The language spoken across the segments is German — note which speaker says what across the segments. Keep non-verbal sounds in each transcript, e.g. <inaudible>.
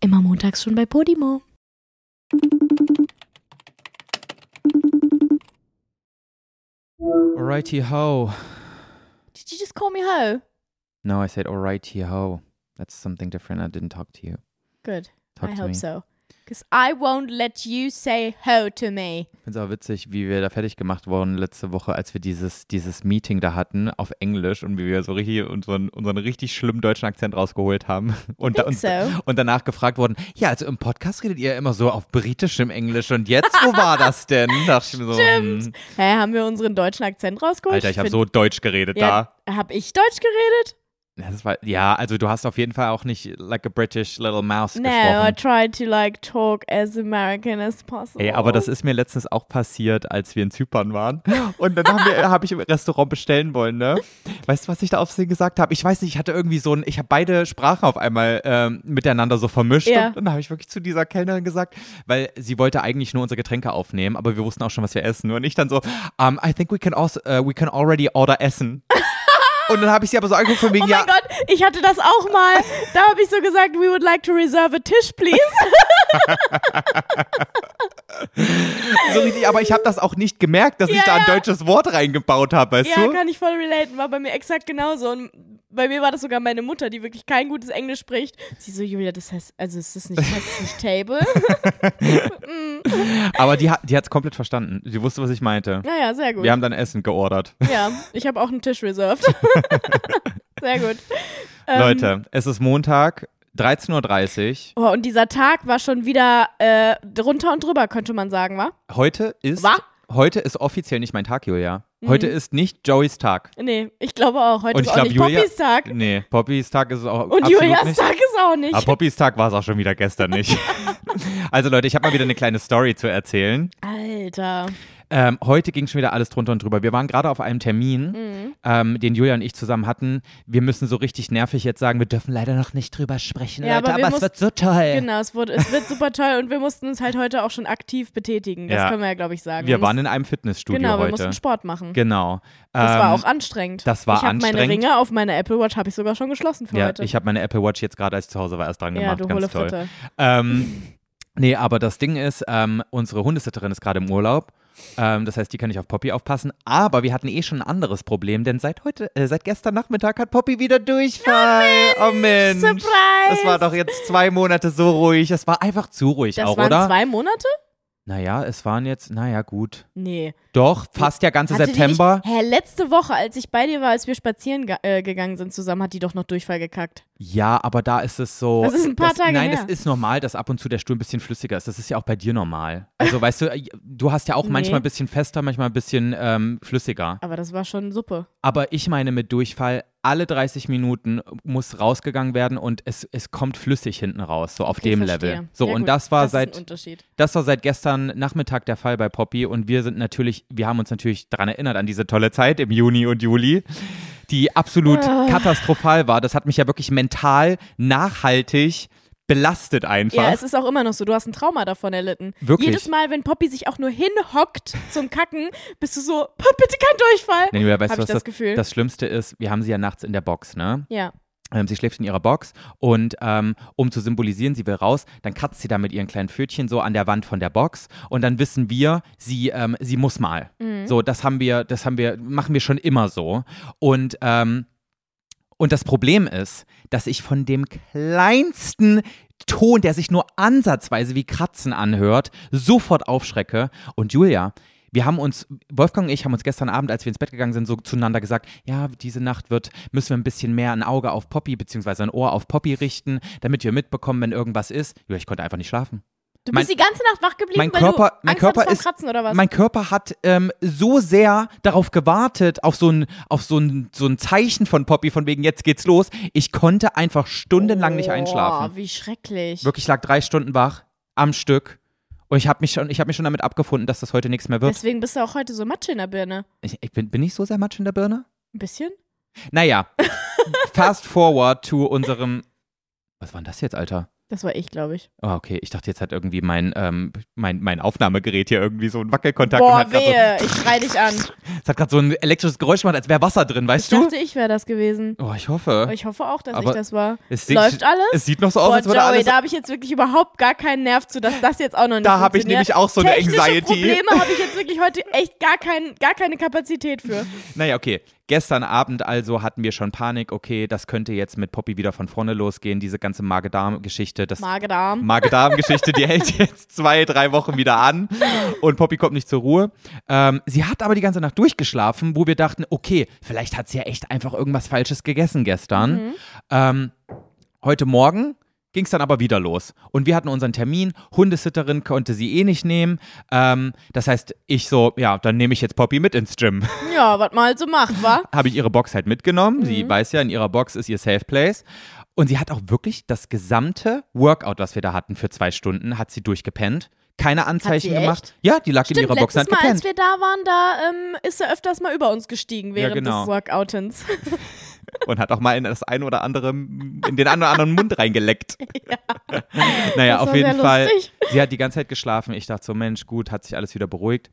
Speaker 1: Immer montags schon bei Podimo.
Speaker 2: Alrighty ho.
Speaker 1: Did you just call me ho?
Speaker 2: No, I said alrighty ho. That's something different. I didn't talk to you.
Speaker 1: Good.
Speaker 2: Talk
Speaker 1: I
Speaker 2: to
Speaker 1: hope
Speaker 2: me.
Speaker 1: so. Because I won't let you say ho to me.
Speaker 2: Ich finde es auch witzig, wie wir da fertig gemacht wurden letzte Woche, als wir dieses, dieses Meeting da hatten auf Englisch und wie wir so richtig unseren, unseren richtig schlimmen deutschen Akzent rausgeholt haben und, da,
Speaker 1: Think
Speaker 2: und,
Speaker 1: so.
Speaker 2: und danach gefragt wurden, ja, also im Podcast redet ihr immer so auf britischem Englisch und jetzt, wo war das denn? Dachte ich mir
Speaker 1: <laughs>
Speaker 2: so, hm,
Speaker 1: Hä, haben wir unseren deutschen Akzent rausgeholt?
Speaker 2: Alter, ich habe
Speaker 1: Oh, find-
Speaker 2: so deutsch geredet da.
Speaker 1: Ja, hab ich Deutsch geredet?
Speaker 2: Das war, ja, also du hast auf jeden Fall auch nicht like a British little mouse
Speaker 1: No, I
Speaker 2: gesprochen.
Speaker 1: tried to like talk as American as possible.
Speaker 2: Ey, aber das ist mir letztens auch passiert, als wir in Zypern waren.
Speaker 1: <laughs>
Speaker 2: Und dann haben wir- habe hab ich im Restaurant bestellen wollen, ne? Weißt du, was ich da auf sie gesagt habe? Ich weiß nicht, ich hatte irgendwie so ein, ich habe beide Sprachen auf einmal ähm, miteinander so vermischt.
Speaker 1: Ja.
Speaker 2: Und dann habe ich wirklich zu dieser Kellnerin gesagt, weil sie wollte eigentlich nur unsere Getränke aufnehmen, aber wir wussten auch schon, was wir essen. Und ich dann so, um, I think we can also, äh, we can already order Essen.
Speaker 1: <laughs>
Speaker 2: Und dann habe ich sie aber so angeguckt von wegen,
Speaker 1: Oh
Speaker 2: ja,
Speaker 1: mein Gott, ich hatte das auch mal. Da habe ich so gesagt, we would like to reserve a Tisch, please.
Speaker 2: so richtig, aber ich habe das auch nicht gemerkt, dass
Speaker 1: Ja,
Speaker 2: ich da ein
Speaker 1: ja.
Speaker 2: deutsches Wort reingebaut habe, weißt
Speaker 1: Ja, genau.
Speaker 2: du?
Speaker 1: kann ich voll relaten. War bei mir exakt genauso. Und bei mir war das sogar meine Mutter, die wirklich kein gutes Englisch spricht. Sie so, Julia, das heißt, also ist das nicht, heißt das
Speaker 2: <laughs>
Speaker 1: nicht Table?
Speaker 2: Aber die, hat- die hat es komplett verstanden. Sie wusste, was ich meinte.
Speaker 1: Naja, sehr gut.
Speaker 2: Wir haben dann Essen geordert.
Speaker 1: ja, ich habe auch einen
Speaker 2: <laughs>
Speaker 1: Tisch reserved. sehr gut. Ähm,
Speaker 2: Leute, es ist Montag, 13.30
Speaker 1: Oh, und dieser Tag war schon wieder äh, drunter und drüber, könnte man sagen, wa?
Speaker 2: Uhr. Heute ist,
Speaker 1: Wa?
Speaker 2: heute ist offiziell nicht mein Tag, Julia. Heute ist nicht Joeys Tag.
Speaker 1: Nee, ich glaube auch. Mhm. Heute
Speaker 2: Und ich
Speaker 1: ist auch
Speaker 2: glaube,
Speaker 1: nicht
Speaker 2: Julia-
Speaker 1: Poppys Tag.
Speaker 2: Nee, Poppys Tag ist es auch
Speaker 1: Und
Speaker 2: absolut
Speaker 1: Julias
Speaker 2: nicht.
Speaker 1: Tag ist auch nicht.
Speaker 2: Aber Poppys Tag war es auch schon wieder gestern
Speaker 1: <laughs>
Speaker 2: nicht. also Leute, ich habe mal wieder eine kleine Story zu erzählen.
Speaker 1: Alter.
Speaker 2: Ähm, heute ging schon wieder alles drunter und drüber. Wir waren gerade auf einem Termin,
Speaker 1: Mhm.
Speaker 2: ähm, den Julia und ich zusammen hatten. Wir müssen so richtig nervig jetzt sagen, wir dürfen leider noch nicht drüber sprechen,
Speaker 1: Ja,
Speaker 2: Leute,
Speaker 1: aber wir
Speaker 2: aber, es
Speaker 1: mussten-
Speaker 2: wird so toll.
Speaker 1: Genau, es, wurde, es wird super toll und wir mussten uns halt heute auch schon aktiv betätigen. Das
Speaker 2: Ja.
Speaker 1: können wir ja, glaube ich, sagen.
Speaker 2: Wir waren
Speaker 1: mussten-
Speaker 2: in einem Fitnessstudio
Speaker 1: Genau, wir
Speaker 2: heute.
Speaker 1: mussten Sport machen.
Speaker 2: Genau.
Speaker 1: Das
Speaker 2: ähm,
Speaker 1: war auch anstrengend.
Speaker 2: das war
Speaker 1: ich hab meine
Speaker 2: anstrengend.
Speaker 1: Ringe auf meiner Apple Watch habe ich sogar schon geschlossen für
Speaker 2: Ja,
Speaker 1: heute.
Speaker 2: ich habe meine Apple Watch jetzt gerade, als ich zu Hause war, erst dran
Speaker 1: ja,
Speaker 2: gemacht.
Speaker 1: du
Speaker 2: Ganz
Speaker 1: hole
Speaker 2: toll.
Speaker 1: Fritte.
Speaker 2: Ähm, nee, aber das Ding ist, ähm, unsere Hundesitterin ist gerade im Urlaub. Ähm, das heißt, die kann nicht auf Poppy aufpassen. Aber wir hatten eh schon ein anderes Problem, denn seit heute, äh, seit gestern Nachmittag hat Poppy wieder Durchfall. Oh Mensch.
Speaker 1: Surprise!
Speaker 2: Das war doch jetzt zwei Monate so ruhig. Es war einfach zu ruhig
Speaker 1: Das
Speaker 2: auch,
Speaker 1: waren
Speaker 2: oder?
Speaker 1: zwei Monate?
Speaker 2: Naja, es waren jetzt, naja, gut.
Speaker 1: Nee.
Speaker 2: Doch, fast der ganze
Speaker 1: Hatte die
Speaker 2: September.
Speaker 1: Nicht, hä, letzte Woche, als ich bei dir war, als wir spazieren ge äh, gegangen sind zusammen, hat die doch noch Durchfall gekackt.
Speaker 2: Ja, aber da ist es so.
Speaker 1: Das ist ein paar Tage
Speaker 2: Nein,
Speaker 1: her.
Speaker 2: das ist normal, dass ab und zu der Stuhl ein bisschen flüssiger ist. Das ist ja auch bei dir normal. Also, weißt du, äh, du hast ja auch
Speaker 1: Nee.
Speaker 2: manchmal ein bisschen fester, manchmal ein bisschen ähm, flüssiger.
Speaker 1: Aber das war schon Suppe.
Speaker 2: Aber ich meine mit Durchfall, alle 30 Minuten muss rausgegangen werden und es, es kommt flüssig hinten raus, so auf
Speaker 1: Okay,
Speaker 2: dem
Speaker 1: verstehe.
Speaker 2: Level. So,
Speaker 1: ja,
Speaker 2: und
Speaker 1: gut,
Speaker 2: das war
Speaker 1: das Ist ein
Speaker 2: seit
Speaker 1: Unterschied.
Speaker 2: das war seit gestern Nachmittag der Fall bei Poppy und wir sind natürlich, wir haben uns natürlich daran erinnert, an diese tolle Zeit im Juni und Juli, die absolut
Speaker 1: Ah.
Speaker 2: katastrophal war. Das hat mich ja wirklich mental, nachhaltig belastet einfach.
Speaker 1: Ja, es ist auch immer noch so. Du hast ein Trauma davon erlitten.
Speaker 2: Wirklich?
Speaker 1: Jedes Mal, wenn Poppy sich auch nur hinhockt zum Kacken, bist du so, "Pop, bitte kein Durchfall.
Speaker 2: Nee, Julia, weißt
Speaker 1: Hab
Speaker 2: du,
Speaker 1: ich
Speaker 2: was
Speaker 1: das Gefühl.
Speaker 2: das Schlimmste ist? Wir haben sie ja nachts in der Box, ne?
Speaker 1: Ja.
Speaker 2: Ähm, sie schläft in ihrer Box und ähm, um zu symbolisieren, sie will raus, dann kratzt sie da mit ihren kleinen Pfötchen so an der Wand von der Box und dann wissen wir, sie, ähm, sie muss mal. So, das haben wir, das haben wir, machen wir schon immer so. Und, ähm, und das Problem ist, dass ich von dem kleinsten Ton, der sich nur ansatzweise wie Kratzen anhört, sofort aufschrecke. Und Julia, wir haben uns, Wolfgang und ich haben uns gestern Abend, als wir ins Bett gegangen sind, so zueinander gesagt, ja, diese Nacht wird, müssen wir ein bisschen mehr ein Auge auf Poppy beziehungsweise ein Ohr auf Poppy richten, damit wir mitbekommen, wenn irgendwas ist. Julia, ich konnte einfach nicht schlafen.
Speaker 1: Du
Speaker 2: Mein-
Speaker 1: bist die ganze Nacht wach geblieben,
Speaker 2: mein
Speaker 1: weil
Speaker 2: Körper-
Speaker 1: du
Speaker 2: mein
Speaker 1: Angst
Speaker 2: Körper
Speaker 1: hattest
Speaker 2: ist-
Speaker 1: vom Kratzen oder was?
Speaker 2: Mein Körper hat ähm, so sehr darauf gewartet, auf so ein, auf so ein, so ein Zeichen von Poppy, von wegen jetzt geht's los. Ich konnte einfach stundenlang nicht einschlafen.
Speaker 1: Boah, wie schrecklich.
Speaker 2: Wirklich ich lag drei Stunden wach am Stück. Und ich habe mich schon, ich habe mich schon damit abgefunden, dass das heute nichts mehr wird.
Speaker 1: Deswegen bist du auch heute so matschig in der Birne.
Speaker 2: Ich, ich bin, bin ich so sehr matsch in der Birne?
Speaker 1: Ein bisschen?
Speaker 2: <laughs> Naja, fast forward zu unserem. Was war denn das jetzt, Alter?
Speaker 1: Das war ich, glaube ich.
Speaker 2: Ah, okay, ich dachte, jetzt hat irgendwie mein, ähm, mein, mein Aufnahmegerät hier irgendwie so einen Wackelkontakt. und
Speaker 1: Boah,
Speaker 2: hat grad <laughs>
Speaker 1: wehe, ich schrei dich an.
Speaker 2: So, es hat gerade so ein elektrisches Geräusch gemacht, als wäre Wasser drin,
Speaker 1: Ich
Speaker 2: weißt du?
Speaker 1: dachte, ich wäre das gewesen.
Speaker 2: Oh, ich hoffe.
Speaker 1: Aber ich hoffe auch, dass
Speaker 2: Aber
Speaker 1: ich das war.
Speaker 2: es
Speaker 1: läuft alles?
Speaker 2: Es sieht noch so aus,
Speaker 1: Boah,
Speaker 2: als würde
Speaker 1: Joey,
Speaker 2: alles.
Speaker 1: da habe ich jetzt wirklich überhaupt gar keinen Nerv zu, dass das jetzt auch noch nicht
Speaker 2: Da habe ich
Speaker 1: funktioniert.
Speaker 2: nämlich auch so eine
Speaker 1: Technische
Speaker 2: Anxiety.
Speaker 1: Probleme habe ich jetzt wirklich heute echt gar, kein, gar keine Kapazität für.
Speaker 2: Naja, okay. Gestern Abend also hatten wir schon Panik. Okay, das könnte jetzt mit Poppy wieder von vorne losgehen. Diese ganze Magen-Darm-Geschichte. Das
Speaker 1: <laughs> Magedarm.
Speaker 2: Magen-Darm-Geschichte, die hält jetzt zwei, drei Wochen wieder an. Und Poppy kommt nicht zur Ruhe. Ähm, sie hat aber die ganze Nacht durchgeschlafen, wo wir dachten, okay, vielleicht hat sie ja echt einfach irgendwas Falsches gegessen gestern. Ähm, heute Morgen ging es dann aber wieder los. Und wir hatten unseren Termin. Hundesitterin konnte sie eh nicht nehmen. Ähm, das heißt, ich so, ja, dann nehme ich jetzt Poppy mit ins Gym
Speaker 1: Ja, was man halt so macht, wa?
Speaker 2: habe ich ihre Box halt mitgenommen.
Speaker 1: Mhm.
Speaker 2: Sie weiß ja, in ihrer Box ist ihr Safe Place. Und sie hat auch wirklich das gesamte Workout, was wir da hatten für zwei Stunden, hat sie durchgepennt. Keine Anzeichen
Speaker 1: echt?
Speaker 2: gemacht. Ja, die lag in
Speaker 1: Stimmt,
Speaker 2: ihrer Box und
Speaker 1: letztes
Speaker 2: hat
Speaker 1: Mal, als
Speaker 2: gepennt.
Speaker 1: wir da waren, da ähm, ist er öfters mal über uns gestiegen während
Speaker 2: genau.
Speaker 1: des Workoutens.
Speaker 2: Und hat auch mal in das ein oder andere, in den einen oder anderen Mund
Speaker 1: <laughs>
Speaker 2: reingeleckt. <laughs> naja,
Speaker 1: Das
Speaker 2: auf
Speaker 1: war
Speaker 2: jeden
Speaker 1: sehr
Speaker 2: Fall.
Speaker 1: lustig.
Speaker 2: Sie hat die ganze Zeit geschlafen. Ich dachte so, Mensch, gut, hat sich alles wieder beruhigt.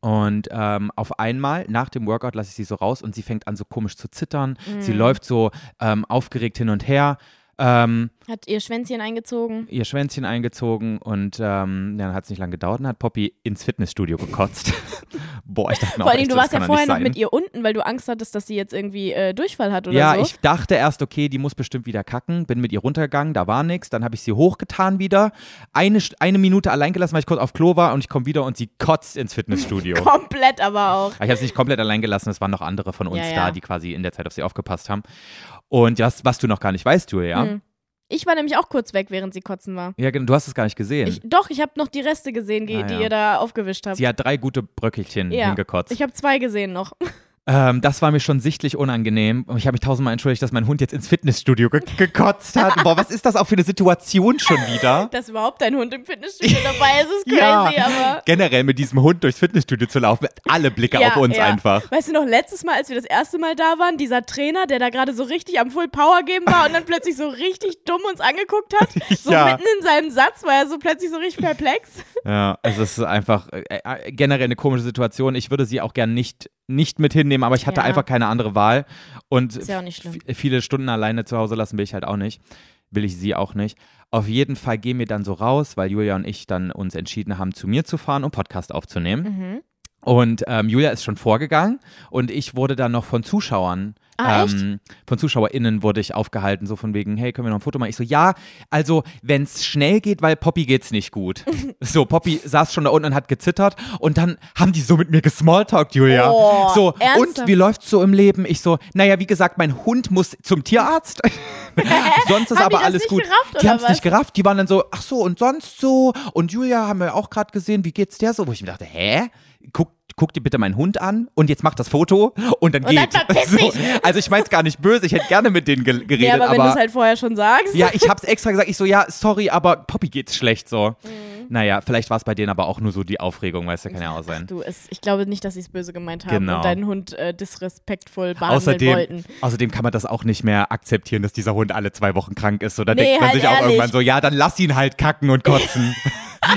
Speaker 2: Und ähm, auf einmal, nach dem Workout, lasse ich sie so raus und sie fängt an, so komisch zu zittern. Sie
Speaker 1: Mhm.
Speaker 2: läuft so ähm, aufgeregt hin und her. Ähm,
Speaker 1: Hat ihr Schwänzchen eingezogen.
Speaker 2: ihr Schwänzchen eingezogen und ähm, dann hat es nicht lange gedauert und hat Poppy ins Fitnessstudio gekotzt. <laughs> Boah, ich dachte mir auch
Speaker 1: Vor allem,
Speaker 2: echt,
Speaker 1: du
Speaker 2: so, das
Speaker 1: warst ja
Speaker 2: kann doch
Speaker 1: vorher
Speaker 2: nicht
Speaker 1: noch
Speaker 2: sein.
Speaker 1: mit ihr unten, weil du Angst hattest, dass sie jetzt irgendwie äh, Durchfall hat oder
Speaker 2: Ja,
Speaker 1: so.
Speaker 2: ich dachte erst, okay, die muss bestimmt wieder kacken. Bin mit ihr runtergegangen, da war nichts. Dann habe ich sie hochgetan wieder. Eine, St- eine Minute allein gelassen, weil ich kurz auf Klo war und ich komme wieder und sie kotzt ins
Speaker 1: <laughs>
Speaker 2: Fitnessstudio. Aber
Speaker 1: <laughs> Komplett aber auch.
Speaker 2: ich habe sie nicht komplett allein gelassen, es waren noch andere von uns
Speaker 1: Ja,
Speaker 2: da,
Speaker 1: ja.
Speaker 2: die quasi in der Zeit auf sie aufgepasst haben. Und das, was du noch gar nicht weißt, Julia.
Speaker 1: Hm. Ich war nämlich auch kurz weg, während sie kotzen war.
Speaker 2: Ja, genau, du hast es gar nicht gesehen.
Speaker 1: Ich, doch, ich habe noch die Reste gesehen, die,
Speaker 2: Ah, ja.
Speaker 1: die ihr da aufgewischt habt.
Speaker 2: sie hat drei gute Bröckelchen
Speaker 1: Ja.
Speaker 2: hingekotzt.
Speaker 1: Ich habe zwei gesehen noch. <laughs>
Speaker 2: Ähm, das war mir schon sichtlich unangenehm. Und Ich habe mich tausendmal entschuldigt, dass mein Hund jetzt ins Fitnessstudio ge gekotzt hat. Boah, was ist das auch für eine Situation schon wieder?
Speaker 1: Dass überhaupt dein Hund
Speaker 2: <laughs>
Speaker 1: im Fitnessstudio dabei ist, ist
Speaker 2: Ja.
Speaker 1: <laughs> crazy, aber.
Speaker 2: Generell mit diesem Hund durchs Fitnessstudio zu laufen, alle Blicke auf uns einfach.
Speaker 1: Weißt du noch, letztes Mal, als wir das erste Mal da waren, dieser Trainer, der da gerade so richtig am Full Power geben war und dann plötzlich so richtig dumm uns angeguckt
Speaker 2: <laughs>
Speaker 1: hat, so
Speaker 2: Ja.
Speaker 1: mitten in seinem Satz, war er so plötzlich so
Speaker 2: <laughs>
Speaker 1: richtig perplex.
Speaker 2: Ja, also es ist einfach äh, äh, generell eine komische Situation. Ich würde sie auch gern nicht, nicht mit hinnehmen, aber ich hatte
Speaker 1: Ja.
Speaker 2: einfach keine andere Wahl. Und
Speaker 1: Ist ja auch nicht schlimm.
Speaker 2: f- viele Stunden alleine zu Hause lassen will ich halt auch nicht. Will ich sie auch nicht. Auf jeden Fall gehen wir dann so raus, weil Julia und ich dann uns entschieden haben, zu mir zu fahren, um Podcast aufzunehmen. Und ähm, Julia ist schon vorgegangen und ich wurde dann noch von Zuschauern.
Speaker 1: Ah,
Speaker 2: ähm, von ZuschauerInnen wurde ich aufgehalten, so von wegen, hey, können wir noch ein Foto machen? Ich so, ja, also, wenn's schnell geht, weil Poppy geht's nicht gut.
Speaker 1: <laughs>
Speaker 2: so, Poppy saß schon da unten und hat gezittert und dann haben die so mit mir gesmalltalkt, Julia.
Speaker 1: Oh,
Speaker 2: so, und
Speaker 1: ernsthaft?
Speaker 2: wie läuft's so im Leben? Ich so, naja, wie gesagt, mein Hund muss zum Tierarzt. <laughs> sonst ist
Speaker 1: Haben die
Speaker 2: aber
Speaker 1: das
Speaker 2: alles
Speaker 1: nicht
Speaker 2: gut.
Speaker 1: gerafft,
Speaker 2: die
Speaker 1: oder
Speaker 2: haben's
Speaker 1: was?
Speaker 2: nicht gerafft, die waren dann so, ach so, und sonst so. Und Julia haben wir auch gerade gesehen, wie geht's der so? Wo ich mir dachte, hä? Guck, guck dir bitte meinen Hund an und jetzt mach das Foto und dann
Speaker 1: Und dann
Speaker 2: geht. <laughs>
Speaker 1: verpiss
Speaker 2: so,
Speaker 1: dich.
Speaker 2: also ich mein's gar nicht böse, ich hätte gerne mit denen ge geredet,
Speaker 1: Ja, aber wenn du es halt vorher schon sagst.
Speaker 2: ja, ich hab's extra gesagt, ich so, ja, sorry, aber Poppy geht's schlecht so.
Speaker 1: Mhm.
Speaker 2: Naja, vielleicht war's bei denen aber auch nur so die Aufregung, weißt du, kann ja auch sein.
Speaker 1: Du, es, ich glaube nicht, dass sie es böse gemeint haben
Speaker 2: Genau.
Speaker 1: und deinen Hund äh, disrespektvoll behandeln
Speaker 2: Außerdem,
Speaker 1: wollten.
Speaker 2: außerdem kann man das auch nicht mehr akzeptieren, dass dieser Hund alle zwei Wochen krank ist. So, da
Speaker 1: Nee,
Speaker 2: denkt man
Speaker 1: halt
Speaker 2: sich auch
Speaker 1: ehrlich.
Speaker 2: irgendwann so, ja, dann lass ihn halt kacken und
Speaker 1: <laughs>
Speaker 2: kotzen.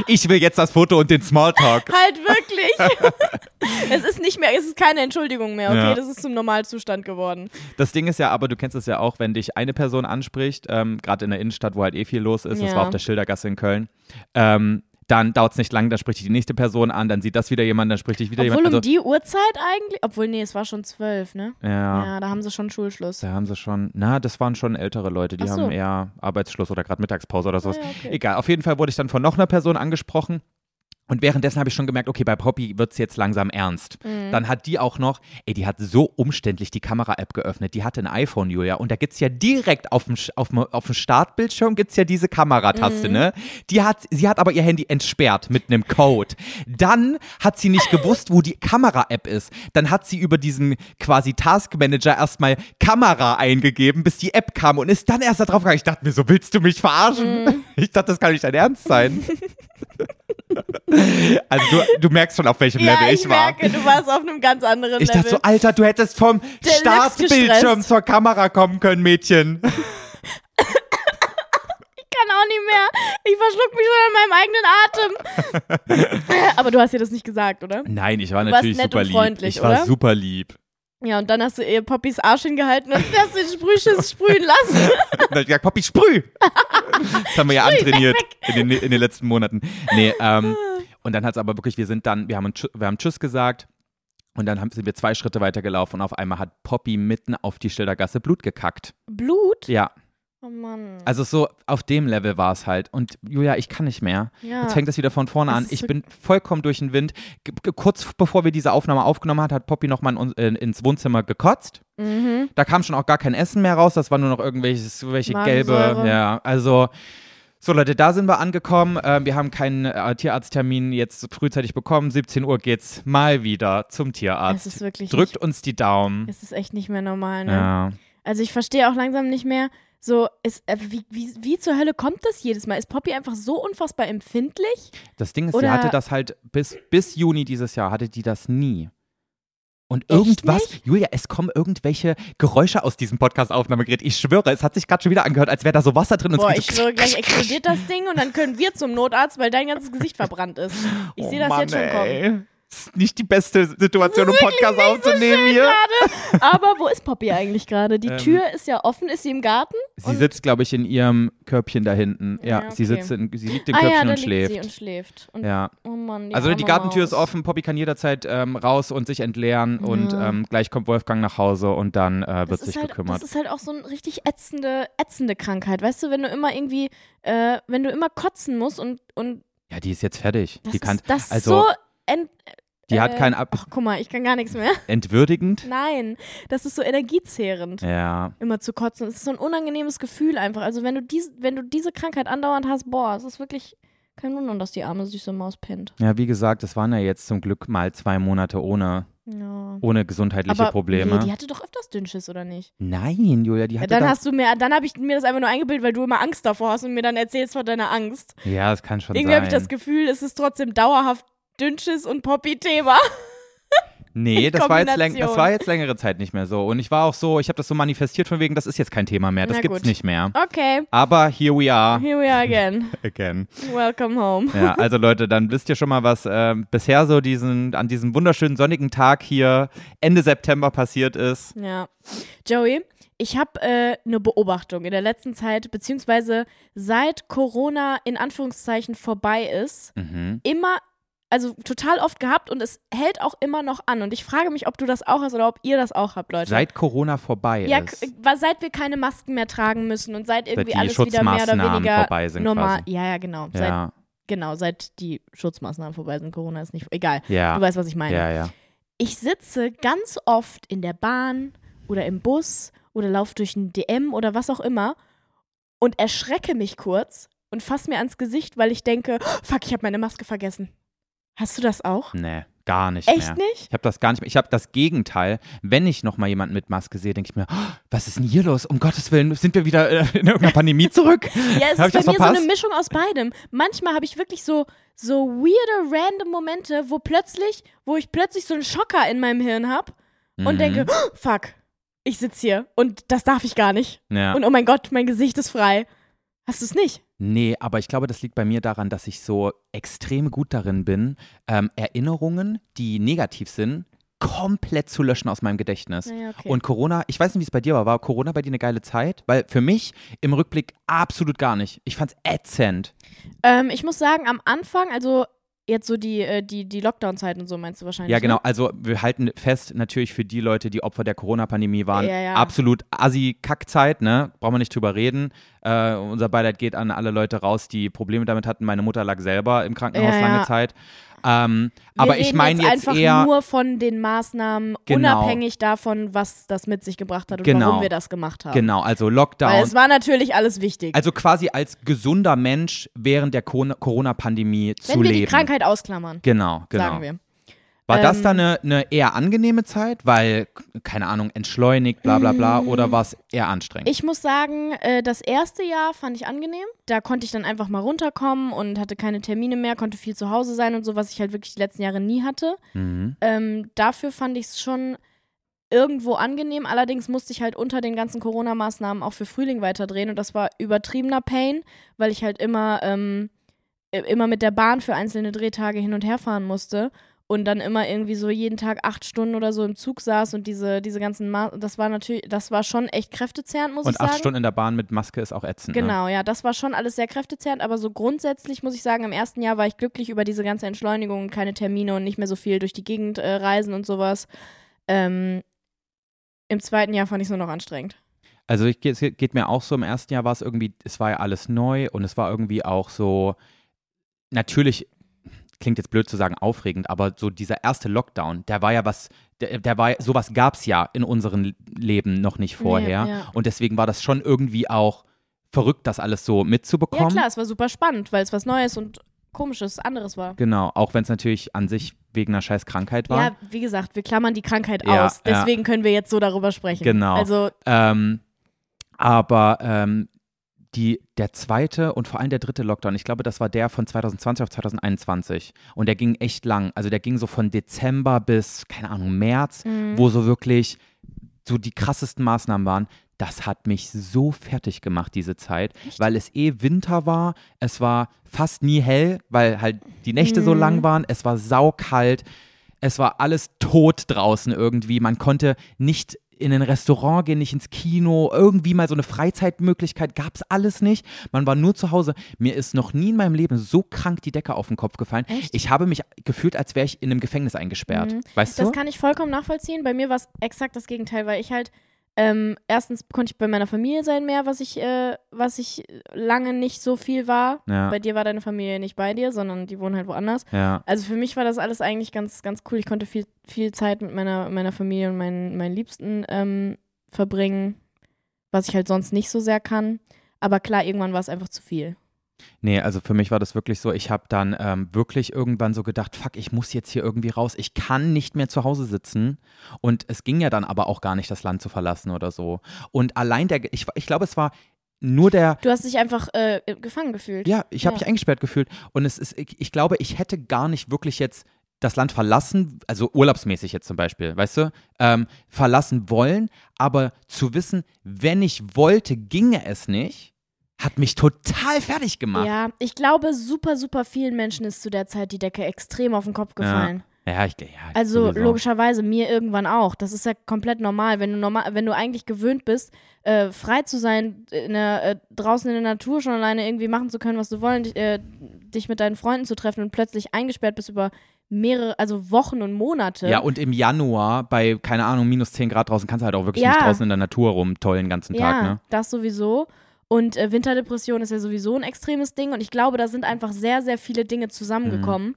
Speaker 2: ich will jetzt das Foto und den Smalltalk. <laughs>
Speaker 1: Halt wirklich. <laughs> es ist nicht mehr, es ist keine Entschuldigung mehr, okay?
Speaker 2: Ja.
Speaker 1: Das ist zum Normalzustand geworden.
Speaker 2: Das Ding ist ja aber, du kennst es ja auch, wenn dich eine Person anspricht, ähm, gerade in der Innenstadt, wo halt eh viel los ist, das
Speaker 1: Ja.
Speaker 2: war auf der Schildergasse in Köln, ähm, dann dauert es nicht lang, dann spricht dich die nächste Person an, dann sieht das wieder jemand, dann spricht dich wieder
Speaker 1: Obwohl
Speaker 2: jemand. also
Speaker 1: um die Uhrzeit eigentlich, obwohl, nee, es war schon zwölf, ne?
Speaker 2: ja.
Speaker 1: Ja, da haben sie schon Schulschluss.
Speaker 2: Ah. Da haben sie schon, na, das waren schon ältere Leute, die
Speaker 1: Ach so.
Speaker 2: haben eher Arbeitsschluss oder gerade Mittagspause oder sowas.
Speaker 1: Ah, ja, okay.
Speaker 2: Egal, auf jeden Fall wurde ich dann von noch einer Person angesprochen. Und währenddessen habe ich schon gemerkt, okay, bei Poppy wird es jetzt langsam ernst. Dann hat die auch noch, ey, die hat so umständlich die Kamera-App geöffnet. Die hatte ein iPhone, Julia. Und da gibt es ja direkt auf dem, Sch- auf dem, auf dem Startbildschirm gibt's ja diese Kamerataste, ne? Die hat, sie hat aber ihr Handy entsperrt mit einem Code. Dann hat sie nicht gewusst, wo die Kamera-App ist. Dann hat sie über diesen quasi Taskmanager erstmal Kamera eingegeben, bis die App kam und ist dann erst da drauf gegangen. Ich dachte mir so, willst du mich verarschen? <laughs> Ich dachte, das kann nicht dein Ernst sein. also du, du merkst schon, auf welchem
Speaker 1: Ja,
Speaker 2: Level
Speaker 1: ich,
Speaker 2: ich, war.
Speaker 1: merke, du warst auf einem ganz anderen
Speaker 2: Ich
Speaker 1: Level.
Speaker 2: dachte so, Alter, du hättest vom
Speaker 1: Deluxe
Speaker 2: Startbildschirm <laughs>
Speaker 1: gestresst.
Speaker 2: zur Kamera kommen können, Mädchen.
Speaker 1: ich kann auch nicht mehr. Ich verschluck mich schon an meinem eigenen
Speaker 2: <laughs>
Speaker 1: Atem. Aber du hast ihr das nicht gesagt, oder?
Speaker 2: Nein, ich war
Speaker 1: Du warst
Speaker 2: natürlich
Speaker 1: nett
Speaker 2: super
Speaker 1: und
Speaker 2: lieb.
Speaker 1: freundlich,
Speaker 2: Ich war
Speaker 1: oder?
Speaker 2: super lieb.
Speaker 1: Ja, und dann hast du ihr Poppys Arsch hingehalten und hast den
Speaker 2: <laughs>
Speaker 1: Sprühschiss sprühen lassen.
Speaker 2: Und dann hab ich gesagt, Poppy,
Speaker 1: <laughs>
Speaker 2: sprüh! Das haben wir ja antrainiert In, den, in den letzten Monaten. Nee, ähm,
Speaker 1: Ah.
Speaker 2: und dann hat es aber wirklich, wir sind dann, wir haben, einen Tschü- wir haben Tschüss gesagt und dann haben, sind wir zwei Schritte weiter gelaufen und auf einmal hat Poppy mitten auf die Schildergasse Blut gekackt.
Speaker 1: Blut?
Speaker 2: Ja,
Speaker 1: Oh Mann.
Speaker 2: also so auf dem Level war es halt. Und Julia, ich kann nicht mehr.
Speaker 1: Ja.
Speaker 2: Jetzt fängt das wieder von vorne
Speaker 1: Es
Speaker 2: an.
Speaker 1: Ah. ist
Speaker 2: Ich
Speaker 1: so-
Speaker 2: bin vollkommen durch den Wind. G g- kurz bevor wir diese Aufnahme aufgenommen hat, hat Poppy nochmal in, uns- in, ins Wohnzimmer gekotzt.
Speaker 1: Mhm.
Speaker 2: Da kam schon auch gar kein Essen mehr raus. Das war nur noch irgendwelches, welche gelbe.
Speaker 1: Magensäure.
Speaker 2: Ja, also. So Leute, da sind wir angekommen. Ähm, wir haben keinen äh, Tierarzttermin jetzt frühzeitig bekommen. 17 Uhr geht's mal wieder zum Tierarzt.
Speaker 1: Es ist wirklich
Speaker 2: Drückt uns die Daumen.
Speaker 1: Es ist echt nicht mehr normal, ne?
Speaker 2: Ja.
Speaker 1: Also ich verstehe auch langsam nicht mehr, so, ist, äh, wie, wie, wie zur Hölle kommt das jedes Mal? Ist Poppy einfach so unfassbar empfindlich?
Speaker 2: Das Ding ist, sie
Speaker 1: Oder-
Speaker 2: hatte das halt bis, bis Juni dieses Jahr, hatte die das nie. Und irgendwas, Julia, es kommen irgendwelche Geräusche aus diesem Podcast-Aufnahmegerät. Ich schwöre, es hat sich gerade schon wieder angehört, als wäre da so Wasser drin. Und es
Speaker 1: Boah,
Speaker 2: geht
Speaker 1: ich
Speaker 2: so <laughs>
Speaker 1: schwöre, gleich explodiert das Ding und dann können wir zum Notarzt, weil dein ganzes Gesicht verbrannt ist. Ich
Speaker 2: oh
Speaker 1: sehe das
Speaker 2: Mann,
Speaker 1: jetzt schon kommen.
Speaker 2: ey. Das ist nicht die beste Situation, um Podcast aufzunehmen hier.
Speaker 1: Aber wo ist Poppy eigentlich gerade? Die
Speaker 2: Ähm.
Speaker 1: Tür ist ja offen. Ist sie im Garten?
Speaker 2: Sie sitzt, glaube ich, in ihrem Körbchen da hinten. Ja,
Speaker 1: Ja,
Speaker 2: sie,
Speaker 1: okay.
Speaker 2: sitzt in, sie liegt im
Speaker 1: ah
Speaker 2: Körbchen
Speaker 1: ja, da
Speaker 2: und
Speaker 1: liegt
Speaker 2: schläft.
Speaker 1: sie und schläft. Und,
Speaker 2: ja.
Speaker 1: Oh Mann, die
Speaker 2: also die
Speaker 1: arme
Speaker 2: Gartentür ist
Speaker 1: Maus.
Speaker 2: offen, Poppy kann jederzeit ähm, raus und sich entleeren und
Speaker 1: Ja.
Speaker 2: ähm, gleich kommt Wolfgang nach Hause und dann äh, wird
Speaker 1: Das ist,
Speaker 2: sich
Speaker 1: halt,
Speaker 2: gekümmert.
Speaker 1: das ist halt auch so eine richtig ätzende, ätzende Krankheit. Weißt du, wenn du immer irgendwie, äh, wenn du immer kotzen musst und, und
Speaker 2: Ja, die ist jetzt fertig.
Speaker 1: das
Speaker 2: die kann,
Speaker 1: ist das
Speaker 2: also
Speaker 1: so ent,
Speaker 2: die hat
Speaker 1: äh,
Speaker 2: kein Ab
Speaker 1: Ach, guck mal, ich kann gar nichts mehr. <laughs>
Speaker 2: entwürdigend.
Speaker 1: Nein, das ist so energiezehrend.
Speaker 2: Ja,
Speaker 1: Immer zu kotzen. Es ist so ein unangenehmes Gefühl einfach. Also wenn du dies, wenn du diese Krankheit andauernd hast, boah, es ist wirklich kein Wunder, dass die arme süße Maus pennt.
Speaker 2: ja, wie gesagt, das waren ja jetzt zum Glück mal zwei Monate ohne,
Speaker 1: Ja.
Speaker 2: ohne gesundheitliche
Speaker 1: Aber
Speaker 2: Probleme.
Speaker 1: Nee, die hatte doch öfters Dünnschiss, oder nicht?
Speaker 2: Nein, Julia, die
Speaker 1: Ja,
Speaker 2: hatte
Speaker 1: dann
Speaker 2: da-
Speaker 1: hast du mir, dann habe ich mir das einfach nur eingebildet, weil du immer Angst davor hast und mir dann erzählst von deiner Angst.
Speaker 2: Ja, das kann schon
Speaker 1: Irgendwie
Speaker 2: sein.
Speaker 1: habe ich das Gefühl, es ist trotzdem dauerhaft Dünnschiss und Poppy-Thema.
Speaker 2: nee,
Speaker 1: in
Speaker 2: das war, jetzt läng- das
Speaker 1: Kombination.
Speaker 2: war jetzt längere Zeit nicht mehr so. Und ich war auch so, ich habe das so manifestiert von wegen, das ist jetzt kein Thema mehr, das
Speaker 1: Na
Speaker 2: gibt's
Speaker 1: gut.
Speaker 2: nicht mehr.
Speaker 1: Okay,
Speaker 2: Aber here we
Speaker 1: <laughs>
Speaker 2: are
Speaker 1: here we are
Speaker 2: <laughs>
Speaker 1: again.
Speaker 2: again.
Speaker 1: Welcome home.
Speaker 2: Ja, also Leute, dann wisst ihr schon mal, was ähm, bisher so diesen, an diesem wunderschönen sonnigen Tag hier Ende September passiert ist.
Speaker 1: Ja. Joey, ich habe äh, eine Beobachtung in der letzten Zeit, beziehungsweise seit Corona in Anführungszeichen vorbei ist,
Speaker 2: Mhm.
Speaker 1: immer, also total oft gehabt und es hält auch immer noch an. Und ich frage mich, ob du das auch hast oder ob ihr das auch habt, Leute.
Speaker 2: Seit Corona vorbei
Speaker 1: ja,
Speaker 2: ist.
Speaker 1: k- war- seit wir keine Masken mehr tragen müssen und seit irgendwie
Speaker 2: die
Speaker 1: alles wieder mehr oder
Speaker 2: Schutzmaßnahmen
Speaker 1: weniger
Speaker 2: vorbei sind
Speaker 1: normal.
Speaker 2: quasi.
Speaker 1: Ja, ja, genau. Seit
Speaker 2: Ja,
Speaker 1: genau, seit die Schutzmaßnahmen vorbei sind, Corona ist nicht, egal, du
Speaker 2: ja,
Speaker 1: weißt, was ich meine.
Speaker 2: ja, ja.
Speaker 1: Ich sitze ganz oft in der Bahn oder im Bus oder laufe durch ein DM oder was auch immer und erschrecke mich kurz und fasse mir ans Gesicht, weil ich denke, "Oh, fuck, ich habe meine Maske vergessen. Hast du das auch?
Speaker 2: Nee, gar nicht
Speaker 1: Echt
Speaker 2: mehr.
Speaker 1: nicht?
Speaker 2: Ich habe das gar nicht mehr. Ich habe das Gegenteil. Wenn ich nochmal jemanden mit Maske sehe, denke ich mir, "Oh, was ist denn hier los? Um Gottes Willen, sind wir wieder äh, in irgendeiner
Speaker 1: <laughs>
Speaker 2: Pandemie zurück?
Speaker 1: Ja,
Speaker 2: Hab ich
Speaker 1: es ist bei
Speaker 2: das
Speaker 1: mir so
Speaker 2: verpasst?
Speaker 1: eine Mischung aus beidem. Manchmal habe ich wirklich so so weirde random Momente, wo plötzlich, wo ich plötzlich so einen Schocker in meinem Hirn habe und
Speaker 2: Mhm.
Speaker 1: denke, "Oh, fuck, ich sitze hier und das darf ich gar nicht.
Speaker 2: Mhm, ja.
Speaker 1: Und oh mein Gott, mein Gesicht ist frei. Hast du es nicht?
Speaker 2: Nee, aber ich glaube, das liegt bei mir daran, dass ich so extrem gut darin bin, ähm, Erinnerungen, die negativ sind, komplett zu löschen aus meinem Gedächtnis.
Speaker 1: Ja, okay.
Speaker 2: Und Corona, ich weiß nicht, wie es bei dir war, war Corona bei dir eine geile Zeit? Weil für mich im Rückblick absolut gar nicht. Ich fand's ätzend.
Speaker 1: ähm, ich muss sagen, am Anfang, also jetzt so die, äh, die, die Lockdown-Zeit und so meinst du wahrscheinlich.
Speaker 2: Ja, genau.
Speaker 1: Ne?
Speaker 2: Also wir halten fest, natürlich für die Leute, die Opfer der Corona-Pandemie waren,
Speaker 1: Ja, ja.
Speaker 2: absolut Assi-Kackzeit, ne? Brauchen wir nicht drüber reden. Äh, unser Beileid geht an alle Leute raus, die Probleme damit hatten. Meine Mutter lag selber im Krankenhaus
Speaker 1: Ja,
Speaker 2: lange
Speaker 1: ja.
Speaker 2: Zeit. Ähm,
Speaker 1: Wir
Speaker 2: aber
Speaker 1: reden
Speaker 2: ich meine jetzt,
Speaker 1: einfach
Speaker 2: eher,
Speaker 1: nur von den Maßnahmen,
Speaker 2: Genau.
Speaker 1: unabhängig davon, was das mit sich gebracht hat und
Speaker 2: Genau.
Speaker 1: warum wir das gemacht haben.
Speaker 2: genau, also
Speaker 1: Weil
Speaker 2: Lockdown.
Speaker 1: es war natürlich alles wichtig.
Speaker 2: Also quasi als gesunder Mensch während der Corona- Corona-Pandemie zu
Speaker 1: Wenn wir
Speaker 2: leben.
Speaker 1: die Krankheit ausklammern,
Speaker 2: genau, genau.
Speaker 1: sagen wir.
Speaker 2: War das
Speaker 1: Ähm,
Speaker 2: dann eine, eine eher angenehme Zeit, weil, keine Ahnung, entschleunigt, bla bla
Speaker 1: Mm.
Speaker 2: bla, oder war es eher anstrengend?
Speaker 1: Ich muss sagen, äh, das erste Jahr fand ich angenehm. Da konnte ich dann einfach mal runterkommen und hatte keine Termine mehr, konnte viel zu Hause sein und so, was ich halt wirklich die letzten Jahre nie hatte.
Speaker 2: mhm.
Speaker 1: Ähm, dafür fand ich es schon irgendwo angenehm. Allerdings musste ich halt unter den ganzen Corona-Maßnahmen auch für Frühling weiterdrehen und das war übertriebener Pain, weil ich halt immer, ähm, i- immer mit der Bahn für einzelne Drehtage hin und her fahren musste und dann immer irgendwie so jeden Tag acht Stunden oder so im Zug saß und diese, diese ganzen, Ma das war natürlich, das war schon echt kräftezehrend, muss ich
Speaker 2: Und
Speaker 1: sagen.
Speaker 2: acht Stunden in der Bahn mit Maske ist auch ätzend. Ne?
Speaker 1: Genau, ja, das war schon alles sehr kräftezehrend, aber so grundsätzlich muss ich sagen, im ersten Jahr war ich glücklich über diese ganze Entschleunigung und keine Termine und nicht mehr so viel durch die Gegend äh, reisen und sowas. Ähm, Im zweiten Jahr fand ich es nur noch anstrengend.
Speaker 2: Also ich, es geht mir auch so, im ersten Jahr war es irgendwie, es war ja alles neu und es war irgendwie auch so, natürlich, klingt jetzt blöd zu sagen aufregend, aber so dieser erste Lockdown, der war ja was, der, der war, sowas gab es ja in unserem Leben noch nicht vorher.
Speaker 1: ja.
Speaker 2: Und deswegen war das schon irgendwie auch verrückt, das alles so mitzubekommen.
Speaker 1: Ja klar, es war super spannend, weil es was Neues und Komisches, anderes war.
Speaker 2: Genau, auch wenn es natürlich an sich wegen einer scheiß Krankheit war.
Speaker 1: Ja, wie gesagt, wir klammern die Krankheit
Speaker 2: Ja,
Speaker 1: aus,
Speaker 2: ja.
Speaker 1: deswegen können wir jetzt so darüber sprechen.
Speaker 2: Genau.
Speaker 1: Also
Speaker 2: Ähm, aber ähm, die, der zweite und vor allem der dritte Lockdown, ich glaube, das war der von 2020 auf 2021. Und der ging echt lang. Also der ging so von Dezember bis, keine Ahnung, März, wo so wirklich so die krassesten Maßnahmen waren. Das hat mich so fertig gemacht, diese Zeit, weil es eh Winter war. Es war fast nie hell, weil halt die Nächte so
Speaker 1: Mhm.
Speaker 2: lang waren. Es war saukalt. Es war alles tot draußen irgendwie. Man konnte nicht in ein Restaurant gehen, nicht ins Kino, irgendwie mal so eine Freizeitmöglichkeit gab es alles nicht. Man war nur zu Hause. Mir ist noch nie in meinem Leben so krank die Decke auf den Kopf gefallen.
Speaker 1: Echt? Mhm.
Speaker 2: Ich habe mich gefühlt, als wäre ich in einem Gefängnis eingesperrt. Weißt
Speaker 1: Das
Speaker 2: du?
Speaker 1: kann ich vollkommen nachvollziehen. Bei mir war es exakt das Gegenteil, weil ich halt ähm, erstens konnte ich bei meiner Familie sein mehr, was ich, äh, was ich lange nicht so viel war.
Speaker 2: Ja.
Speaker 1: Bei dir war deine Familie nicht bei dir, sondern die wohnen halt woanders.
Speaker 2: Ja.
Speaker 1: Also für mich war das alles eigentlich ganz, ganz cool. Ich konnte viel, viel Zeit mit meiner, meiner Familie und meinen, meinen Liebsten ähm, verbringen, was ich halt sonst nicht so sehr kann. Aber klar, irgendwann war es einfach zu viel.
Speaker 2: Nee, also für mich war das wirklich so, ich habe dann ähm, wirklich irgendwann so gedacht, fuck, ich muss jetzt hier irgendwie raus, ich kann nicht mehr zu Hause sitzen. Und es ging ja dann aber auch gar nicht, das Land zu verlassen oder so. Und allein der, ich, ich glaube, es war nur der
Speaker 1: Du hast dich einfach äh, gefangen gefühlt.
Speaker 2: Ja, ich habe
Speaker 1: Ja.
Speaker 2: mich eingesperrt gefühlt. Und es ist, ich, ich glaube, ich hätte gar nicht wirklich jetzt das Land verlassen, also urlaubsmäßig jetzt zum Beispiel, weißt du, ähm, verlassen wollen, aber zu wissen, wenn ich wollte, ginge es nicht, hat mich total fertig gemacht.
Speaker 1: Ja, ich glaube, super, super vielen Menschen ist zu der Zeit die Decke extrem auf den Kopf gefallen.
Speaker 2: Ja, ja ich ja, ich-
Speaker 1: Also
Speaker 2: sowieso.
Speaker 1: logischerweise mir irgendwann auch. Das ist ja komplett normal. Wenn du normal, wenn du eigentlich gewöhnt bist, äh, frei zu sein, in der, äh, draußen in der Natur schon alleine irgendwie machen zu können, was du wollen, dich, äh, dich mit deinen Freunden zu treffen und plötzlich eingesperrt bist über mehrere, also Wochen und Monate.
Speaker 2: Ja, und im Januar bei, keine Ahnung, minus 10 Grad draußen kannst du halt auch wirklich
Speaker 1: Ja.
Speaker 2: nicht draußen in der Natur rumtollen den ganzen Tag,
Speaker 1: Ja,
Speaker 2: ne?
Speaker 1: das sowieso. Und äh, Winterdepression ist ja sowieso ein extremes Ding. Und ich glaube, da sind einfach sehr, sehr viele Dinge
Speaker 2: Mhm.
Speaker 1: zusammengekommen,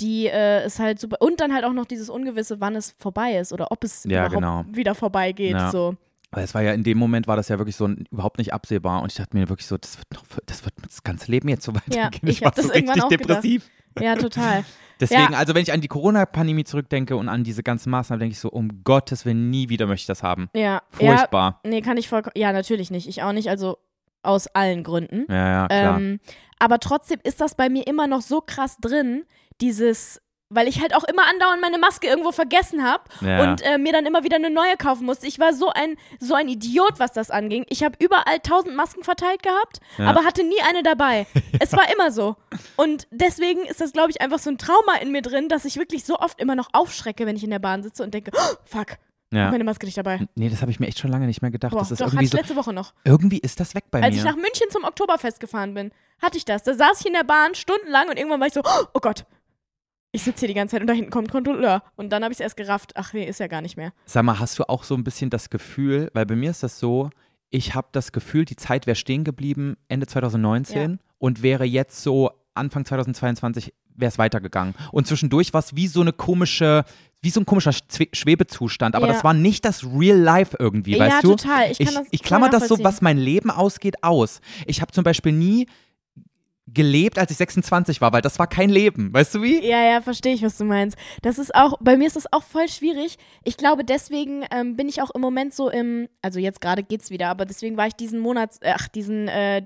Speaker 1: die äh, es halt super. Und dann halt auch noch dieses Ungewisse, wann es vorbei ist oder ob es
Speaker 2: Ja,
Speaker 1: überhaupt
Speaker 2: genau.
Speaker 1: wieder vorbeigeht.
Speaker 2: Ja.
Speaker 1: So.
Speaker 2: Weil es war ja in dem Moment war das ja wirklich so ein, überhaupt nicht absehbar und ich dachte mir wirklich so, das wird noch, für- das wird das ganze Leben jetzt so <laughs> weitergehen.
Speaker 1: ich hab das irgendwann auch gedacht.
Speaker 2: <laughs>
Speaker 1: Ja, total.
Speaker 2: Deswegen,
Speaker 1: Ja.
Speaker 2: also wenn ich an die Corona-Pandemie zurückdenke und an diese ganzen Maßnahmen, denke ich so, um Gottes Willen, nie wieder möchte ich das haben.
Speaker 1: Ja.
Speaker 2: Furchtbar.
Speaker 1: Ja, nee, kann ich vollkommen. Ja, natürlich nicht. Ich auch nicht. Also aus allen Gründen.
Speaker 2: Ja, ja, klar.
Speaker 1: Ähm, aber trotzdem ist das bei mir immer noch so krass drin, dieses, weil ich halt auch immer andauernd meine Maske irgendwo vergessen habe
Speaker 2: Ja.
Speaker 1: und äh, mir dann immer wieder eine neue kaufen musste. Ich war so ein, so ein Idiot, was das anging. Ich habe überall tausend Masken verteilt gehabt,
Speaker 2: Ja.
Speaker 1: aber hatte nie
Speaker 2: <laughs>
Speaker 1: eine dabei. Es war immer so. Und deswegen ist das, glaube ich, einfach so ein Trauma in mir drin, dass ich wirklich so oft immer noch aufschrecke, wenn ich in der Bahn sitze und denke, oh, fuck,
Speaker 2: ja.
Speaker 1: meine Maske nicht dabei.
Speaker 2: Nee, das habe ich mir echt schon lange nicht mehr gedacht.
Speaker 1: Boah,
Speaker 2: das ist
Speaker 1: doch, hatte
Speaker 2: irgendwie
Speaker 1: ich
Speaker 2: so,
Speaker 1: letzte Woche noch.
Speaker 2: irgendwie ist das weg bei
Speaker 1: Als
Speaker 2: mir.
Speaker 1: ich nach München zum Oktoberfest gefahren bin, hatte ich das. Da saß ich in der Bahn stundenlang und irgendwann war ich so, oh Gott, ich sitze hier die ganze Zeit und da hinten kommt ein Kontrolleur. Und dann habe ich es erst gerafft. Ach nee, ist ja gar nicht mehr.
Speaker 2: Sag mal, hast du auch so ein bisschen das Gefühl, weil bei mir ist das so, ich habe das Gefühl, die Zeit wäre stehen geblieben Ende 2019 und wäre jetzt so Anfang 2022 wäre es weitergegangen. Und zwischendurch war es wie so eine komische, wie so ein komischer Zwe- Schwebezustand, aber
Speaker 1: Ja.
Speaker 2: das war nicht das Real Life irgendwie,
Speaker 1: Ja,
Speaker 2: weißt du?
Speaker 1: total. Ich kann das
Speaker 2: ich
Speaker 1: voll
Speaker 2: klammer das so,
Speaker 1: nachvollziehen.
Speaker 2: was mein Leben ausgeht, aus. Ich habe zum Beispiel nie gelebt, als ich 26 war, weil das war kein Leben, weißt du wie?
Speaker 1: Ja, ja, verstehe ich, was du meinst. Das ist auch, bei mir ist das auch voll schwierig. Ich glaube, deswegen ähm, bin ich auch im Moment so im, also jetzt gerade geht's wieder, aber deswegen war ich diesen Monat, ach, diesen, äh,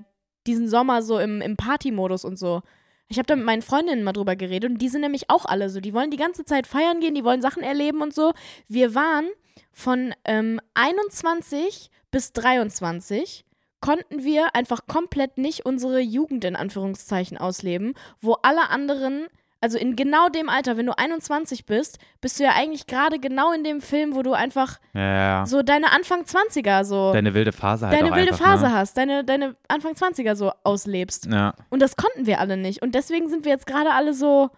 Speaker 1: diesen Sommer so im, im Party-Modus und so. Ich habe da mit meinen Freundinnen mal drüber geredet und die sind nämlich auch alle so. Die wollen die ganze Zeit feiern gehen, die wollen Sachen erleben und so. Wir waren von ähm, 21 bis 23 konnten wir einfach komplett nicht unsere Jugend in Anführungszeichen ausleben, wo alle anderen, also in genau dem Alter, wenn du 21 bist, bist du ja eigentlich gerade genau in dem Film, wo du einfach
Speaker 2: Ja, ja, ja.
Speaker 1: so deine Anfang 20er so, deine,
Speaker 2: Deine wilde Phase halt auch
Speaker 1: wilde
Speaker 2: einfach,
Speaker 1: Phase hast, deine, deine Anfang 20er so auslebst.
Speaker 2: Ne? Ja,
Speaker 1: Und das konnten wir alle nicht. Und deswegen sind wir jetzt gerade alle so,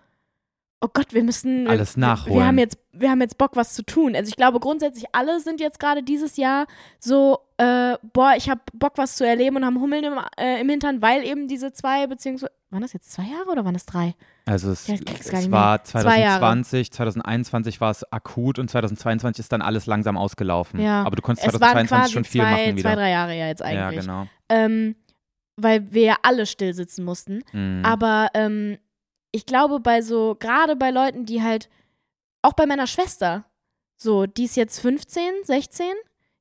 Speaker 1: oh Gott, wir müssen wir-
Speaker 2: Alles nachholen.
Speaker 1: Wir, wir, haben jetzt, wir haben jetzt Bock, was zu tun. Also ich glaube, grundsätzlich alle sind jetzt gerade dieses Jahr so, äh, boah, ich habe Bock, was zu erleben und haben Hummeln im, äh, im Hintern, weil eben diese zwei, beziehungsweise, waren das jetzt zwei Jahre oder waren das drei?
Speaker 2: also es,
Speaker 1: Ja, ich krieg's gar
Speaker 2: es
Speaker 1: nicht
Speaker 2: war
Speaker 1: mehr. Zwei Jahre.
Speaker 2: 2020, 2021 war es akut und 2022 ist dann alles langsam ausgelaufen.
Speaker 1: Ja.
Speaker 2: Aber du konntest
Speaker 1: Es waren
Speaker 2: 2022
Speaker 1: quasi
Speaker 2: schon viel
Speaker 1: zwei,
Speaker 2: machen wieder.
Speaker 1: zwei, drei Jahre ja jetzt
Speaker 2: ja,
Speaker 1: eigentlich.
Speaker 2: genau.
Speaker 1: ähm, weil wir ja alle still sitzen mussten.
Speaker 2: Mhm.
Speaker 1: Aber ähm, ich glaube, bei so, gerade bei Leuten, die halt, auch bei meiner Schwester, so, die ist jetzt 15, 16.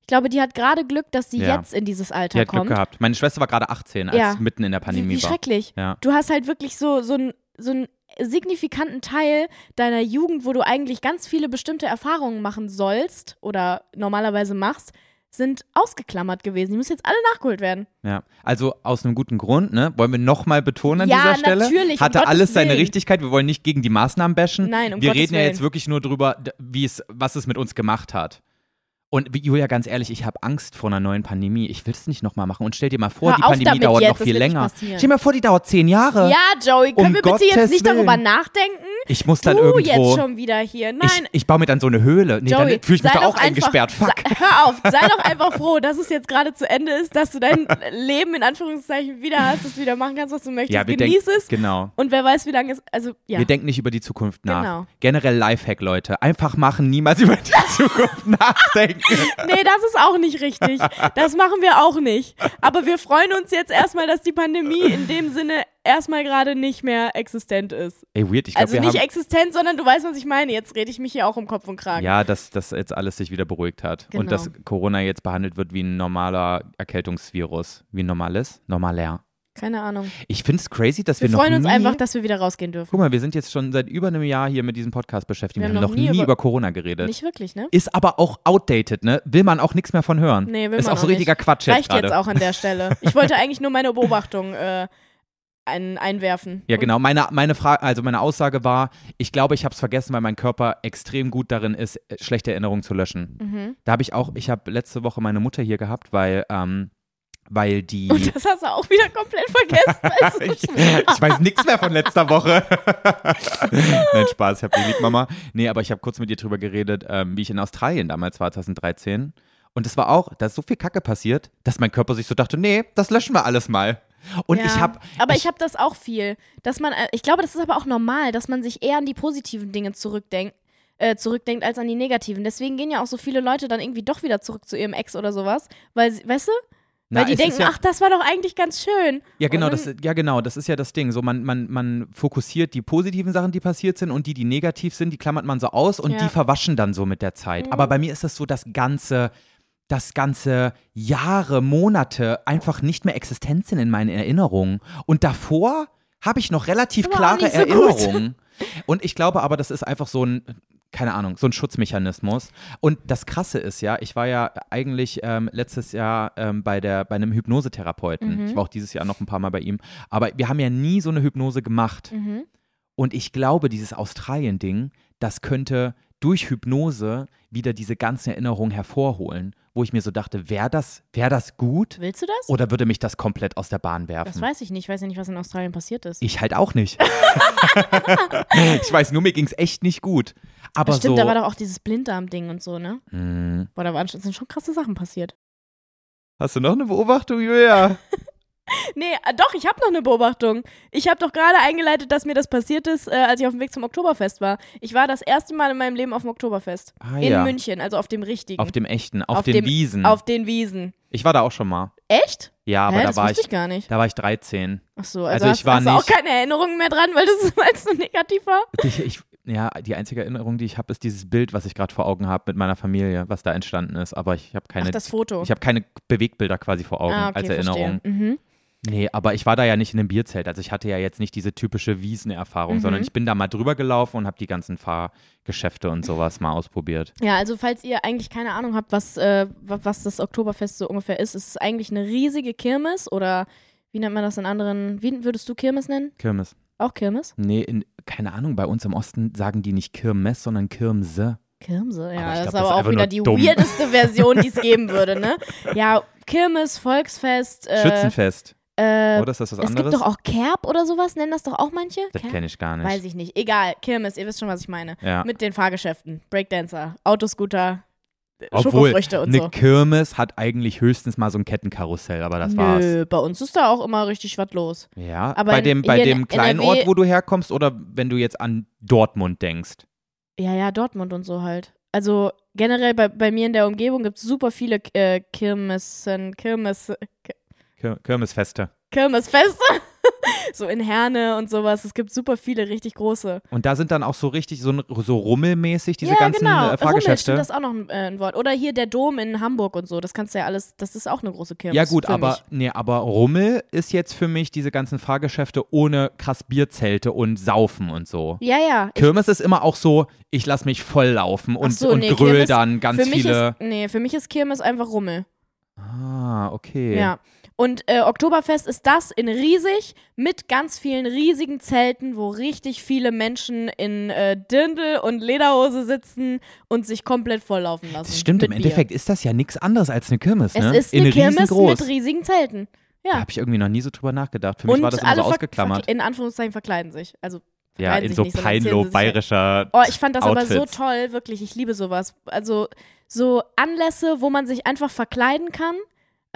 Speaker 1: Ich glaube, die hat gerade Glück, dass sie
Speaker 2: Ja.
Speaker 1: jetzt in dieses Alter
Speaker 2: die hat
Speaker 1: kommt.
Speaker 2: Glück gehabt. Meine Schwester war gerade 18, als
Speaker 1: Ja.
Speaker 2: es mitten in der Pandemie
Speaker 1: wie, wie
Speaker 2: war.
Speaker 1: schrecklich.
Speaker 2: Ja.
Speaker 1: Du hast halt wirklich so, so einen so einen signifikanten Teil deiner Jugend, wo du eigentlich ganz viele bestimmte Erfahrungen machen sollst oder normalerweise machst, sind ausgeklammert gewesen. Die müssen jetzt alle nachgeholt werden.
Speaker 2: Ja, also aus einem guten Grund, ne? Wollen wir nochmal betonen an
Speaker 1: Ja,
Speaker 2: dieser Stelle?
Speaker 1: natürlich, um
Speaker 2: Hatte
Speaker 1: Gottes
Speaker 2: alles seine
Speaker 1: Willen.
Speaker 2: Richtigkeit. Wir wollen nicht gegen die Maßnahmen bashen.
Speaker 1: Nein, um
Speaker 2: wir
Speaker 1: Gottes
Speaker 2: reden ja
Speaker 1: Willen.
Speaker 2: jetzt wirklich nur drüber, d- wie es, was es mit uns gemacht hat. Und wie- Julia, ganz ehrlich, ich habe Angst vor einer neuen Pandemie. Ich will es nicht nochmal machen. Und stell dir mal vor,
Speaker 1: Hör
Speaker 2: die
Speaker 1: auf
Speaker 2: Pandemie
Speaker 1: damit
Speaker 2: dauert
Speaker 1: jetzt,
Speaker 2: noch
Speaker 1: das
Speaker 2: viel
Speaker 1: wird nicht
Speaker 2: länger.
Speaker 1: passieren.
Speaker 2: Stell dir mal vor, die dauert zehn Jahre.
Speaker 1: Ja, Joey, können
Speaker 2: Um
Speaker 1: wir bitte jetzt
Speaker 2: Gottes
Speaker 1: nicht darüber
Speaker 2: Willen.
Speaker 1: nachdenken?
Speaker 2: Ich muss dann
Speaker 1: Du jetzt
Speaker 2: halt irgendwo.
Speaker 1: schon wieder hier. Nein,
Speaker 2: ich, ich baue mir dann so eine Höhle. Nee,
Speaker 1: Joey,
Speaker 2: dann fühle ich mich
Speaker 1: sei
Speaker 2: da auch
Speaker 1: doch
Speaker 2: eingesperrt.
Speaker 1: Einfach,
Speaker 2: Fuck.
Speaker 1: Sei, hör auf, sei doch einfach froh, dass es jetzt gerade zu Ende ist, dass du dein Leben in Anführungszeichen wieder hast, dass du wieder machen kannst, was du möchtest.
Speaker 2: Ja, wir
Speaker 1: Genieß
Speaker 2: denken.
Speaker 1: es.
Speaker 2: Genau.
Speaker 1: Und wer weiß, wie lange es. Also, ja.
Speaker 2: Wir denken nicht über die Zukunft nach.
Speaker 1: Genau.
Speaker 2: Generell Lifehack, Leute. Einfach machen, niemals <laughs> über die Zukunft nachdenken.
Speaker 1: Nee, das ist auch nicht richtig. Das machen wir auch nicht. Aber wir freuen uns jetzt erstmal, dass die Pandemie in dem Sinne erstmal gerade nicht mehr existent ist.
Speaker 2: Ey, weird. Ich glaube,
Speaker 1: also
Speaker 2: wir
Speaker 1: nicht
Speaker 2: haben
Speaker 1: existent, sondern du weißt, was ich meine. Jetzt rede ich mich hier auch um Kopf und Kragen.
Speaker 2: Ja, dass das jetzt alles sich wieder beruhigt hat und
Speaker 1: Genau.
Speaker 2: dass Corona jetzt behandelt wird wie ein normaler Erkältungsvirus. Wie ein normales? Normaler.
Speaker 1: Keine Ahnung.
Speaker 2: Ich finde es crazy, dass wir,
Speaker 1: Wir freuen
Speaker 2: noch
Speaker 1: uns
Speaker 2: nie,
Speaker 1: einfach, dass wir wieder rausgehen dürfen.
Speaker 2: Guck mal, wir sind jetzt schon seit über einem Jahr hier mit diesem Podcast beschäftigt. Wir, haben noch nie über, Corona geredet.
Speaker 1: Nicht wirklich, ne?
Speaker 2: Ist aber auch outdated, ne? Will man auch nichts mehr von hören.
Speaker 1: Nee, will
Speaker 2: Ist
Speaker 1: man
Speaker 2: auch so
Speaker 1: auch nicht.
Speaker 2: richtiger Quatsch jetzt
Speaker 1: Reicht
Speaker 2: gerade.
Speaker 1: jetzt auch an der Stelle.
Speaker 2: <laughs>
Speaker 1: Ich wollte eigentlich nur meine Beobachtung äh, ein, einwerfen.
Speaker 2: Ja,
Speaker 1: Und-
Speaker 2: genau. Meine, meine Frage, also meine Aussage war, ich glaube, ich habe es vergessen, weil mein Körper extrem gut darin ist, äh, schlechte Erinnerungen zu löschen.
Speaker 1: Mhm.
Speaker 2: Da habe ich auch, ich habe letzte Woche meine Mutter hier gehabt, weil, ähm, weil
Speaker 1: <laughs>
Speaker 2: die.
Speaker 1: Und das hast du auch wieder komplett vergessen. Also Weißt
Speaker 2: <laughs>
Speaker 1: du?
Speaker 2: ich, ich weiß nichts mehr von letzter Woche. <laughs> Nein, Spaß, ich habe die lieb, Mama. Nee, aber ich habe kurz mit ihr drüber geredet, ähm, wie ich in Australien damals war, 2013. Und es war auch, da ist so viel Kacke passiert, dass mein Körper sich so dachte, nee, das löschen wir alles mal. Und
Speaker 1: Ja.
Speaker 2: ich habe
Speaker 1: aber ich habe das auch viel, dass man, äh, ich glaube, das ist aber auch normal, dass man sich eher an die positiven Dinge zurückdenkt, äh, zurückdenkt als an die negativen. Deswegen gehen ja auch so viele Leute dann irgendwie doch wieder zurück zu ihrem Ex oder sowas, weil, sie- weißt du,
Speaker 2: Na,
Speaker 1: weil die
Speaker 2: es ist
Speaker 1: denken,
Speaker 2: ja-
Speaker 1: ach, das war doch eigentlich ganz schön.
Speaker 2: Ja,
Speaker 1: Und
Speaker 2: genau,
Speaker 1: dann-
Speaker 2: das, ja, genau, das ist ja das Ding. So, man, man, man fokussiert die positiven Sachen, die passiert sind und die, die negativ sind, die klammert man so aus und
Speaker 1: Ja. Mhm.
Speaker 2: die verwaschen dann so mit der Zeit. Aber bei mir ist das so, das ganze, das ganze Jahre, Monate einfach nicht mehr existent sind in meinen Erinnerungen. Und davor habe ich noch relativ
Speaker 1: Aber auch
Speaker 2: klare
Speaker 1: nicht so gut.
Speaker 2: Erinnerungen. Und ich glaube aber, das ist einfach so ein, keine Ahnung, so ein Schutzmechanismus. Und das Krasse ist ja, ich war ja eigentlich ähm, letztes Jahr ähm, bei, der, bei einem Hypnosetherapeuten.
Speaker 1: Mhm.
Speaker 2: Ich war auch dieses Jahr noch ein paar Mal bei ihm. Aber wir haben ja nie so eine Hypnose gemacht.
Speaker 1: Mhm.
Speaker 2: Und ich glaube, dieses Australien-Ding, das könnte durch Hypnose wieder diese ganzen Erinnerungen hervorholen, wo ich mir so dachte, wäre das, wär das gut
Speaker 1: Willst du das?
Speaker 2: oder würde mich das komplett aus der Bahn werfen?
Speaker 1: Das weiß ich nicht. Ich weiß ja nicht, was in Australien passiert ist.
Speaker 2: Ich halt auch
Speaker 1: <laughs>
Speaker 2: nicht. ich weiß nur, mir ging es echt nicht gut. Aber
Speaker 1: Stimmt,
Speaker 2: so.
Speaker 1: da war doch auch dieses Blinddarm-Ding und so, ne?
Speaker 2: Hm.
Speaker 1: Boah, da waren, schon- sind schon krasse Sachen passiert. <laughs>
Speaker 2: Hast du noch eine Beobachtung, Julia?
Speaker 1: Nee, äh, doch, ich habe noch eine Beobachtung. Ich habe doch gerade eingeleitet, dass mir das passiert ist, äh, als ich auf dem Weg zum Oktoberfest war. Ich war das erste Mal in meinem Leben auf dem Oktoberfest.
Speaker 2: Ah,
Speaker 1: in
Speaker 2: ja.
Speaker 1: München, also auf dem richtigen.
Speaker 2: Auf dem echten, auf,
Speaker 1: Auf
Speaker 2: den
Speaker 1: dem-
Speaker 2: Wiesen.
Speaker 1: Auf den Wiesen.
Speaker 2: ich war da auch schon mal.
Speaker 1: Echt?
Speaker 2: Ja, aber
Speaker 1: Hä,
Speaker 2: da
Speaker 1: das
Speaker 2: war
Speaker 1: wusste
Speaker 2: ich,
Speaker 1: ich gar nicht.
Speaker 2: da war ich 13.
Speaker 1: Ach so,
Speaker 2: Also
Speaker 1: also,
Speaker 2: ich
Speaker 1: hast,
Speaker 2: war
Speaker 1: hast du auch
Speaker 2: nicht-
Speaker 1: keine Erinnerungen mehr dran, weil das <laughs> weil es so negativ war?
Speaker 2: Ich, ich, ja, die einzige Erinnerung, die ich habe, ist dieses Bild, was ich gerade vor Augen habe mit meiner Familie, was da entstanden ist. Aber ich habe keine,
Speaker 1: Ach, das Foto.
Speaker 2: ich habe keine Bewegbilder quasi vor Augen
Speaker 1: ah, okay,
Speaker 2: als Erinnerung.
Speaker 1: Verstehe. Mhm.
Speaker 2: Nee, aber ich war da ja nicht in einem Bierzelt. Also ich hatte ja jetzt nicht diese typische Wiesenerfahrung,
Speaker 1: Mhm.
Speaker 2: sondern ich bin da mal drüber gelaufen und habe die ganzen Fahrgeschäfte und sowas mal ausprobiert.
Speaker 1: Ja, also falls ihr eigentlich keine Ahnung habt, was, äh, wa- was das Oktoberfest so ungefähr ist, ist es eigentlich eine riesige Kirmes oder wie nennt man das in anderen, wie würdest du Kirmes nennen?
Speaker 2: Kirmes.
Speaker 1: Auch Kirmes?
Speaker 2: Nee, in, keine Ahnung, bei uns im Osten sagen die nicht Kirmes, sondern Kirmse.
Speaker 1: Kirmse, ja,
Speaker 2: Aber ich glaub,
Speaker 1: das ist
Speaker 2: das ist
Speaker 1: aber auch
Speaker 2: einfach
Speaker 1: wieder
Speaker 2: nur
Speaker 1: die
Speaker 2: dumm.
Speaker 1: weirdeste Version, die es geben würde, ne? Ja, Kirmes, Volksfest, äh,
Speaker 2: Schützenfest.
Speaker 1: äh,
Speaker 2: Oder ist das was
Speaker 1: es gibt
Speaker 2: anderes?
Speaker 1: doch auch Kerb oder sowas, nennen das doch auch manche?
Speaker 2: das
Speaker 1: Kerb?
Speaker 2: kenne ich gar nicht.
Speaker 1: Weiß ich nicht. Egal, Kirmes, ihr wisst schon, was ich meine.
Speaker 2: ja.
Speaker 1: Mit den Fahrgeschäften, Breakdancer, Autoscooter, äh,
Speaker 2: Obwohl,
Speaker 1: Schokofrüchte und
Speaker 2: eine
Speaker 1: so.
Speaker 2: Kirmes hat eigentlich höchstens mal so ein Kettenkarussell, aber das war's.
Speaker 1: Nö, bei uns ist da auch immer richtig was los.
Speaker 2: Ja,
Speaker 1: Aber
Speaker 2: bei
Speaker 1: in-
Speaker 2: dem, bei
Speaker 1: hier in
Speaker 2: dem kleinen
Speaker 1: NRW
Speaker 2: Ort, wo du herkommst, oder wenn du jetzt an Dortmund denkst.
Speaker 1: Ja, ja, Dortmund und so halt. Also generell bei, bei mir in der Umgebung gibt es super viele äh, Kirmessen, Kirmes,
Speaker 2: Kir Kirmesfeste.
Speaker 1: Kirmesfeste. <laughs> so in Herne und sowas. Es gibt super viele richtig große.
Speaker 2: Und da sind dann auch so richtig so, n- so rummelmäßig diese
Speaker 1: ja,
Speaker 2: ganzen
Speaker 1: genau.
Speaker 2: äh,
Speaker 1: Rummel
Speaker 2: Fahrgeschäfte.
Speaker 1: stimmt, das ist auch noch ein, äh, ein Wort. Oder hier der Dom in Hamburg und so. Das kannst du ja alles, das ist auch eine große Kirmes.
Speaker 2: ja gut,
Speaker 1: für
Speaker 2: aber
Speaker 1: mich.
Speaker 2: nee, aber Rummel ist jetzt für mich diese ganzen Fahrgeschäfte ohne krass Bierzelte und Saufen und so.
Speaker 1: Ja, ja.
Speaker 2: Kirmes ist immer auch so, ich lass mich voll laufen und,
Speaker 1: Ach so,
Speaker 2: und
Speaker 1: nee,
Speaker 2: gröl
Speaker 1: Kirmes-
Speaker 2: dann ganz
Speaker 1: für mich
Speaker 2: viele.
Speaker 1: Ist, nee, für mich ist Kirmes einfach Rummel.
Speaker 2: ah, okay.
Speaker 1: Ja. Und äh, Oktoberfest ist das in riesig mit ganz vielen riesigen Zelten, wo richtig viele Menschen in äh, Dirndl und Lederhose sitzen und sich komplett volllaufen lassen.
Speaker 2: Das stimmt,
Speaker 1: also mit
Speaker 2: im Endeffekt ist das ja nichts anderes als eine Kirmes,
Speaker 1: Bier.
Speaker 2: ne?
Speaker 1: Es ist
Speaker 2: In
Speaker 1: eine Kirmes
Speaker 2: riesengroß.
Speaker 1: mit riesigen Zelten.
Speaker 2: Da
Speaker 1: Ja.
Speaker 2: habe ich irgendwie noch nie so drüber nachgedacht. Für mich
Speaker 1: und
Speaker 2: war das immer
Speaker 1: alle
Speaker 2: so
Speaker 1: verk-
Speaker 2: ausgeklammert.
Speaker 1: verk- in Anführungszeichen verkleiden sich. Also
Speaker 2: Ja,
Speaker 1: verkleiden
Speaker 2: in
Speaker 1: sich
Speaker 2: so
Speaker 1: nicht, sondern ziehen sie sich halt.
Speaker 2: peinlo-bayerischer
Speaker 1: Oh, ich fand das
Speaker 2: Outfits.
Speaker 1: aber so toll, wirklich. Ich liebe sowas. Also so Anlässe, wo man sich einfach verkleiden kann.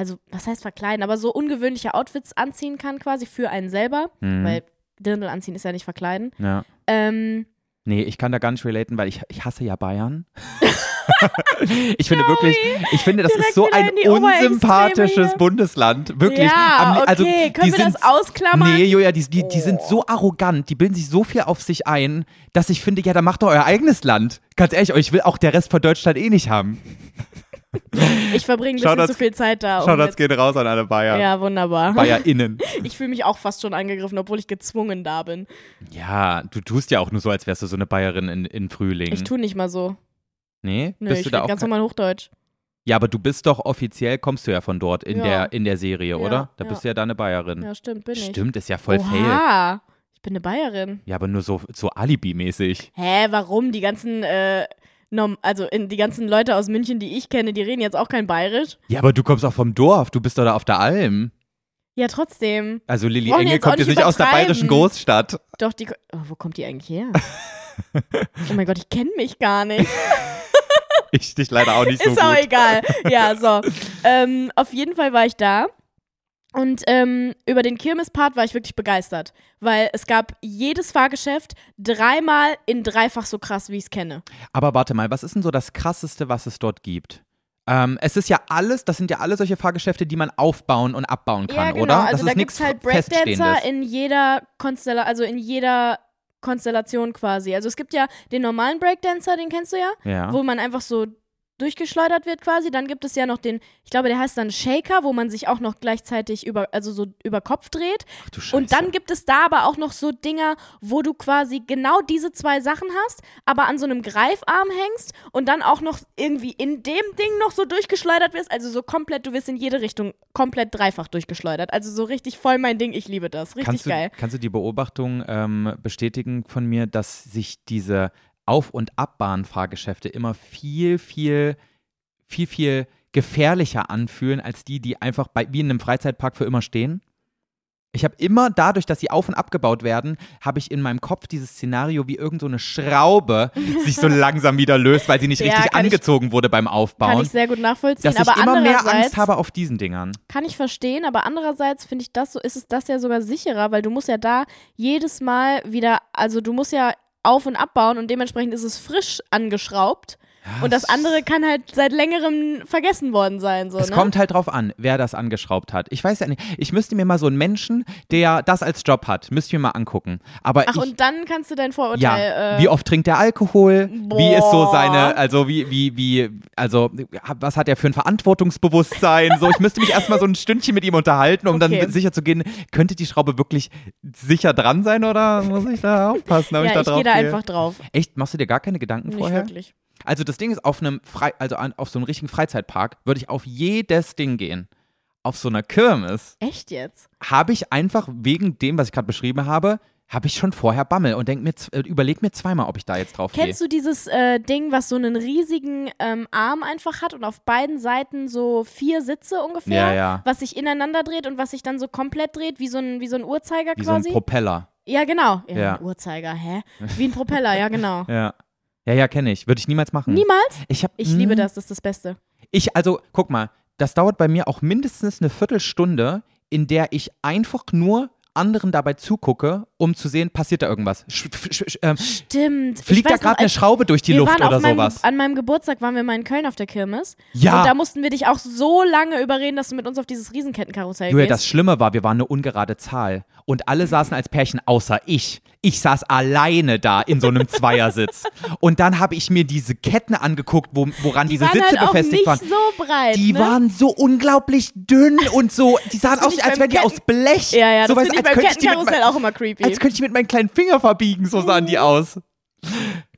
Speaker 1: Also, was heißt verkleiden? Aber so ungewöhnliche Outfits anziehen kann quasi für einen selber.
Speaker 2: Mhm.
Speaker 1: Weil Dirndl anziehen ist ja nicht verkleiden.
Speaker 2: Ja.
Speaker 1: Ähm,
Speaker 2: Nee, ich kann da gar nicht relaten, weil ich, ich hasse ja Bayern.
Speaker 1: <laughs>
Speaker 2: ich finde wirklich, ich finde, das
Speaker 1: direkt
Speaker 2: ist so
Speaker 1: wieder
Speaker 2: ein
Speaker 1: in die Oberextreme
Speaker 2: unsympathisches
Speaker 1: hier.
Speaker 2: Bundesland. Wirklich.
Speaker 1: ja,
Speaker 2: Am-
Speaker 1: okay,
Speaker 2: also,
Speaker 1: können
Speaker 2: die
Speaker 1: wir
Speaker 2: sind,
Speaker 1: das ausklammern?
Speaker 2: Nee, Julia, die, die, die sind
Speaker 1: Oh.
Speaker 2: so arrogant, die bilden sich so viel auf sich ein, dass ich finde, ja, dann macht doch euer eigenes Land. Ganz ehrlich, euch will auch der Rest von Deutschland eh nicht haben.
Speaker 1: Ich verbringe ein bisschen
Speaker 2: Shoutouts-
Speaker 1: zu viel Zeit da. um
Speaker 2: Shoutouts
Speaker 1: jetzt-
Speaker 2: gehen raus an alle Bayern.
Speaker 1: ja, wunderbar. <laughs>
Speaker 2: BayerInnen.
Speaker 1: Ich fühle mich auch fast schon angegriffen, obwohl ich gezwungen da bin.
Speaker 2: Ja, du tust ja auch nur so, als wärst du so eine Bayerin in, in Frühling.
Speaker 1: Ich tue nicht mal so.
Speaker 2: nee,
Speaker 1: Nö,
Speaker 2: Mhm. bist
Speaker 1: ich
Speaker 2: du da
Speaker 1: rede
Speaker 2: auch
Speaker 1: ganz
Speaker 2: kein-
Speaker 1: normal Hochdeutsch.
Speaker 2: Ja, aber du bist doch offiziell, kommst du ja von dort in,
Speaker 1: Ja.
Speaker 2: Der, in der Serie,
Speaker 1: Ja,
Speaker 2: oder? Da
Speaker 1: ja.
Speaker 2: bist du ja da eine Bayerin.
Speaker 1: Ja, stimmt, bin ich.
Speaker 2: Stimmt, ist ja voll fail.
Speaker 1: Oha, ich bin eine Bayerin.
Speaker 2: Ja, aber nur so, so Alibi-mäßig.
Speaker 1: Hä, warum? Die ganzen, äh, norm also in, die ganzen Leute aus München, die ich kenne, die reden jetzt auch kein Bayerisch.
Speaker 2: Ja, aber du kommst auch vom Dorf, du bist doch da auf der Alm.
Speaker 1: Ja, trotzdem.
Speaker 2: Also Lilly
Speaker 1: Brauchen wir
Speaker 2: Engel
Speaker 1: jetzt auch
Speaker 2: kommt jetzt
Speaker 1: nicht
Speaker 2: nicht aus der
Speaker 1: übertreiben.
Speaker 2: bayerischen Großstadt.
Speaker 1: Doch, die. ko- Oh, wo kommt die eigentlich
Speaker 2: <laughs>
Speaker 1: her? oh mein Gott, ich kenne mich gar nicht.
Speaker 2: Ich dich leider auch nicht so
Speaker 1: Ist auch
Speaker 2: gut. <laughs>
Speaker 1: egal. Ja, so. ähm, auf jeden Fall war ich da. Und ähm, über den Kirmes-Part war ich wirklich begeistert, weil es gab jedes Fahrgeschäft dreimal in dreifach so krass, wie ich es kenne.
Speaker 2: Aber warte mal, was ist denn so das Krasseste, was es dort gibt? Ähm, es ist ja alles, das sind ja alle solche Fahrgeschäfte, die man aufbauen und abbauen kann,
Speaker 1: ja, genau.
Speaker 2: oder? das
Speaker 1: Also da
Speaker 2: ist
Speaker 1: gibt es
Speaker 2: nichts
Speaker 1: halt
Speaker 2: Feststehendes.
Speaker 1: Breakdancer in jeder Konstellation, also in jeder Konstellation quasi. Also es gibt ja den normalen Breakdancer, den kennst du ja.
Speaker 2: ja.
Speaker 1: wo man einfach so durchgeschleudert wird quasi. Dann gibt es ja noch den, ich glaube, der heißt dann Shaker, wo man sich auch noch gleichzeitig über, also so über Kopf dreht.
Speaker 2: Ach, du
Speaker 1: Und dann
Speaker 2: Scheiße.
Speaker 1: gibt es da aber auch noch so Dinger, wo du quasi genau diese zwei Sachen hast, aber an so einem Greifarm hängst und dann auch noch irgendwie in dem Ding noch so durchgeschleudert wirst. Also so komplett, du wirst in jede Richtung komplett dreifach durchgeschleudert. Also so richtig voll mein Ding. Ich liebe das. Richtig
Speaker 2: kannst du,
Speaker 1: geil.
Speaker 2: Kannst du die Beobachtung ähm, bestätigen von mir, dass sich diese Auf- und Abbahnfahrgeschäfte immer viel, viel, viel, viel gefährlicher anfühlen als die, die einfach bei, wie in einem Freizeitpark für immer stehen? Ich habe immer dadurch, dass sie auf und abgebaut werden, habe ich in meinem Kopf dieses Szenario, wie irgend so eine
Speaker 1: <laughs>
Speaker 2: Schraube sich so langsam wieder löst, weil sie nicht
Speaker 1: Ja,
Speaker 2: richtig
Speaker 1: kann ich-
Speaker 2: angezogen wurde beim
Speaker 1: Kann
Speaker 2: Aufbauen.
Speaker 1: ich sehr gut nachvollziehen.
Speaker 2: dass ich
Speaker 1: aber
Speaker 2: immer mehr
Speaker 1: andererseits-
Speaker 2: Angst habe auf diesen Dingern.
Speaker 1: Kann ich verstehen, aber andererseits finde ich das so, ist es das ja sogar sicherer, weil du musst ja da jedes Mal wieder, also du musst ja auf und abbauen und dementsprechend ist es frisch angeschraubt Und das andere kann halt seit längerem vergessen worden sein. So,
Speaker 2: Es
Speaker 1: ne?
Speaker 2: kommt halt drauf an, wer das angeschraubt hat. Ich weiß ja nicht. Ich müsste mir mal so einen Menschen, der das als Job hat, müsste ich mir mal angucken. Aber
Speaker 1: Ach,
Speaker 2: ich,
Speaker 1: und dann kannst du dein
Speaker 2: ja,
Speaker 1: Vorurteil. äh,
Speaker 2: wie oft trinkt er Alkohol? Wie ist so
Speaker 1: Boah.
Speaker 2: seine, also wie, wie, wie, also was hat er für ein Verantwortungsbewusstsein? so, ich müsste mich erstmal so ein Stündchen mit ihm unterhalten, um
Speaker 1: Okay.
Speaker 2: dann sicher zu gehen, könnte die Schraube wirklich sicher dran sein oder muss ich da aufpassen, ob ich
Speaker 1: ja,
Speaker 2: da
Speaker 1: ich
Speaker 2: drauf
Speaker 1: gehe da
Speaker 2: gehe?
Speaker 1: einfach
Speaker 2: <laughs>
Speaker 1: drauf.
Speaker 2: Echt, machst du dir gar keine Gedanken
Speaker 1: Nicht
Speaker 2: vorher?
Speaker 1: wirklich.
Speaker 2: Also das Ding ist, auf einem Frei also an, auf so einem richtigen Freizeitpark würde ich auf jedes Ding gehen. Auf so einer Kirmes
Speaker 1: Echt jetzt?
Speaker 2: habe ich einfach wegen dem, was ich gerade beschrieben habe, habe ich schon vorher Bammel und denk mir, z- äh, überleg mir zweimal, ob ich da jetzt drauf gehe.
Speaker 1: Kennst du dieses äh, Ding, was so einen riesigen ähm, Arm einfach hat und auf beiden Seiten so vier Sitze ungefähr?
Speaker 2: Ja, ja.
Speaker 1: Was sich ineinander dreht und was sich dann so komplett dreht, wie so ein, wie so ein Uhrzeiger
Speaker 2: Wie so ein
Speaker 1: quasi?
Speaker 2: Propeller.
Speaker 1: ja, genau. Ja,
Speaker 2: Ja.
Speaker 1: Ein Uhrzeiger, hä? Wie ein Propeller, ja, genau.
Speaker 2: <laughs> Ja. Ja, ja, kenne ich. Würde ich niemals machen.
Speaker 1: Niemals?
Speaker 2: Ich, hab,
Speaker 1: Ich liebe
Speaker 2: Mm.
Speaker 1: das, das ist das Beste.
Speaker 2: Ich, also, guck mal, das dauert bei mir auch mindestens eine Viertelstunde, in der ich einfach nur anderen dabei zugucke, um zu sehen, passiert da irgendwas. Sch sch sch ähm,
Speaker 1: Stimmt. Ich
Speaker 2: fliegt da
Speaker 1: weiß noch,
Speaker 2: gerade eine
Speaker 1: als-
Speaker 2: Schraube durch die
Speaker 1: wir
Speaker 2: Luft
Speaker 1: waren auf
Speaker 2: oder
Speaker 1: meinem,
Speaker 2: sowas?
Speaker 1: An meinem Geburtstag waren wir mal in Köln auf der Kirmes.
Speaker 2: Ja.
Speaker 1: Und da mussten wir dich auch so lange überreden, dass du mit uns auf dieses Riesenkettenkarussell
Speaker 2: Julia,
Speaker 1: gehst.
Speaker 2: das Schlimme war, wir waren eine ungerade Zahl. Und alle saßen als Pärchen, außer ich. Ich saß alleine da in so
Speaker 1: <laughs>
Speaker 2: einem Zweiersitz. Und dann habe ich mir diese Ketten angeguckt, wo, woran diese
Speaker 1: waren
Speaker 2: Sitze
Speaker 1: halt auch
Speaker 2: befestigt
Speaker 1: nicht
Speaker 2: waren.
Speaker 1: so breit.
Speaker 2: Die
Speaker 1: ne?
Speaker 2: waren so unglaublich
Speaker 1: <laughs>
Speaker 2: dünn und so, die sahen
Speaker 1: Das
Speaker 2: aus,
Speaker 1: find ich
Speaker 2: als
Speaker 1: beim
Speaker 2: wären die aus
Speaker 1: Ketten-
Speaker 2: Blech.
Speaker 1: Ja, ja,
Speaker 2: so,
Speaker 1: das
Speaker 2: weißt
Speaker 1: finde ich
Speaker 2: du, als
Speaker 1: beim
Speaker 2: könnte ich die mit
Speaker 1: Kettenkarussell Uh.
Speaker 2: mein-
Speaker 1: auch immer creepy.
Speaker 2: Als könnte ich mit meinen kleinen Finger verbiegen, so sahen die aus.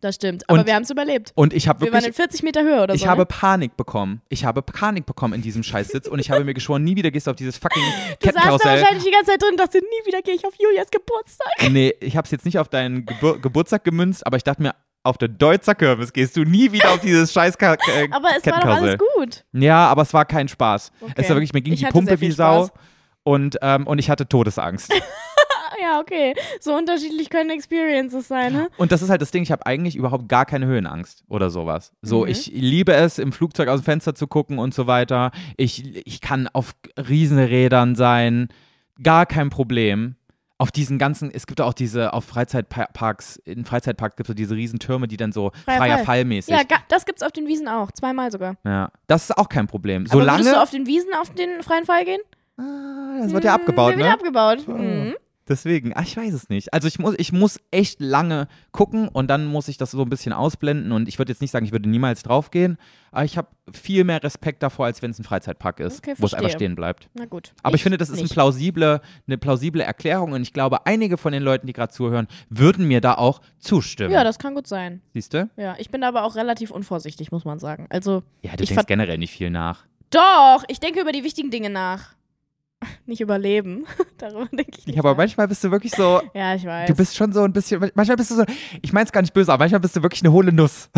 Speaker 1: Das stimmt, aber
Speaker 2: Und-
Speaker 1: wir haben es überlebt.
Speaker 2: Und ich habe
Speaker 1: Wir waren
Speaker 2: wirklich
Speaker 1: in 40 Meter Höhe oder
Speaker 2: Ich
Speaker 1: so.
Speaker 2: habe
Speaker 1: ne?
Speaker 2: Panik bekommen. Ich habe Panik bekommen in diesem Scheißsitz und ich habe mir geschworen, nie wieder gehst du auf dieses fucking
Speaker 1: Du saßt da
Speaker 2: Kettenkarussell.
Speaker 1: wahrscheinlich die ganze Zeit drin und dachte, nie wieder gehe ich auf Julias Geburtstag.
Speaker 2: Nee, ich habe es jetzt nicht auf deinen Gebur Geburtstag gemünzt, aber ich dachte mir, auf der Deutzer Kirmes gehst du nie wieder auf dieses scheiß Ka äh,
Speaker 1: <laughs> Aber es war doch
Speaker 2: Kettenkarussell.
Speaker 1: alles gut.
Speaker 2: Ja, aber es war kein Spaß.
Speaker 1: Okay.
Speaker 2: Es war wirklich, mir ging
Speaker 1: Ich
Speaker 2: die
Speaker 1: hatte
Speaker 2: Pumpe
Speaker 1: sehr viel
Speaker 2: wie Sau.
Speaker 1: Spaß.
Speaker 2: Und, ähm, und ich hatte Todesangst.
Speaker 1: Ah, ja, okay. So unterschiedlich können Experiences sein, ne?
Speaker 2: Und das ist halt das Ding, ich habe eigentlich überhaupt gar keine Höhenangst oder sowas. So,
Speaker 1: Mhm.
Speaker 2: ich liebe es, im Flugzeug aus dem Fenster zu gucken und so weiter. Ich, ich kann auf Riesenrädern sein, gar kein Problem. Auf diesen ganzen, es gibt auch diese, auf Freizeitparks, in Freizeitparks gibt es so diese Riesentürme, die dann so
Speaker 1: Freier
Speaker 2: freier,
Speaker 1: Fall.
Speaker 2: Fallmäßig.
Speaker 1: Ja, ga- das gibt's auf den Wiesen auch. Zweimal sogar.
Speaker 2: Ja. Das ist auch kein Problem.
Speaker 1: aber
Speaker 2: Solange.
Speaker 1: würdest du auf den Wiesen auf den freien Fall gehen?
Speaker 2: ah, das wird ja
Speaker 1: Hm,
Speaker 2: abgebaut,
Speaker 1: der
Speaker 2: ne?
Speaker 1: Wird abgebaut.
Speaker 2: Ah.
Speaker 1: Mhm.
Speaker 2: Deswegen, ah, ich weiß es nicht. Also ich muss, ich muss echt lange gucken und dann muss ich das so ein bisschen ausblenden und ich würde jetzt nicht sagen, ich würde niemals draufgehen, aber ich habe viel mehr Respekt davor, als wenn es ein Freizeitpark ist,
Speaker 1: Okay,
Speaker 2: wo es einfach
Speaker 1: verstehe.
Speaker 2: stehen bleibt.
Speaker 1: Na gut.
Speaker 2: Aber ich, finde, das ist ein
Speaker 1: nicht.
Speaker 2: plausible, eine plausible Erklärung und ich glaube, einige von den Leuten, die gerade zuhören, würden mir da auch zustimmen.
Speaker 1: Ja, das kann gut sein.
Speaker 2: Siehst du?
Speaker 1: Ja, ich bin da aber auch relativ unvorsichtig, muss man sagen. Also,
Speaker 2: Ja, du
Speaker 1: Ich
Speaker 2: denkst
Speaker 1: ver-
Speaker 2: generell nicht viel nach.
Speaker 1: doch, ich denke über die wichtigen Dinge nach. <laughs> Nicht überleben. <laughs> Darüber denke ich nicht.
Speaker 2: Ich aber
Speaker 1: nach.
Speaker 2: manchmal bist du wirklich so,
Speaker 1: Ja, ich weiß.
Speaker 2: du bist schon so ein bisschen, manchmal bist du so, ich meine es gar nicht böse, aber manchmal bist du wirklich eine hohle Nuss.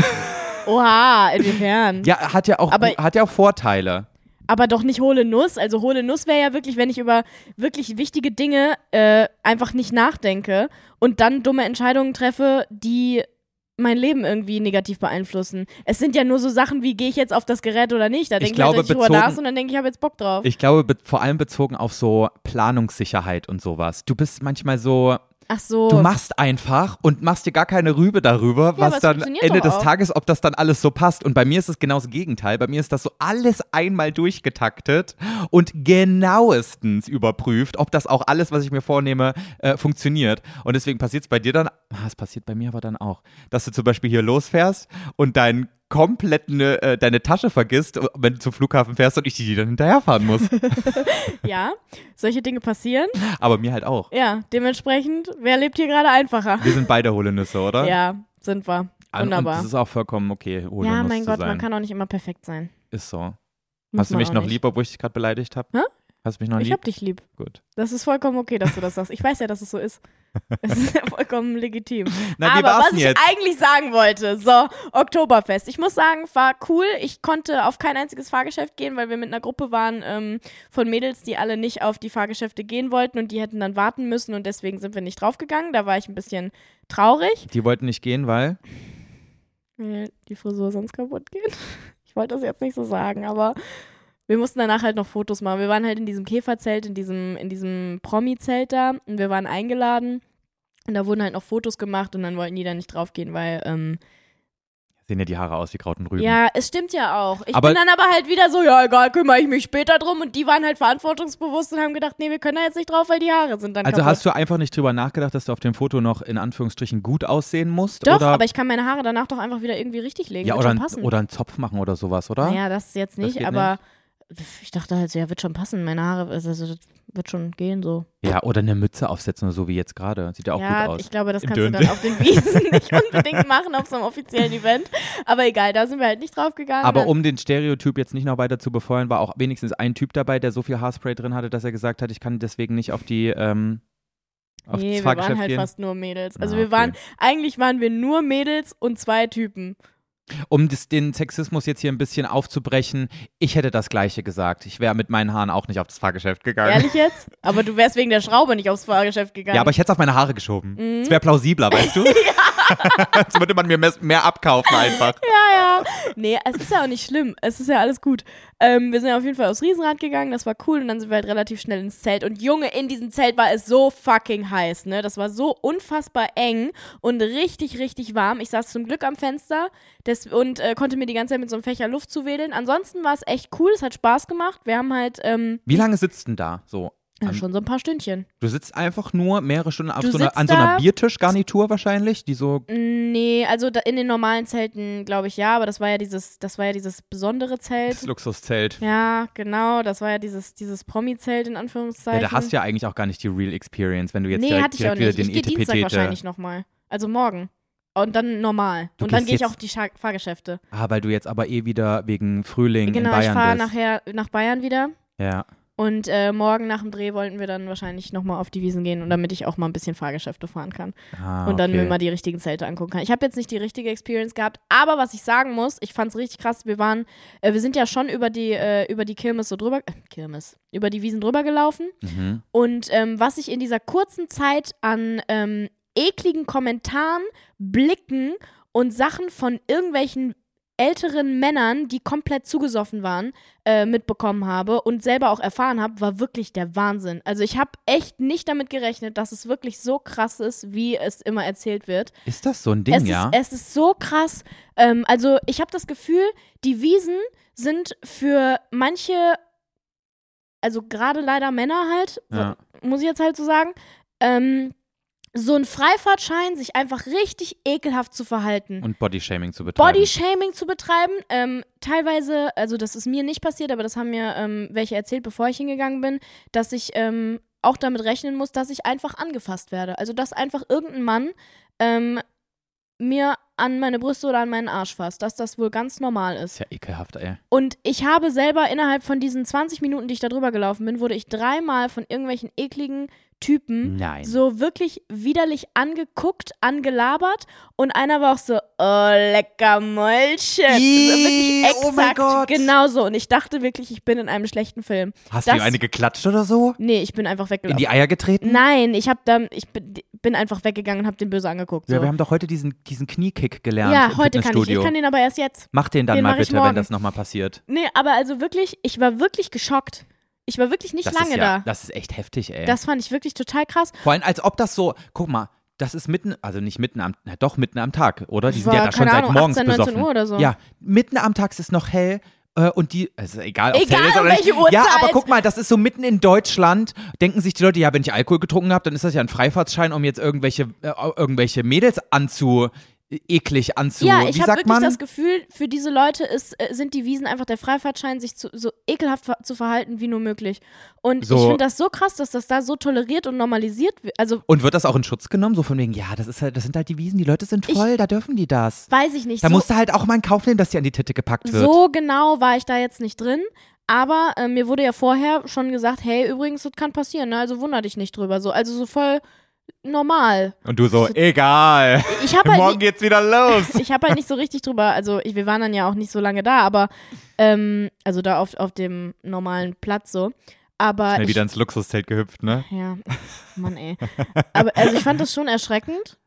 Speaker 1: Oha, inwiefern?
Speaker 2: Ja, hat ja auch,
Speaker 1: Mhm. Aber-
Speaker 2: hat ja auch Vorteile.
Speaker 1: Aber doch nicht hohle Nuss. Also hohle Nuss wäre ja wirklich, wenn ich über wirklich wichtige Dinge äh, einfach nicht nachdenke und dann dumme Entscheidungen treffe, die mein Leben irgendwie negativ beeinflussen. Es sind ja nur so Sachen wie, gehe ich jetzt auf das Gerät oder nicht. Da
Speaker 2: Ich
Speaker 1: denke ich, halt
Speaker 2: glaube,
Speaker 1: richtig drüber
Speaker 2: bezogen-
Speaker 1: nach und dann denke ich, ich habe jetzt Bock drauf.
Speaker 2: Ich glaube, be vor allem bezogen auf so Planungssicherheit und sowas. Du bist manchmal so,
Speaker 1: Ach so.
Speaker 2: du machst einfach und machst dir gar keine Rübe darüber,
Speaker 1: Oh. aber
Speaker 2: was
Speaker 1: es
Speaker 2: dann
Speaker 1: funktioniert
Speaker 2: Ende
Speaker 1: doch
Speaker 2: des
Speaker 1: auch.
Speaker 2: Tages, ob das dann alles so passt. Und bei mir ist es genau das Gegenteil. Bei mir ist das so alles einmal durchgetaktet und genauestens überprüft, ob das auch alles, was ich mir vornehme, äh, funktioniert. Und deswegen passiert es bei dir dann, ah, es passiert bei mir aber dann auch, dass du zum Beispiel hier losfährst und dein komplett ne, äh, deine Tasche vergisst, wenn du zum Flughafen fährst und ich die dann hinterherfahren muss.
Speaker 1: ja, solche Dinge passieren.
Speaker 2: Aber mir halt auch.
Speaker 1: Ja, dementsprechend, wer lebt hier gerade einfacher?
Speaker 2: Wir sind beide hohle Nüsse, oder?
Speaker 1: Ja, sind wir.
Speaker 2: An- Und
Speaker 1: Wunderbar.
Speaker 2: das ist auch vollkommen okay, hohle
Speaker 1: Ja,
Speaker 2: Nuss
Speaker 1: mein
Speaker 2: zu
Speaker 1: Gott,
Speaker 2: sein.
Speaker 1: man kann auch nicht immer perfekt sein.
Speaker 2: ist so.
Speaker 1: Muss
Speaker 2: Hast du
Speaker 1: man
Speaker 2: mich
Speaker 1: auch
Speaker 2: noch
Speaker 1: nicht.
Speaker 2: lieb, obwohl ich dich gerade beleidigt habe?
Speaker 1: Hä?
Speaker 2: Hast du mich noch
Speaker 1: Ich
Speaker 2: lieb?
Speaker 1: hab dich lieb.
Speaker 2: Gut.
Speaker 1: Das ist vollkommen okay, dass du das sagst. Ich weiß ja, dass es so ist.
Speaker 2: <laughs>
Speaker 1: Es ist ja vollkommen legitim.
Speaker 2: Na, wie
Speaker 1: Aber
Speaker 2: war's
Speaker 1: was
Speaker 2: denn
Speaker 1: ich
Speaker 2: jetzt?
Speaker 1: eigentlich sagen wollte, so, Oktoberfest. Ich muss sagen, war cool. Ich konnte auf kein einziges Fahrgeschäft gehen, weil wir mit einer Gruppe waren ähm, von Mädels, die alle nicht auf die Fahrgeschäfte gehen wollten und die hätten dann warten müssen und deswegen sind wir nicht draufgegangen. Da war ich ein bisschen traurig,
Speaker 2: Die wollten nicht gehen, weil.
Speaker 1: weil die Frisur sonst kaputt geht. <laughs> Ich wollte das jetzt nicht so sagen, aber wir mussten danach halt noch Fotos machen. Wir waren halt in diesem Käferzelt, in diesem, in diesem Promi-Zelt da und wir waren eingeladen. Und da wurden halt noch Fotos gemacht und dann wollten die da nicht draufgehen, weil ähm,
Speaker 2: Sehen ja die Haare aus wie Krauten Rüben.
Speaker 1: Ja, es stimmt ja auch. Ich
Speaker 2: Aber-
Speaker 1: bin dann aber halt wieder so, ja, egal, kümmere ich mich später drum. Und die waren halt verantwortungsbewusst und haben gedacht, nee, wir können da jetzt nicht drauf, weil die Haare sind dann
Speaker 2: Also
Speaker 1: kaputt.
Speaker 2: hast du einfach nicht drüber nachgedacht, dass du auf dem Foto noch in Anführungsstrichen gut aussehen musst?
Speaker 1: doch,
Speaker 2: oder,
Speaker 1: aber ich kann meine Haare danach doch einfach wieder irgendwie richtig legen.
Speaker 2: ja,
Speaker 1: wird
Speaker 2: oder,
Speaker 1: schon
Speaker 2: ein,
Speaker 1: passen.
Speaker 2: oder einen Zopf machen oder sowas, oder?
Speaker 1: Naja, das jetzt
Speaker 2: Das
Speaker 1: nicht,
Speaker 2: geht
Speaker 1: aber ich dachte halt so, ja, wird schon passen. Meine Haare, also, das wird schon gehen so.
Speaker 2: Ja, oder eine Mütze aufsetzen oder so wie jetzt gerade. Sieht ja auch
Speaker 1: ja,
Speaker 2: gut aus.
Speaker 1: ich glaube, das
Speaker 2: Im
Speaker 1: kannst du dann
Speaker 2: Dirndl.
Speaker 1: auf den
Speaker 2: <laughs>
Speaker 1: Wiesen nicht unbedingt machen, auf so einem offiziellen Event. Aber egal, da sind wir halt nicht drauf gegangen.
Speaker 2: aber
Speaker 1: Dann-
Speaker 2: um den Stereotyp jetzt nicht noch weiter zu befeuern, war auch wenigstens ein Typ dabei, der so viel Haarspray drin hatte, dass er gesagt hat, ich kann deswegen nicht auf die ähm, auf das
Speaker 1: nee, wir waren
Speaker 2: Fahrgeschäft
Speaker 1: halt
Speaker 2: gehen.
Speaker 1: fast nur Mädels. Also
Speaker 2: Ah,
Speaker 1: wir
Speaker 2: okay.
Speaker 1: waren, eigentlich waren wir nur Mädels und zwei Typen.
Speaker 2: Um das, den Sexismus jetzt hier ein bisschen aufzubrechen, ich hätte das Gleiche gesagt. Ich wäre mit meinen Haaren auch nicht auf das Fahrgeschäft gegangen.
Speaker 1: Ehrlich jetzt? Aber du wärst wegen der Schraube nicht aufs Fahrgeschäft gegangen.
Speaker 2: Ja, aber ich hätte es auf meine Haare geschoben.
Speaker 1: Mhm.
Speaker 2: Es wäre plausibler, weißt
Speaker 1: <laughs>
Speaker 2: du? <laughs> Jetzt würde man mir mes- mehr abkaufen einfach.
Speaker 1: ja, ja. Nee, es ist ja auch nicht schlimm. Es ist ja alles gut. Ähm, wir sind ja auf jeden Fall aufs Riesenrad gegangen, das war cool und dann sind wir halt relativ schnell ins Zelt. Und Junge, in diesem Zelt war es so fucking heiß, ne? Das war so unfassbar eng und richtig, richtig warm. Ich saß zum Glück am Fenster des, und äh, konnte mir die ganze Zeit mit so einem Fächer Luft zuwedeln. Ansonsten war es echt cool, es hat Spaß gemacht. Wir haben halt ähm,
Speaker 2: Wie lange sitzt denn da so?
Speaker 1: ja,
Speaker 2: Am-
Speaker 1: schon so ein paar Stündchen.
Speaker 2: Du sitzt einfach nur mehrere Stunden auf
Speaker 1: Du
Speaker 2: so einer,
Speaker 1: sitzt
Speaker 2: an so einer
Speaker 1: da-
Speaker 2: Biertischgarnitur wahrscheinlich, die so
Speaker 1: Nee, also da, in den normalen Zelten glaube ich ja, aber das war ja dieses, das war ja dieses besondere Zelt.
Speaker 2: das Luxuszelt.
Speaker 1: Ja, genau. Das war ja dieses, dieses Promi-Zelt in
Speaker 2: Ja,
Speaker 1: Anführungszeichen.
Speaker 2: da hast du ja eigentlich auch gar nicht die Real Experience, wenn du jetzt
Speaker 1: nee,
Speaker 2: direkt,
Speaker 1: hatte ich auch
Speaker 2: direkt wieder
Speaker 1: nicht. Ich
Speaker 2: den E
Speaker 1: gehe Dienstag
Speaker 2: ETPT
Speaker 1: wahrscheinlich nochmal. Also morgen. Und dann normal.
Speaker 2: Du
Speaker 1: und dann
Speaker 2: gehst
Speaker 1: gehe ich
Speaker 2: jetzt-
Speaker 1: auf die Scha Fahrgeschäfte.
Speaker 2: Ah, weil du jetzt aber eh wieder wegen Frühling in
Speaker 1: Genau, ich
Speaker 2: Bayern
Speaker 1: fahre
Speaker 2: bist.
Speaker 1: nachher nach Bayern wieder.
Speaker 2: Ja.
Speaker 1: Und äh, morgen nach dem Dreh wollten wir dann wahrscheinlich nochmal auf die Wiesen gehen und damit ich auch mal ein bisschen Fahrgeschäfte fahren kann.
Speaker 2: Ah,
Speaker 1: und dann
Speaker 2: okay.
Speaker 1: mir mal die richtigen Zelte angucken kann. Ich habe jetzt nicht die richtige Experience gehabt, aber was ich sagen muss, ich fand's richtig krass. Wir waren, äh, wir sind ja schon über die, äh, über die Kirmes so drüber, äh, Kirmes, über die Wiesen drüber gelaufen.
Speaker 2: Mhm.
Speaker 1: Und ähm, was ich in dieser kurzen Zeit an ähm, ekligen Kommentaren, Blicken und Sachen von irgendwelchen älteren Männern, die komplett zugesoffen waren, äh, mitbekommen habe und selber auch erfahren habe, war wirklich der Wahnsinn. Also ich habe echt nicht damit gerechnet, dass es wirklich so krass ist, wie es immer erzählt wird
Speaker 2: Ist das so ein Ding,
Speaker 1: es
Speaker 2: ja?
Speaker 1: Ist, es ist so krass. Ähm, also ich habe das Gefühl, die Wiesen sind für manche, also gerade leider Männer halt, so-
Speaker 2: Ja.
Speaker 1: muss ich jetzt halt so sagen, ähm, so ein Freifahrtschein, sich einfach richtig ekelhaft zu verhalten.
Speaker 2: und Bodyshaming zu betreiben.
Speaker 1: Bodyshaming zu betreiben. Ähm, teilweise, also das ist mir nicht passiert, aber das haben mir ähm, welche erzählt, bevor ich hingegangen bin, dass ich ähm, auch damit rechnen muss, dass ich einfach angefasst werde. Also dass einfach irgendein Mann ähm, mir an meine Brüste oder an meinen Arsch fasst, dass das wohl ganz normal ist.
Speaker 2: ist ja ekelhaft, ey.
Speaker 1: Und ich habe selber innerhalb von diesen 20 Minuten, die ich da drüber gelaufen bin, wurde ich dreimal von irgendwelchen ekligen Typen
Speaker 2: Nein.
Speaker 1: Hm? so wirklich widerlich angeguckt, angelabert und einer war auch so, oh, lecker Mäulchen. So wirklich
Speaker 2: Ih,
Speaker 1: exakt
Speaker 2: oh mein Gott.
Speaker 1: genau so. Und ich dachte wirklich, ich bin in einem schlechten Film.
Speaker 2: Hast
Speaker 1: das- Hm,
Speaker 2: du eine geklatscht oder so?
Speaker 1: Nee, ich bin einfach
Speaker 2: In
Speaker 1: weggelaufen.
Speaker 2: die Hm? Eier getreten?
Speaker 1: Nein, ich habe da, ich bin bin einfach weggegangen und habe den böse angeguckt. So.
Speaker 2: Ja, wir haben doch heute diesen, diesen Kniekick gelernt
Speaker 1: Ja,
Speaker 2: im
Speaker 1: heute kann ich. Ich
Speaker 2: Fitnessstudio.
Speaker 1: kann den aber erst jetzt.
Speaker 2: Mach den dann
Speaker 1: den
Speaker 2: mal
Speaker 1: mach ich
Speaker 2: bitte,
Speaker 1: morgen.
Speaker 2: wenn das nochmal passiert.
Speaker 1: Nee, aber also wirklich, ich war wirklich geschockt. Ich war wirklich nicht
Speaker 2: Das
Speaker 1: lange
Speaker 2: ist ja,
Speaker 1: da.
Speaker 2: Das ist echt heftig, ey.
Speaker 1: Das fand ich wirklich total krass.
Speaker 2: Vor allem, als ob das so, guck mal, das ist mitten, also nicht mitten am, na doch, mitten am Tag, oder? Die
Speaker 1: Das
Speaker 2: sind ja
Speaker 1: war,
Speaker 2: da schon
Speaker 1: keine
Speaker 2: seit
Speaker 1: Ahnung,
Speaker 2: morgens
Speaker 1: 18, 19
Speaker 2: besoffen.
Speaker 1: Uhr oder so.
Speaker 2: Ja, mitten am Tag es ist noch hell. äh, Und die, es ist egal, ob es
Speaker 1: Egal,
Speaker 2: hell ist
Speaker 1: um
Speaker 2: oder nicht.
Speaker 1: welche Uhrzeit.
Speaker 2: Ja, aber guck mal, das ist so mitten in Deutschland. Denken sich die Leute, ja, wenn ich Alkohol getrunken habe, dann ist das ja ein Freifahrtschein, um jetzt irgendwelche, äh, irgendwelche Mädels anzu, äh, eklig anzu.
Speaker 1: ja, ich
Speaker 2: Wie
Speaker 1: habe
Speaker 2: sagt
Speaker 1: wirklich
Speaker 2: man?
Speaker 1: das Gefühl, für diese Leute ist, äh, sind die Wiesen einfach der Freifahrtschein, sich zu, so ekelhaft ver zu verhalten wie nur möglich. Und
Speaker 2: So.
Speaker 1: ich finde das so krass, dass das da so toleriert und normalisiert wird. Also
Speaker 2: Und wird das auch in Schutz genommen? So von wegen, ja, das, ist halt, das sind halt die Wiesen, die Leute sind
Speaker 1: Ich-
Speaker 2: voll, da dürfen die das.
Speaker 1: weiß ich nicht.
Speaker 2: Da
Speaker 1: so,
Speaker 2: musst du halt auch mal in Kauf nehmen, dass dir an die Titte gepackt wird.
Speaker 1: so genau war ich da jetzt nicht drin. Aber äh, mir wurde ja vorher schon gesagt, hey, übrigens, das kann passieren, ne? also wunder dich nicht drüber. So, also so voll normal.
Speaker 2: Und du so, egal,
Speaker 1: Ich habe halt,
Speaker 2: geht's wieder
Speaker 1: <laughs>
Speaker 2: los.
Speaker 1: ich habe halt nicht so richtig drüber, also ich, wir waren dann ja auch nicht so lange da, aber ähm, also da auf, auf dem normalen Platz so. Aber
Speaker 2: Schnell
Speaker 1: ich,
Speaker 2: wieder ins Luxuszelt gehüpft, ne?
Speaker 1: ja, Mann ey. Aber also ich fand das schon erschreckend.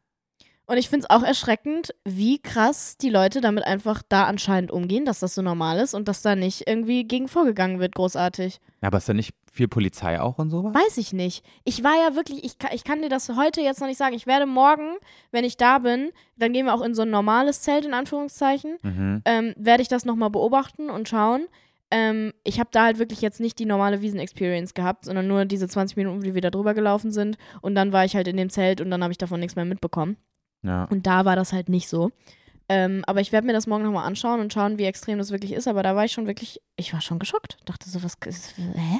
Speaker 1: Und ich finde es auch erschreckend, wie krass die Leute damit einfach da anscheinend umgehen, dass das so normal ist und dass da nicht irgendwie gegen vorgegangen wird, großartig.
Speaker 2: Ja, aber ist ja nicht Viel Polizei auch und sowas?
Speaker 1: Weiß ich nicht. Ich war ja wirklich, ich kann, ich kann dir das heute jetzt noch nicht sagen. Ich werde morgen, wenn ich da bin, dann gehen wir auch in so ein normales Zelt, in Anführungszeichen,
Speaker 2: Mhm.
Speaker 1: ähm, werde ich das nochmal beobachten und schauen. Ähm, ich habe da halt wirklich jetzt nicht die normale Wiesen-Experience gehabt, sondern nur diese 20 Minuten, die wir da drüber gelaufen sind. Und dann war ich halt in dem Zelt und dann habe ich davon nichts mehr mitbekommen.
Speaker 2: Ja.
Speaker 1: Und da war das halt nicht so. Ähm, aber ich werde mir das morgen nochmal anschauen und schauen, wie extrem das wirklich ist. Aber da war ich schon wirklich, ich war schon geschockt. Dachte so, was ist, hä?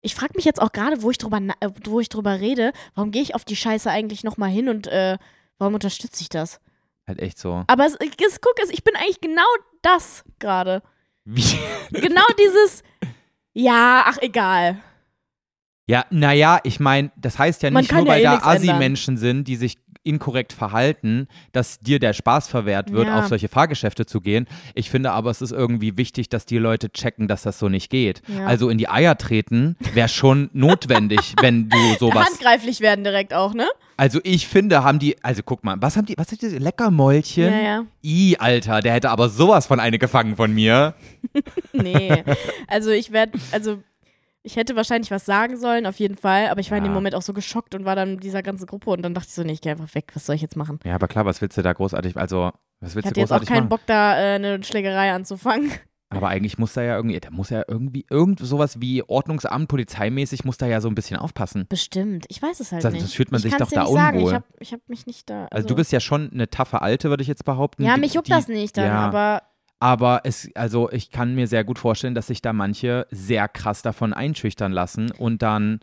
Speaker 1: Ich frage mich jetzt auch gerade, wo, ich drüber na- äh, wo ich drüber rede, warum gehe ich auf die Scheiße eigentlich nochmal hin und äh, warum unterstütze ich das?
Speaker 2: Halt echt so.
Speaker 1: Aber es, es, guck, es, ich bin eigentlich genau das gerade.
Speaker 2: Wie? <laughs>
Speaker 1: Genau dieses, ja, ach egal.
Speaker 2: Ja, naja, ich meine, das heißt ja
Speaker 1: Man
Speaker 2: nicht
Speaker 1: kann
Speaker 2: nur,
Speaker 1: ja
Speaker 2: weil
Speaker 1: eh
Speaker 2: da
Speaker 1: nix ändern.
Speaker 2: Assi-Menschen sind, die sich inkorrekt verhalten, dass dir der Spaß verwehrt wird,
Speaker 1: Ja.
Speaker 2: auf solche Fahrgeschäfte zu gehen. Ich finde aber, es ist irgendwie wichtig, dass die Leute checken, dass das so nicht geht.
Speaker 1: Ja.
Speaker 2: Also in die Eier treten wäre
Speaker 1: <laughs>
Speaker 2: schon notwendig, wenn du sowas.
Speaker 1: Handgreiflich werden direkt auch, ne?
Speaker 2: Also ich finde, haben die, also guck mal, was haben die, was sind diese Leckermäulchen?
Speaker 1: Ja, ja.
Speaker 2: I, Alter, der hätte aber sowas von eine gefangen von mir.
Speaker 1: Nee. Also ich werde, also ich hätte wahrscheinlich was sagen sollen, auf jeden Fall, aber ich war in
Speaker 2: Ja.
Speaker 1: dem Moment auch so geschockt und war dann mit dieser ganzen Gruppe und dann dachte ich so, nee, ich gehe einfach weg, was soll ich jetzt machen?
Speaker 2: Ja, aber klar, was willst du da großartig, also, was willst
Speaker 1: Ich hatte
Speaker 2: du
Speaker 1: jetzt auch
Speaker 2: großartig
Speaker 1: keinen
Speaker 2: machen?
Speaker 1: Bock, da äh, eine Schlägerei anzufangen.
Speaker 2: Aber eigentlich muss da ja irgendwie, da muss ja irgendwie, irgend sowas wie Ordnungsamt, polizeimäßig, muss da ja so ein bisschen aufpassen.
Speaker 1: <laughs> Bestimmt, ich weiß es halt
Speaker 2: Sonst
Speaker 1: nicht.
Speaker 2: fühlt man
Speaker 1: ich
Speaker 2: sich doch
Speaker 1: kann's dir
Speaker 2: da
Speaker 1: nicht sagen.
Speaker 2: unwohl.
Speaker 1: Ich habe ich hab mich nicht da. Also,
Speaker 2: Also du bist ja schon eine taffe Alte, würde ich jetzt behaupten.
Speaker 1: Ja,
Speaker 2: Die-
Speaker 1: mich juckt
Speaker 2: die-
Speaker 1: das nicht dann,
Speaker 2: ja.
Speaker 1: aber
Speaker 2: Aber es, also ich kann mir sehr gut vorstellen, dass sich da manche sehr krass davon einschüchtern lassen und dann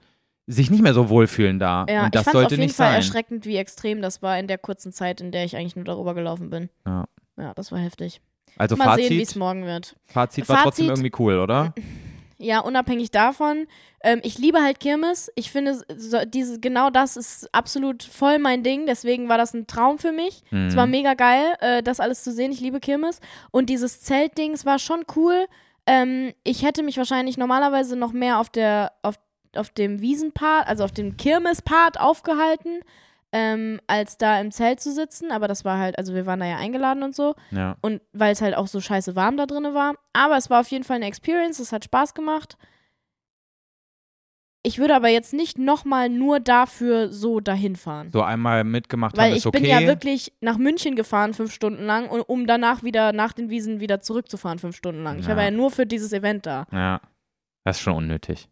Speaker 2: sich nicht mehr so wohlfühlen da.
Speaker 1: ja,
Speaker 2: und das
Speaker 1: ich fand es auf
Speaker 2: sollte
Speaker 1: jeden
Speaker 2: nicht
Speaker 1: Fall
Speaker 2: sein.
Speaker 1: erschreckend, wie extrem das war in der kurzen Zeit, in der ich eigentlich nur darüber gelaufen bin.
Speaker 2: Ja.
Speaker 1: Ja, das war heftig.
Speaker 2: Also
Speaker 1: Mal sehen, wie es
Speaker 2: Fazit,
Speaker 1: morgen wird.
Speaker 2: Fazit war trotzdem
Speaker 1: Fazit-
Speaker 2: irgendwie cool, oder?
Speaker 1: Ja, unabhängig davon, ähm, ich liebe halt Kirmes. Ich finde, so, diese, genau das ist absolut voll mein Ding. Deswegen war das ein Traum für mich.
Speaker 2: Mhm.
Speaker 1: <laughs> Es war mega geil, äh, das alles zu sehen. Ich liebe Kirmes. Und dieses Zeltding, es war schon cool. Ähm, ich hätte mich wahrscheinlich normalerweise noch mehr auf der, auf, auf dem Wiesenpart, also auf dem Kirmespart aufgehalten, ähm, als da im Zelt zu sitzen. Aber das war halt, also wir waren da ja eingeladen und so.
Speaker 2: ja.
Speaker 1: Und weil es halt auch so scheiße warm da drin war. Aber es war auf jeden Fall eine Experience, es hat Spaß gemacht. Ich würde aber jetzt nicht nochmal nur dafür so dahin fahren.
Speaker 2: So einmal mitgemacht
Speaker 1: Weil
Speaker 2: haben,
Speaker 1: ich
Speaker 2: ist okay.
Speaker 1: bin ja wirklich nach München gefahren, fünf Stunden lang, und um danach wieder nach den Wiesen wieder zurückzufahren, fünf Stunden lang. Ich
Speaker 2: Ja.
Speaker 1: war ja nur für dieses Event da.
Speaker 2: ja. Das ist schon unnötig.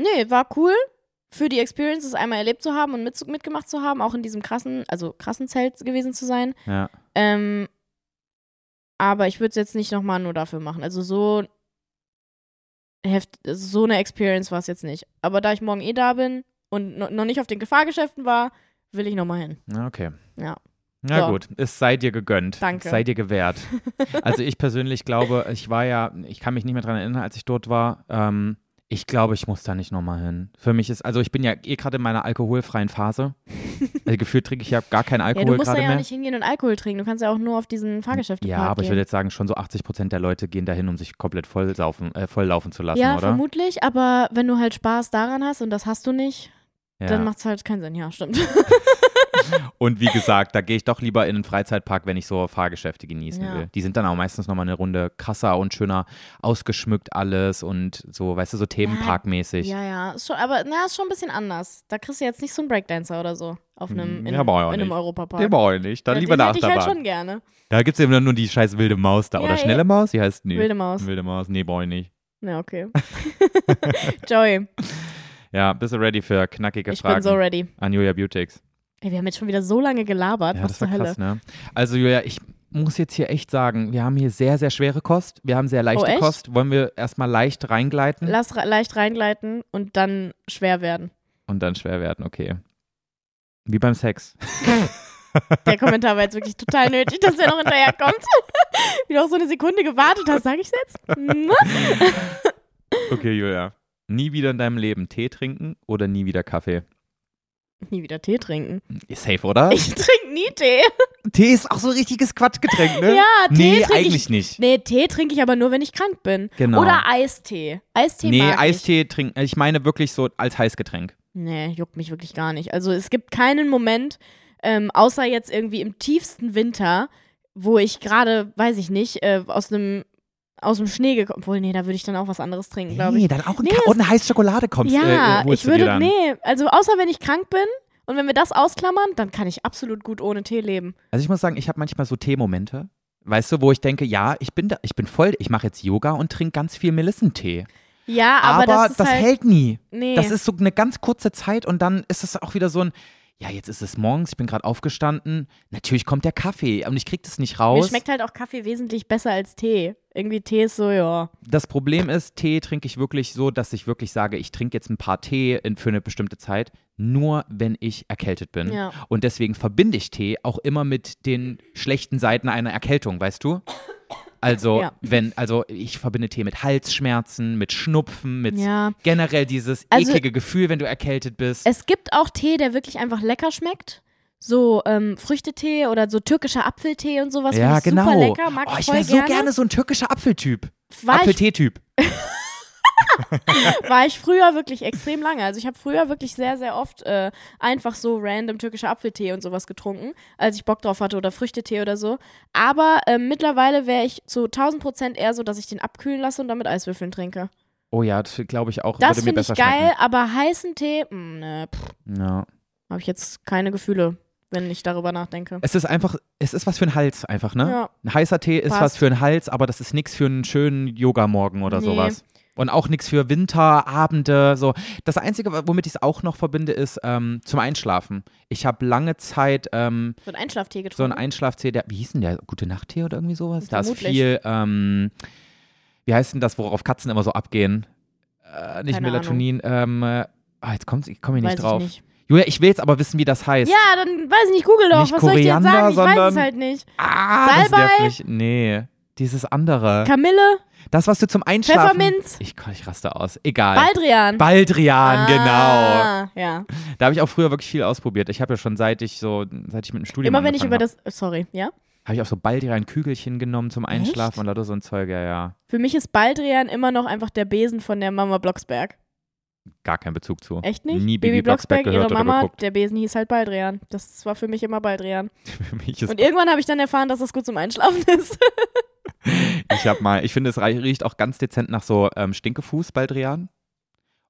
Speaker 1: Nee, war cool. Für die Experience, es einmal erlebt zu haben und mit, mitgemacht zu haben, auch in diesem krassen, also krassen Zelt gewesen zu sein.
Speaker 2: Ja.
Speaker 1: Ähm, aber ich würde es jetzt nicht nochmal nur dafür machen. Also so, heft, also so eine Experience war es jetzt nicht. Aber da ich morgen eh da bin und no, noch nicht auf den Gefahrgeschäften war, will ich nochmal hin.
Speaker 2: Ja, okay.
Speaker 1: Ja.
Speaker 2: Na
Speaker 1: So.
Speaker 2: gut, es sei dir gegönnt.
Speaker 1: Danke.
Speaker 2: Es sei dir
Speaker 1: <laughs>
Speaker 2: gewährt. Also ich persönlich glaube, ich war ja, ich kann mich nicht mehr dran erinnern, als ich dort war. Ähm, ich glaube, ich muss da nicht nochmal hin. Für mich ist, also ich bin ja eh gerade in meiner alkoholfreien
Speaker 1: <laughs>
Speaker 2: Phase. Also gefühlt trinke ich ja gar keinen
Speaker 1: Ja,
Speaker 2: Alkohol
Speaker 1: du musst da
Speaker 2: gerade
Speaker 1: ja
Speaker 2: mehr.
Speaker 1: auch nicht hingehen und Alkohol trinken. Du kannst ja auch nur auf diesen Fahrgeschäften
Speaker 2: ja, aber ich
Speaker 1: gehen.
Speaker 2: würde jetzt sagen, schon so 80 Prozent der Leute gehen dahin, um sich komplett voll, saufen, äh, voll laufen zu lassen,
Speaker 1: ja,
Speaker 2: oder?
Speaker 1: vermutlich, aber wenn du halt Spaß daran hast und das hast du nicht,
Speaker 2: Ja.
Speaker 1: dann macht es halt keinen Sinn. Ja, stimmt.
Speaker 2: Und wie gesagt, da gehe ich doch lieber in einen Freizeitpark, wenn ich so Fahrgeschäfte genießen
Speaker 1: Ja.
Speaker 2: will. Die sind dann auch meistens nochmal eine Runde krasser und schöner ausgeschmückt alles und so, weißt du, so themenparkmäßig.
Speaker 1: <laughs> Ja, ja, ist schon, aber na, ist schon ein bisschen anders. Da kriegst du jetzt nicht so einen Breakdancer oder so auf einem,
Speaker 2: Mm,
Speaker 1: in,
Speaker 2: ja, aber auch
Speaker 1: in einem
Speaker 2: nicht.
Speaker 1: Europapark.
Speaker 2: Den brauche ich nicht. Dann
Speaker 1: Ja,
Speaker 2: lieber
Speaker 1: den
Speaker 2: eine
Speaker 1: hätte ich halt schon
Speaker 2: Achterbahn.
Speaker 1: gerne.
Speaker 2: Da gibt es eben nur die scheiß wilde Maus da.
Speaker 1: Ja,
Speaker 2: Oder
Speaker 1: ja.
Speaker 2: schnelle Maus? Die heißt nee.
Speaker 1: Wilde Maus.
Speaker 2: Wilde Maus. Nee, brauche ich nicht. <laughs>
Speaker 1: Ja, okay. <laughs> Joey,
Speaker 2: Ja, bist du ready für knackige
Speaker 1: ich
Speaker 2: Fragen
Speaker 1: bin so ready.
Speaker 2: an Julia Butix?
Speaker 1: Ey, wir haben jetzt schon wieder so lange gelabert.
Speaker 2: Ja,
Speaker 1: Was
Speaker 2: das war
Speaker 1: zur Hölle?
Speaker 2: krass, ne? Also Julia, ich muss jetzt hier echt sagen, wir haben hier sehr, sehr schwere Kost. Wir haben sehr leichte
Speaker 1: Oh, echt?
Speaker 2: Kost. Wollen wir erstmal leicht reingleiten
Speaker 1: Lass re leicht reingleiten und dann schwer werden.
Speaker 2: und dann schwer werden, okay. Wie beim Sex.
Speaker 1: Der Kommentar war jetzt wirklich total nötig, dass der noch hinterherkommt. <laughs> Wie du auch so eine Sekunde gewartet hast, sage ich jetzt? Na?
Speaker 2: Okay, Julia. <laughs> Nie wieder in deinem Leben Tee trinken oder nie wieder Kaffee?
Speaker 1: Nie wieder Tee trinken.
Speaker 2: Ist safe, oder?
Speaker 1: Ich trinke nie Tee.
Speaker 2: Tee ist auch so ein richtiges Quatschgetränk, ne?
Speaker 1: <laughs> Ja, Tee
Speaker 2: Nee,
Speaker 1: trinke
Speaker 2: eigentlich
Speaker 1: ich.
Speaker 2: nicht.
Speaker 1: Nee, Tee trinke ich aber nur, wenn ich krank bin.
Speaker 2: Genau.
Speaker 1: Oder Eistee. Eistee
Speaker 2: nee,
Speaker 1: mag ich.
Speaker 2: Eistee trinken. Ich meine wirklich so als Heißgetränk.
Speaker 1: Nee, juckt mich wirklich gar nicht. Also es gibt keinen Moment, ähm, außer jetzt irgendwie im tiefsten Winter, wo ich gerade, weiß ich nicht, äh, aus einem aus dem Schnee gekommen. Obwohl, nee, da würde ich dann auch was anderes trinken, glaube ich.
Speaker 2: dann auch
Speaker 1: Nee,
Speaker 2: Ka-
Speaker 1: es-
Speaker 2: und eine heiße Schokolade kommst
Speaker 1: ja,
Speaker 2: äh, holst
Speaker 1: ich
Speaker 2: du dir
Speaker 1: würde,
Speaker 2: dann.
Speaker 1: nee, also außer wenn ich krank bin und wenn wir das ausklammern, dann kann ich absolut gut ohne Tee leben.
Speaker 2: Also ich muss sagen, ich habe manchmal so Teemomente, weißt du, wo ich denke, ja, ich bin da, ich bin voll, ich mache jetzt Yoga und trinke ganz viel Melissentee.
Speaker 1: Ja, aber, das ist halt,
Speaker 2: hält nie.
Speaker 1: nee.
Speaker 2: Das ist so eine ganz kurze Zeit und dann ist es auch wieder so ein, ja, jetzt ist es morgens, ich bin gerade aufgestanden, natürlich kommt der Kaffee und ich krieg das nicht
Speaker 1: mir
Speaker 2: raus.
Speaker 1: schmeckt halt auch Kaffee wesentlich besser als Tee. Irgendwie Tee ist so, ja.
Speaker 2: Das Problem ist, Tee trinke ich wirklich so, dass ich wirklich sage, ich trinke jetzt ein paar Tee in, für eine bestimmte Zeit, nur wenn ich erkältet bin.
Speaker 1: Ja.
Speaker 2: Und deswegen verbinde ich Tee auch immer mit den schlechten Seiten einer Erkältung, weißt du? Also,
Speaker 1: Ja.
Speaker 2: wenn, also ich verbinde Tee mit Halsschmerzen, mit Schnupfen, mit
Speaker 1: Ja.
Speaker 2: generell dieses
Speaker 1: Also-
Speaker 2: eklige Gefühl, wenn du erkältet bist.
Speaker 1: Es gibt auch Tee, der wirklich einfach lecker schmeckt. So ähm, Früchtetee oder so türkischer Apfeltee und sowas.
Speaker 2: ja,
Speaker 1: finde ich
Speaker 2: genau.
Speaker 1: Super lecker, mag
Speaker 2: oh,
Speaker 1: ich
Speaker 2: ich
Speaker 1: voll
Speaker 2: wäre so
Speaker 1: gerne.
Speaker 2: gerne so ein türkischer Apfeltyp.
Speaker 1: War, ich,
Speaker 2: Apfeltee-Typ.
Speaker 1: war ich früher wirklich extrem lange. Also ich habe früher wirklich sehr, sehr oft äh, einfach so random türkischer Apfeltee und sowas getrunken, als ich Bock drauf hatte oder Früchtetee oder so. Aber ähm, mittlerweile wäre ich zu 1000 Prozent eher so, dass ich den abkühlen lasse und damit Eiswürfeln trinke.
Speaker 2: Oh ja, das glaube ich auch.
Speaker 1: Das
Speaker 2: würde mir
Speaker 1: finde ich
Speaker 2: besser
Speaker 1: geil, aber heißen Tee, mh, ne,
Speaker 2: schmecken. Ja.
Speaker 1: habe ich jetzt keine Gefühle, wenn ich darüber nachdenke.
Speaker 2: Es ist einfach, es ist was für einen Hals einfach, ne?
Speaker 1: Ja.
Speaker 2: Ein heißer Tee ist
Speaker 1: Passt.
Speaker 2: was für einen Hals, aber das ist nichts für einen schönen Yogamorgen oder
Speaker 1: Nee.
Speaker 2: sowas. Und auch nichts für Winterabende. So. Das Einzige, womit ich es auch noch verbinde, ist ähm, zum Einschlafen. Ich habe lange Zeit ähm,
Speaker 1: So ein Einschlaftee getrunken.
Speaker 2: so einen Einschlaftee, der, wie hieß denn der? Gute Nacht-Tee oder irgendwie sowas? Da ist
Speaker 1: Vermutlich.
Speaker 2: viel, ähm, wie heißt denn das, worauf Katzen immer so abgehen? Äh, nicht
Speaker 1: Keine
Speaker 2: Melatonin. Ähm, äh, ah, jetzt kommt's, ich komme hier nicht
Speaker 1: Weiß ich
Speaker 2: drauf.
Speaker 1: nicht.
Speaker 2: Julia, ich will jetzt aber wissen, wie das heißt.
Speaker 1: Ja, dann weiß ich nicht, google doch.
Speaker 2: Nicht
Speaker 1: Was soll ich dir jetzt sagen? Ich
Speaker 2: Koriander,
Speaker 1: weiß es
Speaker 2: sondern-
Speaker 1: halt nicht.
Speaker 2: Ah, das
Speaker 1: Salbei?
Speaker 2: nervt mich. Nee, dieses andere.
Speaker 1: Kamille,
Speaker 2: Das, was du zum Einschlafen...
Speaker 1: Pfefferminz?
Speaker 2: Ich, Gott, ich raste aus. Egal.
Speaker 1: Baldrian.
Speaker 2: Baldrian, genau.
Speaker 1: Ah, Ja.
Speaker 2: Da habe ich auch früher wirklich viel ausprobiert. Ich habe ja schon seit ich so, seit ich mit dem Studium
Speaker 1: Immer wenn ich über
Speaker 2: angefangen
Speaker 1: das. Sorry, ja?
Speaker 2: hab, habe ich auch so Baldrian-Kügelchen genommen zum Einschlafen
Speaker 1: Echt?
Speaker 2: und lauter so ein Zeug, ja, ja.
Speaker 1: Für mich ist Baldrian immer noch einfach der Besen von der Mama Blocksberg.
Speaker 2: Gar keinen Bezug zu.
Speaker 1: Echt nicht?
Speaker 2: Oh, Nie Bibi Blocksberg gehört
Speaker 1: ihre
Speaker 2: oder
Speaker 1: Mama,
Speaker 2: geguckt. <laughs>
Speaker 1: der Besen hieß halt Baldrian. Das war für mich immer Baldrian.
Speaker 2: Für mich ist,
Speaker 1: Und irgendwann habe ich dann erfahren, dass das gut zum Einschlafen <laughs> ist.
Speaker 2: <laughs> ich habe mal, ich finde, es rei- riecht auch ganz dezent nach so ähm, Stinkefuß, Baldrian.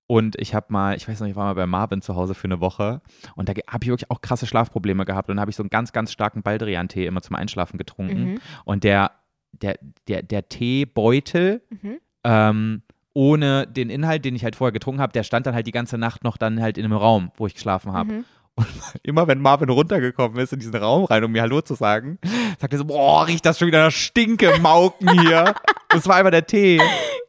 Speaker 2: Und ich habe mal, ich weiß noch, ich war mal bei Marvin zu Hause für eine Woche und da habe ich wirklich auch krasse Schlafprobleme gehabt und habe ich so einen ganz, ganz starken Baldrian-Tee immer zum Einschlafen getrunken.
Speaker 1: Mhm.
Speaker 2: Und der, der, der, der Teebeutel
Speaker 1: Mhm.
Speaker 2: ähm, ohne den Inhalt, den ich halt vorher getrunken habe, der stand dann halt die ganze Nacht noch dann halt in einem Raum, wo ich geschlafen habe.
Speaker 1: Mhm.
Speaker 2: Und immer wenn Marvin runtergekommen ist in diesen Raum rein, um mir Hallo zu sagen, sagt er so, boah, riecht das schon wieder nach Stinke Mauken <laughs> hier. das war einfach der Tee.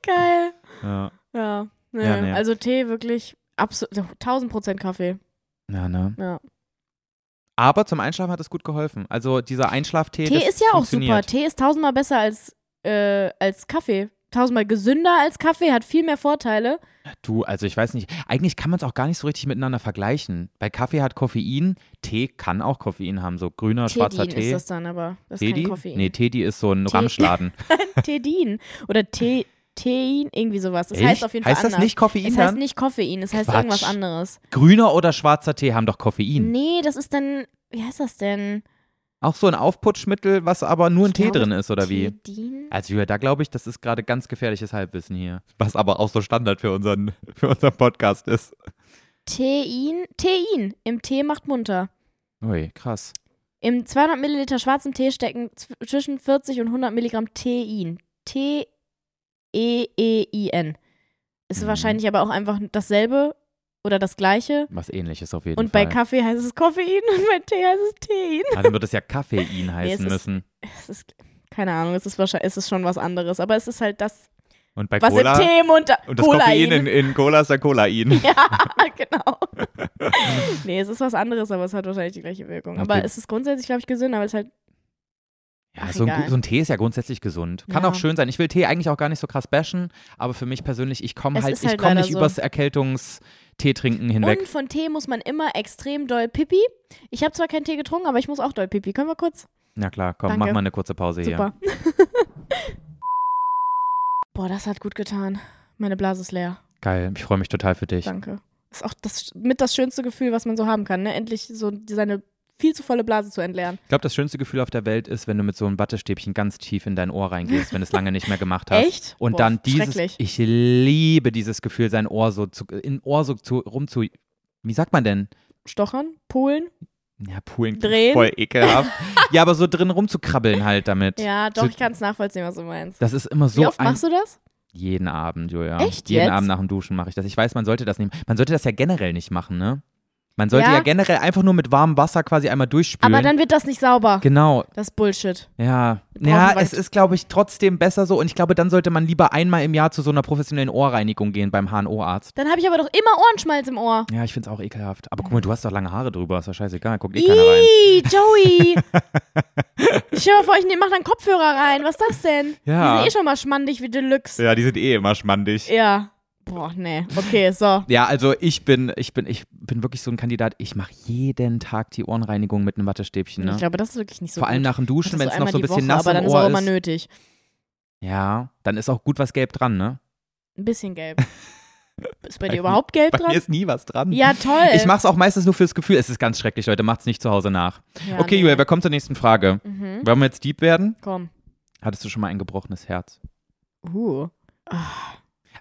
Speaker 1: Geil.
Speaker 2: Ja,
Speaker 1: Ja. Nee.
Speaker 2: Ja, nee.
Speaker 1: Also Tee wirklich absolut 1000 Prozent Kaffee.
Speaker 2: ja ne?
Speaker 1: Ja.
Speaker 2: Aber zum Einschlafen hat es gut geholfen. Also dieser Einschlaftee,
Speaker 1: Tee
Speaker 2: das
Speaker 1: ist ja auch super.
Speaker 2: funktioniert.
Speaker 1: Tee ist tausendmal besser als, äh, als Kaffee. Tausendmal gesünder als Kaffee, hat viel mehr Vorteile.
Speaker 2: Du, also ich weiß nicht, eigentlich kann man es auch gar nicht so richtig miteinander vergleichen. Weil Kaffee hat Koffein, Tee kann auch Koffein haben, so grüner, schwarzer
Speaker 1: Tedin ist
Speaker 2: Tee.
Speaker 1: das dann aber. Das ist kein
Speaker 2: Teddy?
Speaker 1: Koffein.
Speaker 2: Nee, Teddy ist so ein
Speaker 1: Tee-
Speaker 2: Ramschladen.
Speaker 1: Tedin. Oder Te Tein, irgendwie sowas. <laughs> Das
Speaker 2: Echt?
Speaker 1: heißt auf jeden
Speaker 2: heißt
Speaker 1: Fall
Speaker 2: das
Speaker 1: anders.
Speaker 2: nicht Koffein
Speaker 1: es heißt
Speaker 2: dann?
Speaker 1: nicht Koffein, es heißt
Speaker 2: Quatsch.
Speaker 1: irgendwas anderes.
Speaker 2: Grüner oder schwarzer Tee haben doch Koffein.
Speaker 1: Nee, das ist dann wie heißt das denn?
Speaker 2: Auch so ein Aufputschmittel, was aber nur in
Speaker 1: Ich
Speaker 2: Tee
Speaker 1: glaube,
Speaker 2: drin ist, oder wie?
Speaker 1: Tidin?
Speaker 2: Also Julia, da glaube ich, das ist gerade ganz gefährliches Halbwissen hier. Was aber auch so Standard für
Speaker 1: <laughs>
Speaker 2: unseren, für unseren Podcast ist.
Speaker 1: Tein? Tein. Im Tee macht munter.
Speaker 2: Ui, krass.
Speaker 1: Im 200 Milliliter schwarzem Tee stecken zw- zwischen 40 und 100 Milligramm Tein. T-E-E-I-N. Ist
Speaker 2: Mhm.
Speaker 1: wahrscheinlich aber auch einfach dasselbe oder das gleiche.
Speaker 2: Was ähnliches auf jeden
Speaker 1: Und bei
Speaker 2: Fall.
Speaker 1: Kaffee heißt es Koffein <laughs> und bei Tee heißt es Tein.
Speaker 2: Ah, dann wird es ja
Speaker 1: <laughs>
Speaker 2: Kaffein
Speaker 1: es
Speaker 2: heißen
Speaker 1: ist-
Speaker 2: müssen.
Speaker 1: Es ist, keine Ahnung, es ist wahrscheinlich, es ist schon was anderes, aber es ist halt das,
Speaker 2: Und bei
Speaker 1: was
Speaker 2: Cola.
Speaker 1: im Tee munter.
Speaker 2: Und das Koffein in, in Cola ist ja Colain.
Speaker 1: <laughs> Ja,
Speaker 2: <laughs>
Speaker 1: genau. nee, es ist was anderes, aber es hat wahrscheinlich die gleiche Wirkung. Aber
Speaker 2: Okay.
Speaker 1: es ist grundsätzlich, glaube ich, gesünder, weil es halt.
Speaker 2: Ja,
Speaker 1: Ach,
Speaker 2: so ein,
Speaker 1: egal.
Speaker 2: gu- so ein Tee ist ja grundsätzlich gesund. Kann
Speaker 1: Ja.
Speaker 2: auch schön sein. Ich will Tee eigentlich auch gar nicht so krass bashen, aber für mich persönlich, ich komme
Speaker 1: Es
Speaker 2: halt,
Speaker 1: ist
Speaker 2: ich
Speaker 1: halt
Speaker 2: komme
Speaker 1: leider
Speaker 2: nicht
Speaker 1: so.
Speaker 2: übers Erkältungsteetrinken hinweg.
Speaker 1: Und von Tee muss man immer extrem doll pipi. Ich habe zwar keinen Tee getrunken, aber ich muss auch doll pipi. Können wir kurz?
Speaker 2: Na klar, komm,
Speaker 1: Danke.
Speaker 2: mach mal eine kurze Pause hier.
Speaker 1: Super. <laughs> Boah, das hat gut getan. Meine Blase ist leer.
Speaker 2: Geil, ich freue mich total für dich.
Speaker 1: Danke. Ist auch das, mit das schönste Gefühl, was man so haben kann, ne? Endlich so seine viel zu volle Blase zu entleeren.
Speaker 2: Ich glaube, das schönste Gefühl auf der Welt ist, wenn du mit so einem Wattestäbchen ganz tief in dein Ohr reingehst, wenn du es lange nicht mehr gemacht hast.
Speaker 1: Echt?
Speaker 2: Und
Speaker 1: Boah,
Speaker 2: dann dieses,
Speaker 1: Schrecklich.
Speaker 2: ich liebe dieses Gefühl, sein Ohr so zu, in Ohr so zu, rum zu, wie sagt man denn?
Speaker 1: Stochern, Polen.
Speaker 2: Ja, Poolen klingt
Speaker 1: Drehen?
Speaker 2: voll
Speaker 1: <laughs>
Speaker 2: ekelhaft. ja, aber so drin rumzukrabbeln halt damit.
Speaker 1: Ja,
Speaker 2: So-
Speaker 1: doch, ich kann es nachvollziehen, was du meinst.
Speaker 2: Das ist immer so
Speaker 1: Wie oft
Speaker 2: ein
Speaker 1: machst du das?
Speaker 2: jeden Abend, Julia.
Speaker 1: Echt
Speaker 2: Jeden
Speaker 1: jetzt?
Speaker 2: Abend nach dem Duschen mache ich das. Ich weiß, man sollte das nicht. Man sollte das ja generell nicht machen, ne? Man sollte ja,
Speaker 1: Ja.
Speaker 2: generell einfach nur mit warmem Wasser quasi einmal durchspülen.
Speaker 1: Aber dann wird das nicht sauber.
Speaker 2: genau,
Speaker 1: Das ist Bullshit.
Speaker 2: ja.
Speaker 1: Wir
Speaker 2: Ja,
Speaker 1: brauchen
Speaker 2: es
Speaker 1: weit-
Speaker 2: ist, glaube ich, trotzdem besser so. Und ich glaube, dann sollte man lieber einmal im Jahr zu so einer professionellen Ohrreinigung gehen beim HNO-Arzt.
Speaker 1: Dann habe ich aber doch immer Ohrenschmalz im Ohr.
Speaker 2: Ja, ich finde es auch ekelhaft. Aber guck mal, du hast doch lange Haare drüber. Ist doch scheißegal. Guckt eh keiner rein.
Speaker 1: Ih,
Speaker 2: <laughs>
Speaker 1: Joey. ich stell mal vor, ich mach da einen Kopfhörer rein. Was ist das denn?
Speaker 2: Ja.
Speaker 1: Die sind eh schon mal schmandig wie Deluxe.
Speaker 2: Ja, die sind eh immer schmandig.
Speaker 1: Ja. Boah, nee. Okay, so.
Speaker 2: Ja, also ich bin, ich bin, ich bin wirklich so ein Kandidat. Ich mache jeden Tag die Ohrenreinigung mit einem Wattestäbchen. Ne?
Speaker 1: Ich glaube, das ist wirklich nicht so
Speaker 2: Vor allem
Speaker 1: gut.
Speaker 2: nach dem Duschen, wenn
Speaker 1: Mach das
Speaker 2: es
Speaker 1: so
Speaker 2: noch so ein
Speaker 1: einmal die
Speaker 2: bisschen
Speaker 1: Woche,
Speaker 2: nass
Speaker 1: Aber
Speaker 2: im
Speaker 1: dann ist auch
Speaker 2: Ohr
Speaker 1: immer
Speaker 2: ist.
Speaker 1: nötig.
Speaker 2: Ja, dann ist auch gut was gelb dran, ne?
Speaker 1: Ein
Speaker 2: <laughs>
Speaker 1: bisschen gelb. Ist
Speaker 2: Bei
Speaker 1: bei
Speaker 2: mir-
Speaker 1: dir überhaupt gelb dran?
Speaker 2: ist nie was dran.
Speaker 1: Ja, äh. toll.
Speaker 2: Ich mach's auch meistens nur fürs Gefühl. Es ist ganz schrecklich, Leute. Macht's nicht zu Hause nach.
Speaker 1: Ja,
Speaker 2: okay,
Speaker 1: nee.
Speaker 2: Julia, wir kommen zur nächsten Frage.
Speaker 1: Mhm.
Speaker 2: Wollen wir jetzt deep werden?
Speaker 1: Komm.
Speaker 2: Hattest du schon mal ein gebrochenes Herz?
Speaker 1: Uh.
Speaker 2: Also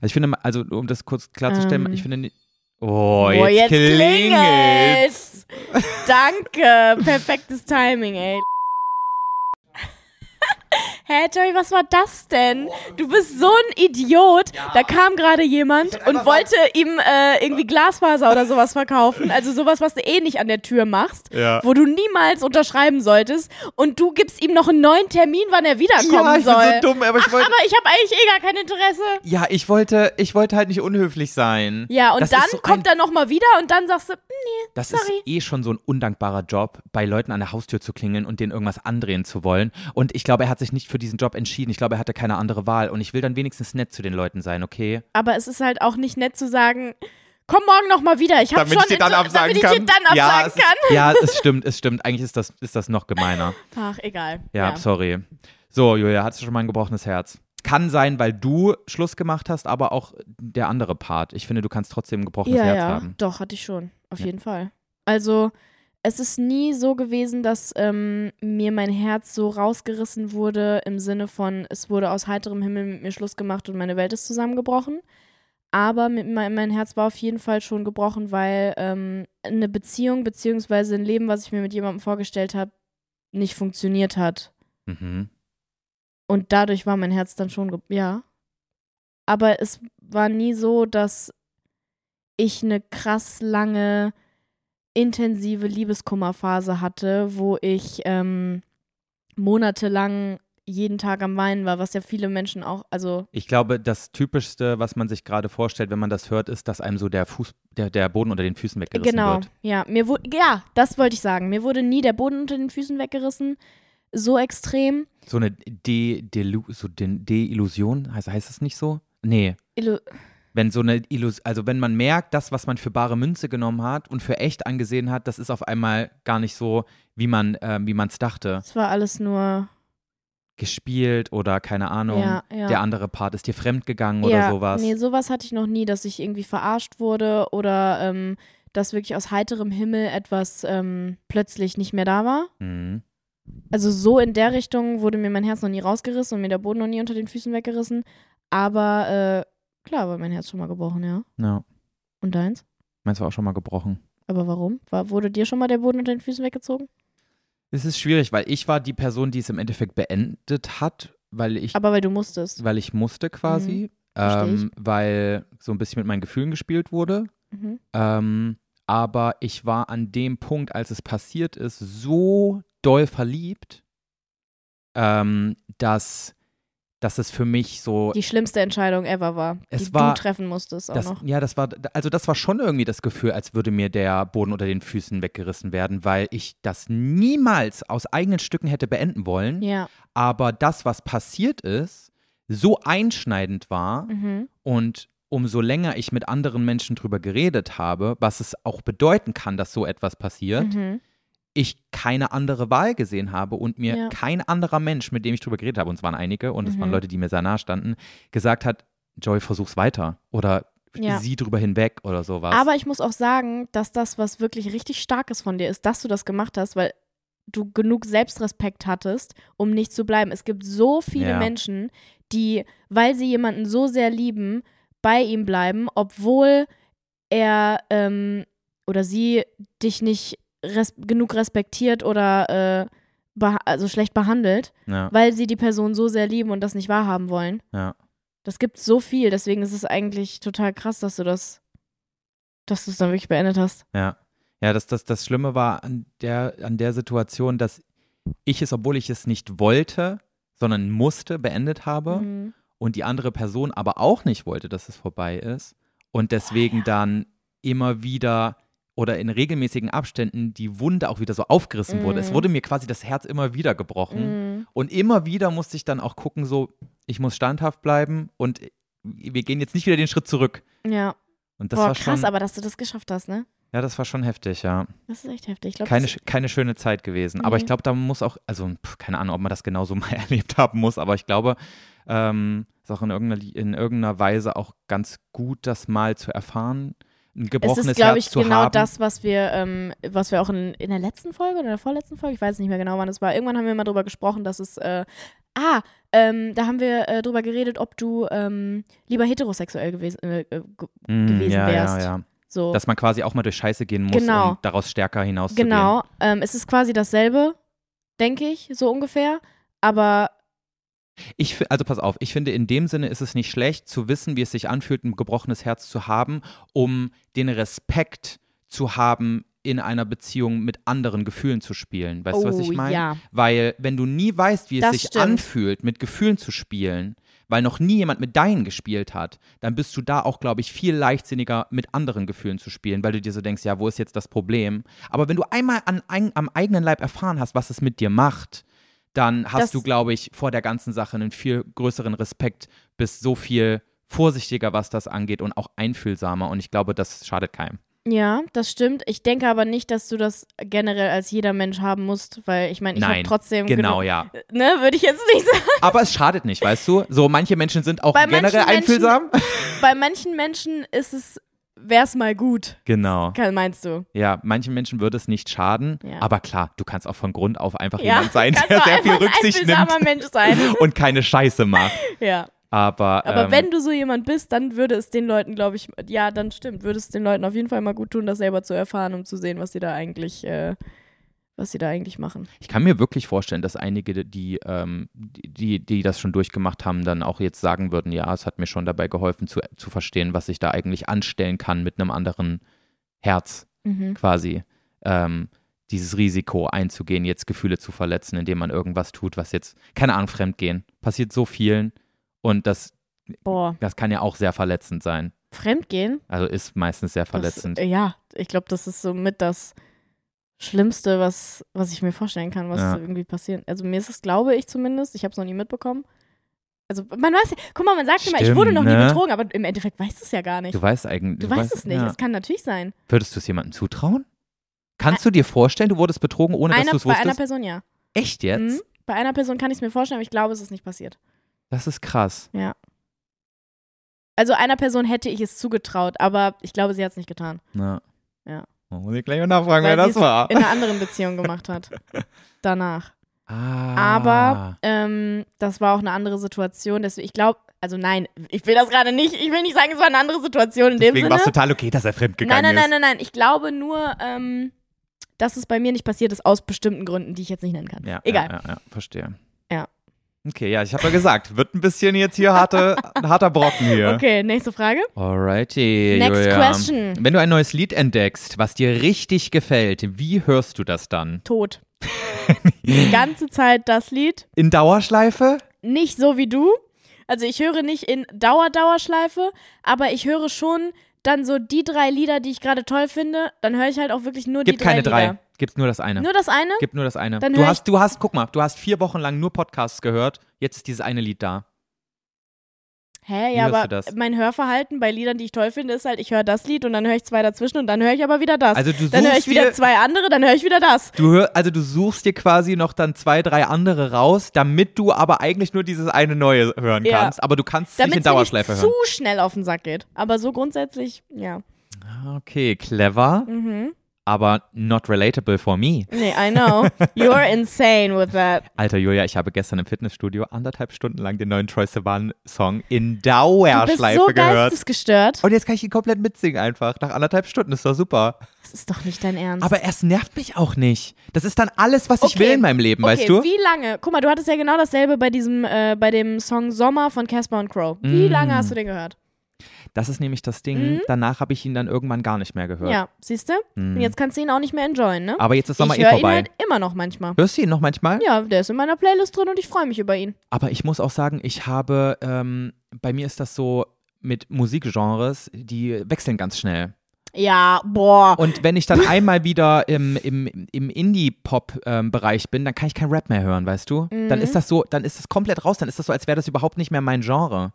Speaker 2: ich finde, also um das kurz klarzustellen,
Speaker 1: Ähm.
Speaker 2: ich finde. ni- Oh,
Speaker 1: Boah,
Speaker 2: jetzt, klingelt's.
Speaker 1: klingelt's. Danke. Perfektes Timing, ey. <laughs> Hä, Joey, was war das denn? Du bist so ein Idiot. Da kam gerade jemand und wollte ihm äh, irgendwie Glasfaser oder sowas verkaufen. Also sowas, was du eh nicht an der Tür machst, wo du niemals unterschreiben solltest. Und du gibst ihm noch einen neuen Termin, wann er wiederkommen
Speaker 2: Ja, ich
Speaker 1: soll.
Speaker 2: bin so dumm, aber ich wollte.
Speaker 1: Aber ich habe eigentlich eh gar kein Interesse.
Speaker 2: Ja, ich wollte, ich wollte halt nicht unhöflich sein.
Speaker 1: Ja, und
Speaker 2: Das ist
Speaker 1: dann
Speaker 2: so ein-
Speaker 1: kommt er nochmal wieder und dann sagst du,
Speaker 2: Das
Speaker 1: Sorry.
Speaker 2: ist eh schon so ein undankbarer Job, bei Leuten an der Haustür zu klingeln und denen irgendwas andrehen zu wollen. Und ich glaube, er hat sich nicht für diesen Job entschieden. Ich glaube, er hatte keine andere Wahl. Und ich will dann wenigstens nett zu den Leuten sein, okay?
Speaker 1: Aber es ist halt auch nicht nett zu sagen, komm morgen nochmal wieder. Ich hab
Speaker 2: damit
Speaker 1: schon
Speaker 2: ich dir dann
Speaker 1: Inter-
Speaker 2: absagen
Speaker 1: damit
Speaker 2: kann.
Speaker 1: ich dir dann
Speaker 2: ja, es
Speaker 1: absagen kann.
Speaker 2: Ist, ja, es stimmt, es stimmt. Eigentlich ist das, ist das noch gemeiner.
Speaker 1: Ach, egal.
Speaker 2: Ja, sorry. So, Julia, hattest du schon mal ein gebrochenes Herz? Kann sein, weil du Schluss gemacht hast, aber auch der andere Part. Ich finde, du kannst trotzdem ein gebrochenes
Speaker 1: ja,
Speaker 2: Herz
Speaker 1: ja.
Speaker 2: haben.
Speaker 1: Doch, hatte ich schon. Auf
Speaker 2: Ja.
Speaker 1: jeden Fall. Also, es ist nie so gewesen, dass ähm, mir mein Herz so rausgerissen wurde, im Sinne von, es wurde aus heiterem Himmel mit mir Schluss gemacht und meine Welt ist zusammengebrochen. Aber mit mein, mein Herz war auf jeden Fall schon gebrochen, weil ähm, eine Beziehung beziehungsweise ein Leben, was ich mir mit jemandem vorgestellt habe, nicht funktioniert hat.
Speaker 2: Mhm.
Speaker 1: Und dadurch war mein Herz dann schon, ge- ja. Aber es war nie so, dass ich eine krass lange, intensive Liebeskummerphase hatte, wo ich ähm, monatelang jeden Tag am Weinen war, was ja viele Menschen auch, also
Speaker 2: Ich glaube, das Typischste, was man sich gerade vorstellt, wenn man das hört, ist, dass einem so der Fuß, der, der Boden unter den Füßen weggerissen
Speaker 1: genau,
Speaker 2: wird.
Speaker 1: ja, mir wurde, ja, das wollte ich sagen. Mir wurde nie der Boden unter den Füßen weggerissen, so extrem.
Speaker 2: So eine De Delu so De Deillusion, heißt, heißt das nicht so? Nee.
Speaker 1: Illu
Speaker 2: Wenn so eine Illusion, also wenn man merkt, das, was man für bare Münze genommen hat und für echt angesehen hat, das ist auf einmal gar nicht so, wie man ähm, wie man es dachte.
Speaker 1: es war alles nur,
Speaker 2: Gespielt oder keine Ahnung.
Speaker 1: ja, ja.
Speaker 2: Der andere Part ist dir fremd gegangen oder sowas.
Speaker 1: Nee, sowas hatte ich noch nie, dass ich irgendwie verarscht wurde oder ähm, dass wirklich aus heiterem Himmel etwas ähm, plötzlich nicht mehr da war.
Speaker 2: Mhm.
Speaker 1: Also so in der Richtung wurde mir mein Herz noch nie rausgerissen und mir der Boden noch nie unter den Füßen weggerissen. Aber äh, klar war mein Herz schon mal gebrochen, ja.
Speaker 2: Ja.
Speaker 1: Und deins?
Speaker 2: Meins war auch schon mal gebrochen.
Speaker 1: Aber warum? War, wurde dir schon mal der Boden unter den Füßen weggezogen?
Speaker 2: Es ist schwierig, weil ich war die Person, die es im Endeffekt beendet hat, weil ich,
Speaker 1: Aber weil du musstest.
Speaker 2: weil ich musste quasi,
Speaker 1: Mhm, versteh ich.
Speaker 2: ähm, weil so ein bisschen mit meinen Gefühlen gespielt wurde.
Speaker 1: Mhm.
Speaker 2: Ähm, aber ich war an dem Punkt, als es passiert ist, so doll verliebt, ähm, dass, dass es für mich so.
Speaker 1: Die schlimmste Entscheidung ever war,
Speaker 2: Es
Speaker 1: die
Speaker 2: war-
Speaker 1: du treffen musstest auch
Speaker 2: Das,
Speaker 1: noch.
Speaker 2: ja, das war, also das war schon irgendwie das Gefühl, als würde mir der Boden unter den Füßen weggerissen werden, weil ich das niemals aus eigenen Stücken hätte beenden wollen.
Speaker 1: Ja.
Speaker 2: Aber das, was passiert ist, so einschneidend war,
Speaker 1: Mhm.
Speaker 2: Und umso länger ich mit anderen Menschen drüber geredet habe, was es auch bedeuten kann, dass so etwas passiert,
Speaker 1: Mhm.
Speaker 2: ich keine andere Wahl gesehen habe und mir
Speaker 1: Ja.
Speaker 2: kein anderer Mensch, mit dem ich drüber geredet habe, und es waren einige und es waren
Speaker 1: Mhm.
Speaker 2: Leute, die mir sehr nahe standen, gesagt hat, Joy, versuch's weiter oder
Speaker 1: Ja.
Speaker 2: sieh drüber hinweg oder sowas.
Speaker 1: Aber ich muss auch sagen, dass das was wirklich richtig Starkes von dir ist, dass du das gemacht hast, weil du genug Selbstrespekt hattest, um nicht zu bleiben. Es gibt so viele
Speaker 2: Ja.
Speaker 1: Menschen, die, weil sie jemanden so sehr lieben, bei ihm bleiben, obwohl er ähm, oder sie dich nicht res genug respektiert oder äh, beha- also schlecht behandelt,
Speaker 2: ja,
Speaker 1: weil sie die Person so sehr lieben und das nicht wahrhaben wollen.
Speaker 2: ja.
Speaker 1: Das gibt so viel, deswegen ist es eigentlich total krass, dass du das, dass du es dann wirklich beendet hast.
Speaker 2: Ja, ja das, das, das Schlimme war an der, an der Situation, dass ich es, obwohl ich es nicht wollte, sondern musste, beendet habe.
Speaker 1: Mhm.
Speaker 2: und die andere Person aber auch nicht wollte, dass es vorbei ist und
Speaker 1: Ah,
Speaker 2: deswegen dann immer wieder oder in regelmäßigen Abständen die Wunde auch wieder so aufgerissen wurde.
Speaker 1: Mhm.
Speaker 2: Es wurde mir quasi das Herz immer wieder gebrochen
Speaker 1: Mhm.
Speaker 2: und immer wieder musste ich dann auch gucken, so ich muss standhaft bleiben und wir gehen jetzt nicht wieder den Schritt zurück.
Speaker 1: Ja.
Speaker 2: Und das
Speaker 1: Boah,
Speaker 2: war
Speaker 1: krass,
Speaker 2: schon,
Speaker 1: aber dass du das geschafft hast, ne?
Speaker 2: ja, das war schon heftig, ja.
Speaker 1: Das ist echt heftig. Ich glaub,
Speaker 2: Keine,
Speaker 1: das, Mhm.
Speaker 2: sch- keine schöne Zeit gewesen. Aber
Speaker 1: Nee.
Speaker 2: ich glaube, da muss auch, also pff, keine Ahnung, ob man das genauso <laughs> mal erlebt haben muss, aber ich glaube, ähm, ist auch in irgendeiner, Li- in irgendeiner Weise auch ganz gut, das mal zu erfahren. Ein
Speaker 1: es
Speaker 2: gebrochenes
Speaker 1: ist,
Speaker 2: Herz
Speaker 1: glaube ich,
Speaker 2: zu
Speaker 1: genau
Speaker 2: haben.
Speaker 1: das, was wir, ähm, was wir auch in, in der letzten Folge oder der vorletzten Folge, ich weiß nicht mehr genau, wann es war. Irgendwann haben wir mal drüber gesprochen, dass es, äh, ah, ähm, da haben wir äh, drüber geredet, ob du ähm, lieber heterosexuell gewesen, äh, äh, ge-
Speaker 2: Mm,
Speaker 1: gewesen
Speaker 2: ja,
Speaker 1: wärst.
Speaker 2: Ja, ja.
Speaker 1: so.
Speaker 2: Dass man quasi auch mal durch Scheiße gehen muss,
Speaker 1: Genau.
Speaker 2: um daraus stärker hinauszugehen.
Speaker 1: Genau, ähm, es ist quasi dasselbe, denke ich, so ungefähr. Aber
Speaker 2: Ich, fi- also pass auf, ich finde, in dem Sinne ist es nicht schlecht, zu wissen, wie es sich anfühlt, ein gebrochenes Herz zu haben, um den Respekt zu haben, in einer Beziehung mit anderen Gefühlen zu spielen. Weißt du, was
Speaker 1: Oh,
Speaker 2: ich meine?
Speaker 1: ja.
Speaker 2: Weil, wenn du nie weißt, wie es
Speaker 1: Das
Speaker 2: sich
Speaker 1: stimmt.
Speaker 2: anfühlt, mit Gefühlen zu spielen, weil noch nie jemand mit deinen gespielt hat, dann bist du da auch, glaube ich, viel leichtsinniger, mit anderen Gefühlen zu spielen, weil du dir so denkst, ja, wo ist jetzt das Problem? Aber wenn du einmal an, ein, am eigenen Leib erfahren hast, was es mit dir macht, dann hast
Speaker 1: Das-
Speaker 2: du, glaube ich, vor der ganzen Sache einen viel größeren Respekt, bist so viel vorsichtiger, was das angeht und auch einfühlsamer. Und ich glaube, das schadet keinem.
Speaker 1: Ja, das stimmt. Ich denke aber nicht, dass du das generell als jeder Mensch haben musst, weil ich meine, ich habe
Speaker 2: Nein,
Speaker 1: trotzdem
Speaker 2: genau,
Speaker 1: genug-
Speaker 2: ja.
Speaker 1: ne, würde ich jetzt nicht <laughs> sagen.
Speaker 2: Aber es schadet nicht, weißt du? So, manche Menschen sind auch
Speaker 1: Bei manchen
Speaker 2: generell
Speaker 1: Menschen- <laughs>
Speaker 2: einfühlsam.
Speaker 1: Bei manchen Menschen ist es wär's mal gut.
Speaker 2: Genau.
Speaker 1: Karl,
Speaker 2: <laughs>
Speaker 1: Meinst du?
Speaker 2: Ja, manchen Menschen würde es nicht schaden,
Speaker 1: Ja.
Speaker 2: aber klar, du kannst auch von Grund auf einfach
Speaker 1: Ja,
Speaker 2: jemand sein,
Speaker 1: kannst
Speaker 2: der
Speaker 1: auch
Speaker 2: sehr viel
Speaker 1: einfach
Speaker 2: Rücksicht
Speaker 1: ein
Speaker 2: nimmt
Speaker 1: einfühlsamer Mensch
Speaker 2: <laughs>
Speaker 1: sein.
Speaker 2: und keine Scheiße macht.
Speaker 1: Ja.
Speaker 2: Aber,
Speaker 1: Aber
Speaker 2: ähm,
Speaker 1: wenn du so jemand bist, dann würde es den Leuten, glaube ich, ja, dann stimmt, würde es den Leuten auf jeden Fall mal gut tun, das selber zu erfahren, um zu sehen, was sie da eigentlich, äh, was sie da eigentlich machen.
Speaker 2: ich kann mir wirklich vorstellen, dass einige, die, ähm, die, die das schon durchgemacht haben, dann auch jetzt sagen würden, ja, es hat mir schon dabei geholfen zu, zu verstehen, was ich da eigentlich anstellen kann mit einem anderen Herz
Speaker 1: Mhm.
Speaker 2: quasi. Ähm, dieses Risiko einzugehen, jetzt Gefühle zu verletzen, indem man irgendwas tut, was jetzt, keine Ahnung, fremdgehen. Passiert so vielen und das,
Speaker 1: Boah,
Speaker 2: Das kann ja auch sehr verletzend sein.
Speaker 1: Fremdgehen?
Speaker 2: Also ist meistens sehr
Speaker 1: Das-
Speaker 2: verletzend.
Speaker 1: äh, ja, ich glaube, das ist so mit das Schlimmste, was, was ich mir vorstellen kann, was
Speaker 2: Ja.
Speaker 1: irgendwie passiert. Also mir ist es, glaube ich zumindest, ich habe es noch nie mitbekommen. Also man weiß ja, guck mal, man sagt immer, ich
Speaker 2: Stimmt,
Speaker 1: wurde noch nie
Speaker 2: ne?
Speaker 1: betrogen, aber im Endeffekt weißt du es ja gar nicht.
Speaker 2: du
Speaker 1: Du,
Speaker 2: weißt eigentlich.
Speaker 1: weißt, es nicht,
Speaker 2: ja.
Speaker 1: es kann natürlich sein.
Speaker 2: Würdest du es jemandem zutrauen? Kannst du dir vorstellen, du wurdest betrogen, ohne
Speaker 1: Einer,
Speaker 2: dass du es
Speaker 1: bei einer
Speaker 2: wusstest?
Speaker 1: Person ja.
Speaker 2: Echt jetzt?
Speaker 1: Mhm. Bei einer Person kann ich es mir vorstellen, aber ich glaube, es ist nicht passiert.
Speaker 2: Das ist krass.
Speaker 1: Also einer Person hätte ich es zugetraut, aber ich glaube, sie hat es nicht getan.
Speaker 2: Ja.
Speaker 1: Ja.
Speaker 2: Da Muss ich gleich mal nachfragen,
Speaker 1: weil
Speaker 2: wer das
Speaker 1: sie's
Speaker 2: war.
Speaker 1: in einer anderen Beziehung
Speaker 2: <laughs>
Speaker 1: gemacht hat. Danach.
Speaker 2: Ah.
Speaker 1: Aber ähm, das war auch eine andere Situation. Deswegen, ich glaube, also nein, ich will das gerade nicht, ich will nicht sagen, es war eine andere Situation in
Speaker 2: Deswegen
Speaker 1: dem
Speaker 2: war es
Speaker 1: Sinne.
Speaker 2: total okay, dass er
Speaker 1: Nein,
Speaker 2: fremdgegangen
Speaker 1: nein, nein,
Speaker 2: ist.
Speaker 1: nein, nein. Ich glaube nur, ähm, dass es bei mir nicht passiert ist, aus bestimmten Gründen, die ich jetzt nicht nennen kann.
Speaker 2: Ja,
Speaker 1: Egal.
Speaker 2: Ja, ja, ja, verstehe.
Speaker 1: Ja.
Speaker 2: Okay, ja, ich habe ja gesagt, wird ein bisschen jetzt hier harte, <laughs> ein harter Brocken hier.
Speaker 1: Okay, nächste Frage.
Speaker 2: Alrighty.
Speaker 1: Next
Speaker 2: Julia.
Speaker 1: question.
Speaker 2: Wenn du ein neues Lied entdeckst, was dir richtig gefällt, wie hörst du das dann? <laughs>
Speaker 1: Tot. Die ganze Zeit das Lied.
Speaker 2: In Dauerschleife?
Speaker 1: Nicht so wie du. Also ich höre nicht in Dauer-Dauerschleife, aber ich höre schon dann so die drei Lieder, die ich gerade toll finde. Dann höre ich halt auch wirklich nur
Speaker 2: Gibt
Speaker 1: die drei
Speaker 2: keine drei.
Speaker 1: Lieder.
Speaker 2: Gibt nur das eine.
Speaker 1: Nur das eine?
Speaker 2: Gibt nur das eine.
Speaker 1: Dann
Speaker 2: du
Speaker 1: hör ich-
Speaker 2: hast, du hast, guck mal, du hast vier Wochen lang nur Podcasts gehört. Jetzt ist dieses eine Lied da.
Speaker 1: Hä,
Speaker 2: Wie
Speaker 1: ja,
Speaker 2: hörst
Speaker 1: aber
Speaker 2: du das?
Speaker 1: mein Hörverhalten bei Liedern, die ich toll finde, ist halt, ich höre das Lied und dann höre ich zwei dazwischen und dann höre ich aber wieder das.
Speaker 2: Also du
Speaker 1: dann höre ich
Speaker 2: suchst
Speaker 1: wieder
Speaker 2: dir-
Speaker 1: zwei andere, dann höre ich wieder das.
Speaker 2: Du hör, also du suchst dir quasi noch dann zwei, drei andere raus, damit du aber eigentlich nur dieses eine neue hören
Speaker 1: Ja.
Speaker 2: kannst. Aber du kannst es nicht
Speaker 1: Damit
Speaker 2: in
Speaker 1: es mir nicht
Speaker 2: Dauerschleife
Speaker 1: zu
Speaker 2: hören.
Speaker 1: schnell auf den Sack geht. Aber so grundsätzlich, ja.
Speaker 2: Ah, Okay, clever,
Speaker 1: Mhm.
Speaker 2: aber not relatable for me.
Speaker 1: Nee,
Speaker 2: <laughs>
Speaker 1: I know. You're insane with that.
Speaker 2: Alter Julia, ich habe gestern im Fitnessstudio anderthalb Stunden lang den neuen Troy Sivan Song in
Speaker 1: Du bist
Speaker 2: Dauerschleife
Speaker 1: so
Speaker 2: gehört.
Speaker 1: geistesgestört.
Speaker 2: Und jetzt kann ich ihn komplett mitsingen einfach. Nach anderthalb Stunden ist doch super.
Speaker 1: Das ist doch nicht dein Ernst.
Speaker 2: Aber es nervt mich auch nicht. Das ist dann alles, was ich
Speaker 1: Okay.
Speaker 2: will in meinem Leben,
Speaker 1: okay,
Speaker 2: weißt du?
Speaker 1: wie lange? Guck mal, du hattest ja genau dasselbe bei diesem, äh, bei dem Song Sommer von Casper und Crow.
Speaker 2: Mhm.
Speaker 1: Wie lange hast du den gehört?
Speaker 2: Das ist nämlich das Ding. Danach habe ich ihn dann irgendwann gar nicht mehr gehört.
Speaker 1: Mhm.
Speaker 2: Mhm.
Speaker 1: Ja, siehst du? Und jetzt kannst du ihn auch nicht mehr enjoyen, ne?
Speaker 2: Aber jetzt ist Sommer
Speaker 1: ich
Speaker 2: eh
Speaker 1: höre
Speaker 2: vorbei.
Speaker 1: ihn halt immer noch manchmal.
Speaker 2: Hörst du ihn noch manchmal?
Speaker 1: Ja, der ist in meiner Playlist drin und ich freue mich über ihn.
Speaker 2: Aber ich muss auch sagen, ich habe, ähm, bei mir ist das so mit Musikgenres, die wechseln ganz schnell.
Speaker 1: Ja, boah.
Speaker 2: Und wenn ich dann einmal wieder im, im, im Indie-Pop-Bereich bin, dann kann ich kein Rap mehr hören, weißt du? Dann
Speaker 1: Mhm.
Speaker 2: ist das so, dann ist das komplett raus, dann ist das so, als wäre das überhaupt nicht mehr mein Genre.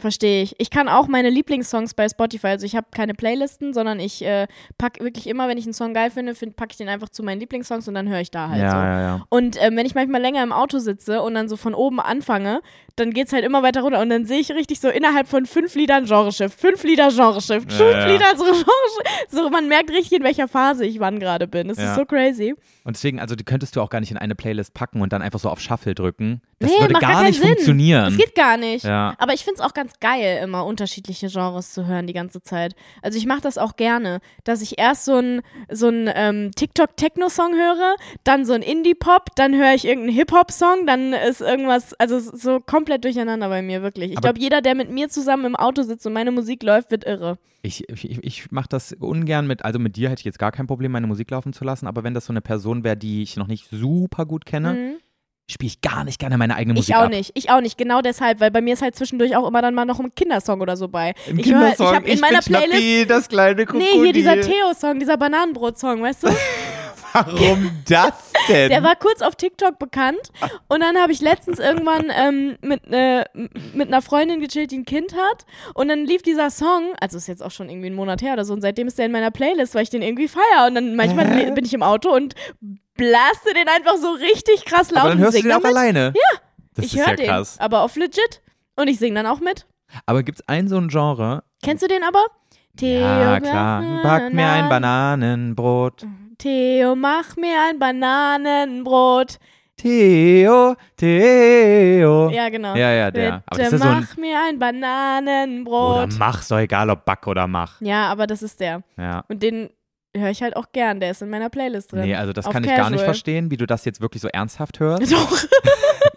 Speaker 1: Verstehe ich. Ich kann auch meine Lieblingssongs bei Spotify, also ich habe keine Playlisten, sondern ich äh, packe wirklich immer, wenn ich einen Song geil finde, find, packe ich den einfach zu meinen Lieblingssongs und dann höre ich da halt so.
Speaker 2: ja, ja.
Speaker 1: Und ähm, wenn ich manchmal länger im Auto sitze und dann so von oben anfange, dann geht's halt immer weiter runter und dann sehe ich richtig so innerhalb von fünf Liedern Genre-Shift, fünf Lieder Genre-Shift, fünf
Speaker 2: ja.
Speaker 1: Lieder so Genre-Shift. So, man merkt richtig, in welcher Phase ich wann gerade bin. Es
Speaker 2: Ja.
Speaker 1: ist so crazy.
Speaker 2: Und deswegen, also die könntest du auch gar nicht in eine Playlist packen und dann einfach so auf Shuffle drücken. Das
Speaker 1: Nee,
Speaker 2: würde
Speaker 1: macht gar
Speaker 2: gar
Speaker 1: keinen
Speaker 2: nicht
Speaker 1: Sinn.
Speaker 2: funktionieren.
Speaker 1: Das geht gar nicht.
Speaker 2: Ja.
Speaker 1: Aber ich finde es auch ganz geil, immer unterschiedliche Genres zu hören die ganze Zeit. Also ich mache das auch gerne, dass ich erst so einen so ein, ähm, TikTok-Techno-Song höre, dann so einen Indie-Pop, dann höre ich irgendeinen Hip-Hop-Song, dann ist irgendwas, also es ist so komplett durcheinander bei mir, wirklich. Ich
Speaker 2: Aber-
Speaker 1: glaube, jeder, der mit mir zusammen im Auto sitzt und meine Musik läuft, wird irre.
Speaker 2: Ich, ich, ich- ich mache das ungern mit, also mit dir hätte ich jetzt gar kein Problem, meine Musik laufen zu lassen, aber wenn das so eine Person wäre, die ich noch nicht super gut kenne, spiele ich gar nicht gerne meine eigene Musik
Speaker 1: Mhm. ich auch
Speaker 2: ab.
Speaker 1: nicht, ich auch nicht, genau deshalb, weil bei mir ist halt zwischendurch auch immer dann mal noch ein Kindersong oder so
Speaker 2: Ein
Speaker 1: bei. ich höre, ich
Speaker 2: Kindersong,
Speaker 1: habe in
Speaker 2: ich
Speaker 1: meiner
Speaker 2: bin Schnappi,
Speaker 1: Playlist
Speaker 2: das kleine Krokodil.
Speaker 1: Nee, hier dieser Theo-Song, dieser Bananenbrot-Song, weißt du?
Speaker 2: Warum das denn?
Speaker 1: Der war kurz auf TikTok bekannt.
Speaker 2: Ah.
Speaker 1: Und dann habe ich letztens irgendwann ähm, mit, äh, m- mit einer Freundin gechillt, die ein Kind hat. Und dann lief dieser Song, also ist jetzt auch schon irgendwie ein Monat her oder so. Und seitdem ist der in meiner Playlist, weil ich den irgendwie feier. Und dann manchmal li- bin ich im Auto und blaste den einfach so richtig krass laut
Speaker 2: aber dann
Speaker 1: und
Speaker 2: hörst du
Speaker 1: sing
Speaker 2: den auch
Speaker 1: damit.
Speaker 2: alleine. Ja. Das
Speaker 1: ich
Speaker 2: ist
Speaker 1: höre
Speaker 2: ja
Speaker 1: den,
Speaker 2: krass.
Speaker 1: aber auf legit. Und ich sing dann auch mit.
Speaker 2: Aber gibt es ein so ein Genre?
Speaker 1: Kennst du den aber? Theo,
Speaker 2: ja, klar. Back mir ein Bananenbrot.
Speaker 1: Mhm. Theo, mach mir ein Bananenbrot.
Speaker 2: Theo, Theo.
Speaker 1: Ja, genau.
Speaker 2: Oh. Ja, ja, der. Aber
Speaker 1: Bitte
Speaker 2: das ist ja so ein-
Speaker 1: mach mir ein
Speaker 2: Oder
Speaker 1: Bananenbrot.
Speaker 2: mach, so egal ob back oder mach.
Speaker 1: Ja, aber das ist der.
Speaker 2: Ja.
Speaker 1: Und den höre ich halt auch gern. Der ist in meiner Playlist drin.
Speaker 2: Nee, also das
Speaker 1: Auf
Speaker 2: kann ich gar nicht
Speaker 1: Casual.
Speaker 2: verstehen, wie du das jetzt wirklich so ernsthaft hörst.
Speaker 1: <laughs> Doch,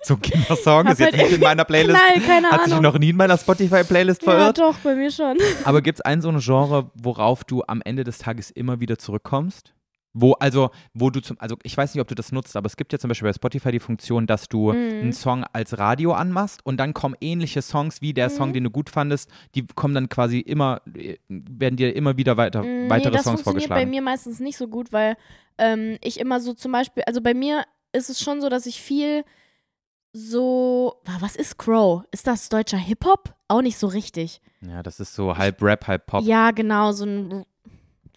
Speaker 2: So ein Kindersong
Speaker 1: Hab
Speaker 2: ist jetzt
Speaker 1: halt
Speaker 2: nicht in meiner Playlist.
Speaker 1: knall, <laughs> keine
Speaker 2: Hat sich
Speaker 1: Ahnung.
Speaker 2: noch nie in meiner Spotify-Playlist
Speaker 1: Ja,
Speaker 2: verirrt.
Speaker 1: doch, bei mir schon.
Speaker 2: Aber gibt es ein so ein Genre, worauf du am Ende des Tages immer wieder zurückkommst? Wo, also, wo du zum, also ich weiß nicht, ob du das nutzt, aber es gibt ja zum Beispiel bei Spotify die Funktion, dass
Speaker 1: Mhm.
Speaker 2: du einen Song als Radio anmachst und dann kommen ähnliche Songs wie der
Speaker 1: Mhm.
Speaker 2: Song, den du gut fandest, die kommen dann quasi immer, äh, werden dir immer wieder weiter,
Speaker 1: Mm,
Speaker 2: weitere
Speaker 1: nee,
Speaker 2: Songs
Speaker 1: das funktioniert
Speaker 2: vorgeschlagen.
Speaker 1: bei mir meistens nicht so gut, weil ähm, ich immer so zum Beispiel, also bei mir ist es schon so, dass ich viel so, Ah, was ist Crow? Ist das deutscher Hip-Hop? Auch nicht so richtig.
Speaker 2: Ja, das ist so halb Rap, halb Pop.
Speaker 1: Ja, genau, so ein,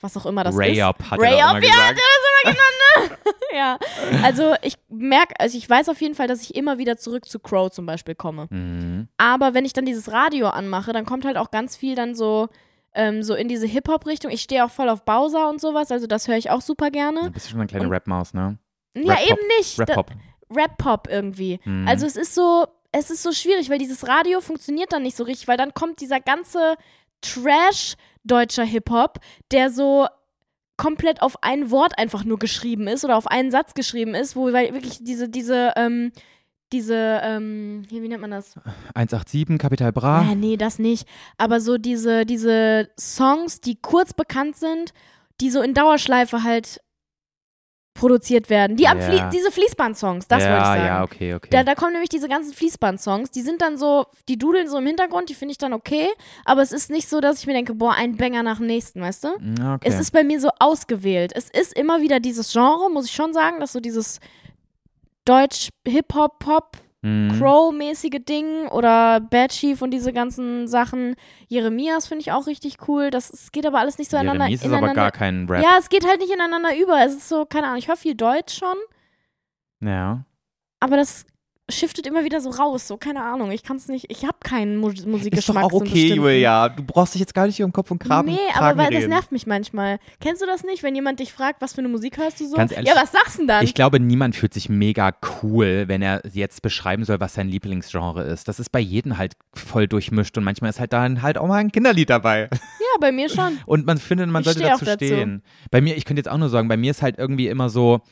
Speaker 1: was auch immer das ist.
Speaker 2: Ray-Up hat
Speaker 1: Ray
Speaker 2: er
Speaker 1: Up,
Speaker 2: doch immer
Speaker 1: ja,
Speaker 2: gesagt.
Speaker 1: <laughs> Ja, also ich merke, also ich weiß auf jeden Fall, dass ich immer wieder zurück zu Crow zum Beispiel komme.
Speaker 2: Mhm.
Speaker 1: Aber wenn ich dann dieses Radio anmache, dann kommt halt auch ganz viel dann so ähm, so in diese Hip-Hop-Richtung. Ich stehe auch voll auf Bowser und sowas, also das höre ich auch super
Speaker 2: Du
Speaker 1: gerne.
Speaker 2: bist schon eine kleine
Speaker 1: Und-
Speaker 2: Rap-Maus, ne?
Speaker 1: Ja,
Speaker 2: Rap-Pop.
Speaker 1: eben nicht. Da-
Speaker 2: Rap-Pop.
Speaker 1: Rap-Pop irgendwie.
Speaker 2: Mhm.
Speaker 1: Also es ist so, es ist so schwierig, weil dieses Radio funktioniert dann nicht so richtig, weil dann kommt dieser ganze Trash deutscher Hip-Hop, der so komplett auf ein Wort einfach nur geschrieben ist oder auf einen Satz geschrieben ist, wo weil wirklich diese, diese, ähm, diese, ähm, hier, wie nennt man das?
Speaker 2: 187, Kapital Bra.
Speaker 1: Ja, nee, das nicht. Aber so diese, diese Songs, die kurz bekannt sind, die so in Dauerschleife halt produziert werden. Die am
Speaker 2: Ja.
Speaker 1: Flie diese Fließband-Songs, das
Speaker 2: ja,
Speaker 1: wollte ich sagen.
Speaker 2: Ja, okay, okay.
Speaker 1: Da, da kommen nämlich diese ganzen Fließband-Songs, die sind dann so, die dudeln so im Hintergrund, die finde ich dann okay, aber es ist nicht so, dass ich mir denke, boah, ein Banger nach dem nächsten, weißt du?
Speaker 2: Ja, okay.
Speaker 1: Es ist bei mir so ausgewählt. Es ist immer wieder dieses Genre, muss ich schon sagen, dass so dieses Deutsch-Hip-Hop-Pop
Speaker 2: Mhm.
Speaker 1: Crow-mäßige Ding oder Bad Chief und diese ganzen Sachen. Jeremias finde ich auch richtig cool. Das es geht aber alles nicht so ineinander.
Speaker 2: Jeremies ist
Speaker 1: ineinander
Speaker 2: aber gar kein Rap.
Speaker 1: ja, es geht halt nicht ineinander über. Es ist so, keine Ahnung, ich höre viel Deutsch schon,
Speaker 2: Ja.
Speaker 1: aber das shiftet immer wieder so raus. So, keine Ahnung, ich kann es nicht, ich habe keinen Mu Musikgeschmack.
Speaker 2: Ist doch auch
Speaker 1: so einen
Speaker 2: okay,
Speaker 1: bestimmten.
Speaker 2: Julia. Du brauchst dich jetzt gar nicht hier um Kopf und Kragen
Speaker 1: nee,
Speaker 2: Kragen
Speaker 1: aber weil, das
Speaker 2: reden.
Speaker 1: nervt mich manchmal. Kennst du das nicht, wenn jemand dich fragt, was für eine Musik hörst du so?
Speaker 2: Ganz ehrlich,
Speaker 1: ja, was sagst du denn dann?
Speaker 2: Ich glaube, niemand fühlt sich mega cool, wenn er jetzt beschreiben soll, was sein Lieblingsgenre ist. Das ist bei jedem halt voll durchmischt und manchmal ist halt dann halt auch mal ein Kinderlied dabei. <laughs>
Speaker 1: ja, bei
Speaker 2: <clears throat>
Speaker 1: mir schon.
Speaker 2: Und man findet, man
Speaker 1: Ich
Speaker 2: sollte
Speaker 1: steh auch
Speaker 2: dazu
Speaker 1: dazu.
Speaker 2: stehen. Bei mir, ich könnte jetzt auch nur sagen, bei mir ist halt irgendwie immer so,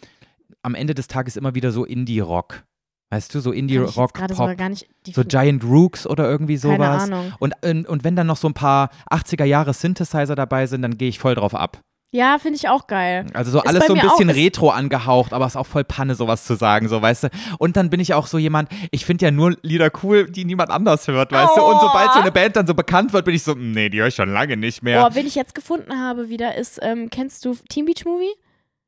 Speaker 2: am Ende des Tages immer wieder so Indie-Rock. Weißt du, so
Speaker 1: Kann ich jetzt
Speaker 2: Indie-Rock,
Speaker 1: gerade sogar
Speaker 2: Pop,
Speaker 1: gar nicht. die-
Speaker 2: so Giant Rooks oder irgendwie sowas.
Speaker 1: keine Ahnung.
Speaker 2: Und, und, und wenn dann noch so ein paar 80er-Jahre-Synthesizer dabei sind, dann gehe ich voll drauf ab.
Speaker 1: Ja, finde ich auch geil.
Speaker 2: Also so
Speaker 1: Ist
Speaker 2: alles
Speaker 1: bei
Speaker 2: so ein
Speaker 1: mir
Speaker 2: bisschen
Speaker 1: auch- ist-
Speaker 2: retro angehaucht, aber ist auch voll Panne, sowas zu sagen, so weißt du. Und dann bin ich auch so jemand, ich finde ja nur Lieder cool, die niemand anders hört, weißt du. Und
Speaker 1: Aua.
Speaker 2: sobald so eine Band dann so bekannt wird, bin ich so, nee, die höre ich schon lange nicht mehr.
Speaker 1: Boah, wen ich jetzt gefunden habe wieder ist, ähm, kennst du Teen Beach Movie?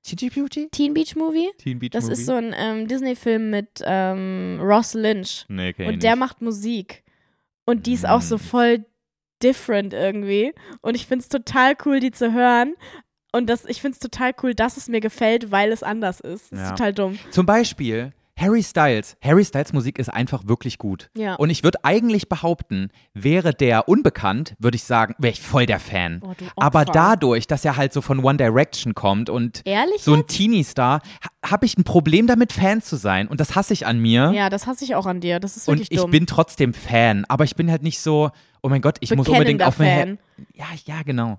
Speaker 2: Chichi Beauty?
Speaker 1: Teen Beach Movie?
Speaker 2: Teen Beach
Speaker 1: Das
Speaker 2: Movie?
Speaker 1: ist so ein ähm, Disney-Film mit ähm, Ross Lynch.
Speaker 2: Nee, kenn ich
Speaker 1: Und der
Speaker 2: nicht.
Speaker 1: macht Musik. Und die ist auch so
Speaker 2: Mm.
Speaker 1: voll different irgendwie. Und ich find's total cool, die zu hören. Und das, ich find's total cool, dass es mir gefällt, weil es anders ist. Das
Speaker 2: Ja.
Speaker 1: ist total dumm.
Speaker 2: Zum Beispiel Harry Styles. Harry Styles Musik ist einfach wirklich gut.
Speaker 1: Ja.
Speaker 2: Und ich würde eigentlich behaupten, wäre der unbekannt, würde ich sagen, wäre ich voll der Fan.
Speaker 1: Boah, du Opfer.
Speaker 2: Aber dadurch, dass er halt so von One Direction kommt und
Speaker 1: Ehrlich?
Speaker 2: so ein
Speaker 1: jetzt?
Speaker 2: Teenie-Star, habe ich ein Problem damit, Fan zu sein. Und das hasse ich an mir.
Speaker 1: Ja, das hasse ich auch an dir. Das ist
Speaker 2: und
Speaker 1: wirklich
Speaker 2: ich
Speaker 1: dumm.
Speaker 2: bin trotzdem Fan. Aber ich bin halt nicht so, oh mein Gott, ich muss unbedingt
Speaker 1: Bekennender
Speaker 2: auf eine.
Speaker 1: Fan.
Speaker 2: Ja, ja, genau.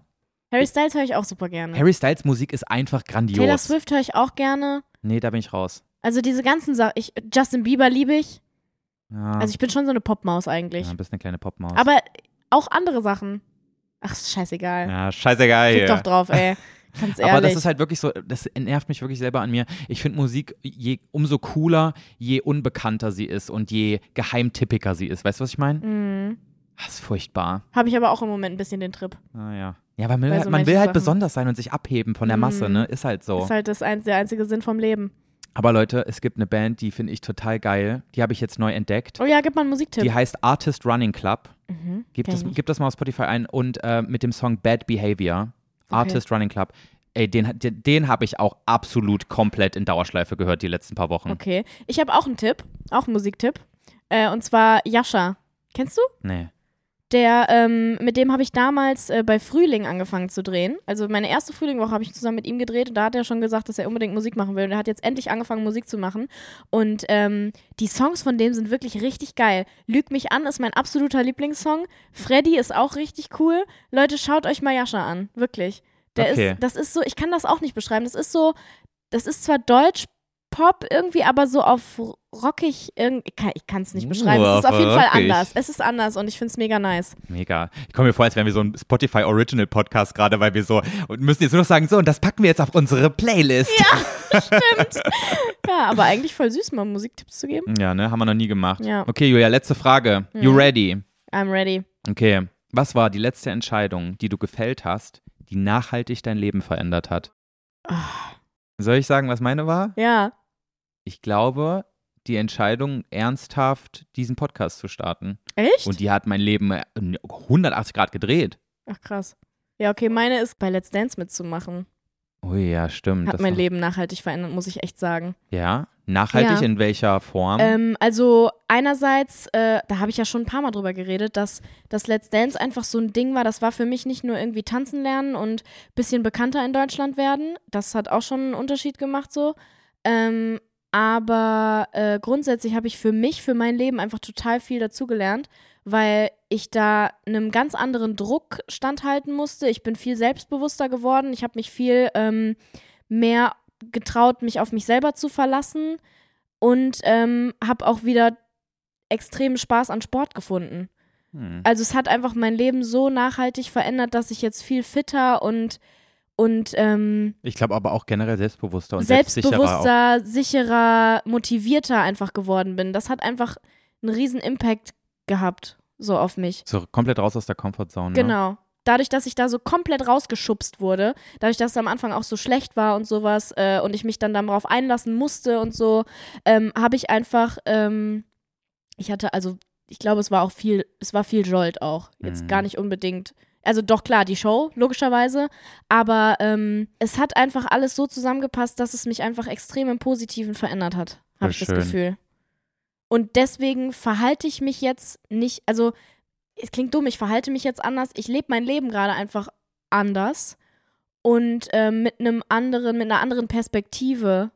Speaker 1: Harry Styles höre ich auch super gerne.
Speaker 2: Harry Styles Musik ist einfach grandios.
Speaker 1: Taylor Swift höre ich auch gerne.
Speaker 2: Nee, da bin ich raus.
Speaker 1: Also diese ganzen Sachen. Ich, Justin Bieber liebe ich.
Speaker 2: Ja,
Speaker 1: Also ich bin schon so eine Popmaus eigentlich.
Speaker 2: Ah. ja, bist eine kleine Popmaus.
Speaker 1: Aber auch andere Sachen. Ach, ist scheißegal.
Speaker 2: ja, scheißegal.
Speaker 1: Fick doch drauf, ey. Ganz ehrlich.
Speaker 2: Aber das ist halt wirklich so, das nervt mich wirklich selber an mir. Ich finde Musik je umso cooler, je unbekannter sie ist und je geheimtippiger sie ist. Weißt du, was ich meine?
Speaker 1: mhm.
Speaker 2: Das Ah, ist furchtbar.
Speaker 1: Habe ich aber auch im Moment ein bisschen den Trip.
Speaker 2: Ah, ja. Ja, weil man,
Speaker 1: Bei
Speaker 2: will
Speaker 1: so
Speaker 2: halt- man will
Speaker 1: manchen
Speaker 2: halt
Speaker 1: Sachen.
Speaker 2: besonders sein und sich abheben von der Masse,
Speaker 1: Mhm.
Speaker 2: ne? Ist halt so.
Speaker 1: Ist halt das ein, der einzige Sinn vom Leben.
Speaker 2: Aber Leute, es gibt eine Band, die finde ich total geil. Die habe ich jetzt neu entdeckt.
Speaker 1: Oh ja, gib mal einen Musiktipp.
Speaker 2: Die heißt Artist Running Club.
Speaker 1: mhm.
Speaker 2: Gib
Speaker 1: Kenn
Speaker 2: das,
Speaker 1: ich nicht.
Speaker 2: gib das mal auf Spotify ein und äh, mit dem Song Bad Behavior. Artist Running Club. Ey, den, hat- den, den habe ich auch absolut komplett in Dauerschleife gehört die letzten paar Wochen.
Speaker 1: Okay. Ich habe auch einen Tipp. Auch einen Musiktipp. Äh, und zwar Yasha. Kennst du?
Speaker 2: Nee.
Speaker 1: Der, ähm, mit dem habe ich damals äh, bei Frühling angefangen zu drehen. Also meine erste Frühlingwoche habe ich zusammen mit ihm gedreht und da hat er schon gesagt, dass er unbedingt Musik machen will. Und er hat jetzt endlich angefangen, Musik zu machen. Und ähm, die Songs von dem sind wirklich richtig geil. Lüg mich an ist mein absoluter Lieblingssong. Freddy ist auch richtig cool. Leute, schaut euch mal Jascha an. Wirklich. Der
Speaker 2: Okay.
Speaker 1: ist, das ist so, ich kann das auch nicht beschreiben. Das ist so, das ist zwar Deutsch, Pop irgendwie, aber so auf rockig, irgendwie, ich kann- ich kann es nicht beschreiben.
Speaker 2: Uh,
Speaker 1: es ist auf jeden Fall
Speaker 2: rockig.
Speaker 1: anders. Es ist anders und ich finde es mega nice.
Speaker 2: Mega. Ich komme mir vor, als wären wir so ein Spotify Original Podcast gerade, weil wir so und müssen jetzt nur noch sagen, so und das packen wir jetzt auf unsere Playlist.
Speaker 1: Ja, aber eigentlich voll süß, mal Musiktipps zu geben.
Speaker 2: Ja, ne, haben wir noch nie gemacht.
Speaker 1: Ja.
Speaker 2: Okay, Julia, letzte Frage. You ready?
Speaker 1: I'm ready.
Speaker 2: Okay. Was war die letzte Entscheidung, die du gefällt hast, die nachhaltig dein Leben verändert hat?
Speaker 1: Ah.
Speaker 2: Soll ich sagen, was meine war?
Speaker 1: Ja.
Speaker 2: Ich glaube, die Entscheidung, ernsthaft diesen Podcast zu starten.
Speaker 1: Echt?
Speaker 2: Und die hat mein Leben äh, 180 Grad gedreht.
Speaker 1: Ach krass. Ja, okay, meine ist bei Let's Dance mitzumachen.
Speaker 2: Oh ja, stimmt.
Speaker 1: Hat
Speaker 2: Das
Speaker 1: mein
Speaker 2: war-
Speaker 1: Leben nachhaltig verändert, muss ich echt sagen.
Speaker 2: Ja, Nachhaltig
Speaker 1: Ja.
Speaker 2: in welcher Form?
Speaker 1: Ähm, also einerseits, äh, da habe ich ja schon ein paar Mal drüber geredet, dass das Let's Dance einfach so ein Ding war. Das war für mich nicht nur irgendwie tanzen lernen und bisschen bekannter in Deutschland werden. Das hat auch schon einen Unterschied gemacht so. Ähm, aber äh, grundsätzlich habe ich für mich, für mein Leben einfach total viel dazugelernt, weil ich da einem ganz anderen Druck standhalten musste. Ich bin viel selbstbewusster geworden. Ich habe mich viel ähm, mehr getraut, mich auf mich selber zu verlassen und ähm, habe auch wieder extremen Spaß an Sport gefunden.
Speaker 2: Hm.
Speaker 1: Also es hat einfach mein Leben so nachhaltig verändert, dass ich jetzt viel fitter und und ähm,
Speaker 2: Ich glaube aber auch generell selbstbewusster und selbstsicherer. Auch.
Speaker 1: selbstbewusster, sicherer, motivierter einfach geworden bin. Das hat einfach einen riesen Impact gehabt so auf mich.
Speaker 2: So komplett raus aus der Comfortzone. Ne?
Speaker 1: Genau. Dadurch, dass ich da so komplett rausgeschubst wurde, dadurch, dass es am Anfang auch so schlecht war und sowas äh, und ich mich dann darauf einlassen musste und so, ähm, habe ich einfach, ähm, ich hatte also, ich glaube, es war auch viel, es war viel Jolt auch. Jetzt
Speaker 2: Mhm.
Speaker 1: gar nicht unbedingt. Also doch klar, die Show, logischerweise. Aber ähm, es hat einfach alles so zusammengepasst, dass es mich einfach extrem im Positiven verändert hat,
Speaker 2: Voll
Speaker 1: habe ich das
Speaker 2: schön.
Speaker 1: Gefühl. Und deswegen verhalte ich mich jetzt nicht, also es klingt dumm, ich verhalte mich jetzt anders, ich lebe mein Leben gerade einfach anders und ähm, mit einem anderen, mit einer anderen Perspektive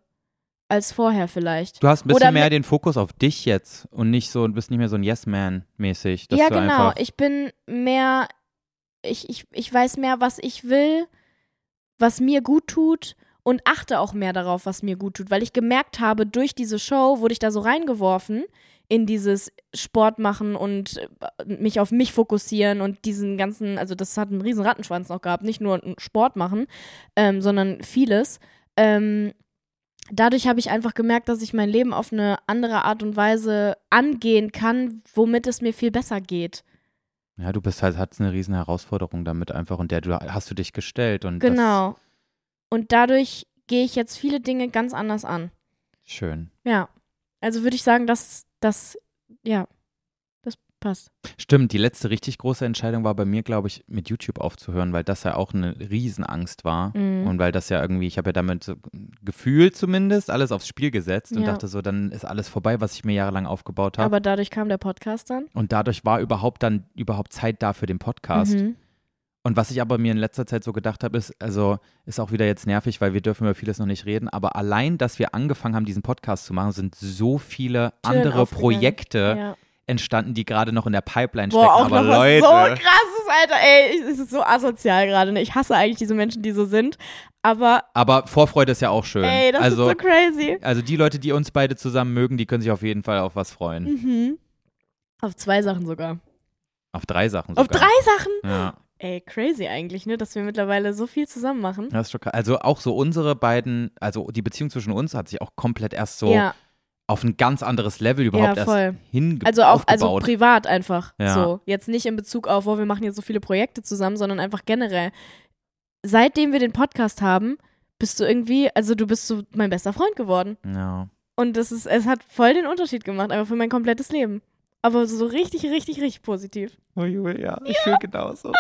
Speaker 1: als vorher vielleicht.
Speaker 2: Du hast ein
Speaker 1: Oder
Speaker 2: bisschen mehr
Speaker 1: mit-
Speaker 2: den Fokus auf dich jetzt und nicht so, du bist nicht mehr so ein Yes-Man-mäßig. dass
Speaker 1: ja,
Speaker 2: du
Speaker 1: genau.
Speaker 2: Einfach,
Speaker 1: Ich bin mehr, ich, ich, ich weiß mehr, was ich will, was mir gut tut und achte auch mehr darauf, was mir gut tut, weil ich gemerkt habe, durch diese Show wurde ich da so reingeworfen in dieses Sport machen und äh, mich auf mich fokussieren und diesen ganzen, also das hat einen riesen Rattenschwanz noch gehabt, nicht nur ein Sport machen, ähm, sondern vieles. Ähm, dadurch habe ich einfach gemerkt, dass ich mein Leben auf eine andere Art und Weise angehen kann, womit es mir viel besser geht.
Speaker 2: ja, du bist halt, hattest eine riesen Herausforderung damit einfach und der du, hast du dich gestellt und
Speaker 1: Genau. Und dadurch gehe ich jetzt viele Dinge ganz anders an.
Speaker 2: das schön.
Speaker 1: Ja. Also würde ich sagen, dass das, ja, das passt.
Speaker 2: Stimmt, die letzte richtig große Entscheidung war bei mir, glaube ich, mit YouTube aufzuhören, weil das ja auch eine Riesenangst war.
Speaker 1: Mhm.
Speaker 2: Und weil das ja irgendwie, ich habe ja damit so gefühlt zumindest alles aufs Spiel gesetzt und
Speaker 1: Ja.
Speaker 2: dachte so, dann ist alles vorbei, was ich mir jahrelang aufgebaut habe.
Speaker 1: Aber dadurch kam der Podcast dann.
Speaker 2: Und dadurch war überhaupt dann überhaupt Zeit da für den Podcast.
Speaker 1: Mhm.
Speaker 2: Und was ich aber mir in letzter Zeit so gedacht habe, ist, also ist auch wieder jetzt nervig, weil wir dürfen über vieles noch nicht reden, aber allein, dass wir angefangen haben, diesen Podcast zu machen, sind so viele
Speaker 1: Türen
Speaker 2: andere
Speaker 1: aufgegangen.
Speaker 2: Projekte
Speaker 1: Ja.
Speaker 2: entstanden, die gerade noch in der Pipeline stecken.
Speaker 1: Boah, auch
Speaker 2: aber
Speaker 1: noch was
Speaker 2: Leute,
Speaker 1: so krasses, Alter. Ey, ich- es ist so asozial gerade. Ne? Ich hasse eigentlich diese Menschen, die so sind. Aber
Speaker 2: aber Vorfreude ist ja auch schön.
Speaker 1: ey, das
Speaker 2: also,
Speaker 1: ist so crazy.
Speaker 2: also die Leute, die uns beide zusammen mögen, die können sich auf jeden Fall auf was freuen.
Speaker 1: Mhm. Auf zwei Sachen sogar.
Speaker 2: Auf drei Sachen sogar.
Speaker 1: Auf drei Sachen?
Speaker 2: Ja.
Speaker 1: Ey, crazy eigentlich, ne? Dass wir mittlerweile so viel zusammen machen.
Speaker 2: Das ist schon krass. Also auch so unsere beiden, also die Beziehung zwischen uns hat sich auch komplett erst so
Speaker 1: Ja,
Speaker 2: auf ein ganz anderes Level überhaupt
Speaker 1: voll.
Speaker 2: erst hinge
Speaker 1: also auch also
Speaker 2: aufgebaut.
Speaker 1: privat einfach.
Speaker 2: Ja.
Speaker 1: So. Jetzt nicht in Bezug auf, oh, wir machen jetzt so viele Projekte zusammen, sondern einfach generell. Seitdem wir den Podcast haben, bist du irgendwie, also du bist so mein bester Freund geworden.
Speaker 2: ja.
Speaker 1: Und das ist, es hat voll den Unterschied gemacht, einfach für mein komplettes Leben. Aber so richtig, richtig, richtig positiv. <laughs>
Speaker 2: Oh Julia, ich fühle genauso.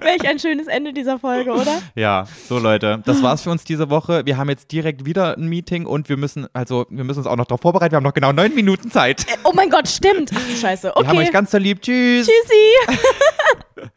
Speaker 1: Welch ein schönes Ende dieser Folge,
Speaker 2: <laughs>
Speaker 1: oder?
Speaker 2: Ja, so Leute, das war's für uns diese Woche. Wir haben jetzt direkt wieder ein Meeting und wir müssen, also wir müssen uns auch noch darauf vorbereiten. Wir haben noch genau neun Minuten Zeit.
Speaker 1: Oh mein Gott, stimmt. Ach du Scheiße.
Speaker 2: Wir haben
Speaker 1: Okay.
Speaker 2: euch ganz so lieb. Tschüss.
Speaker 1: Tschüssi.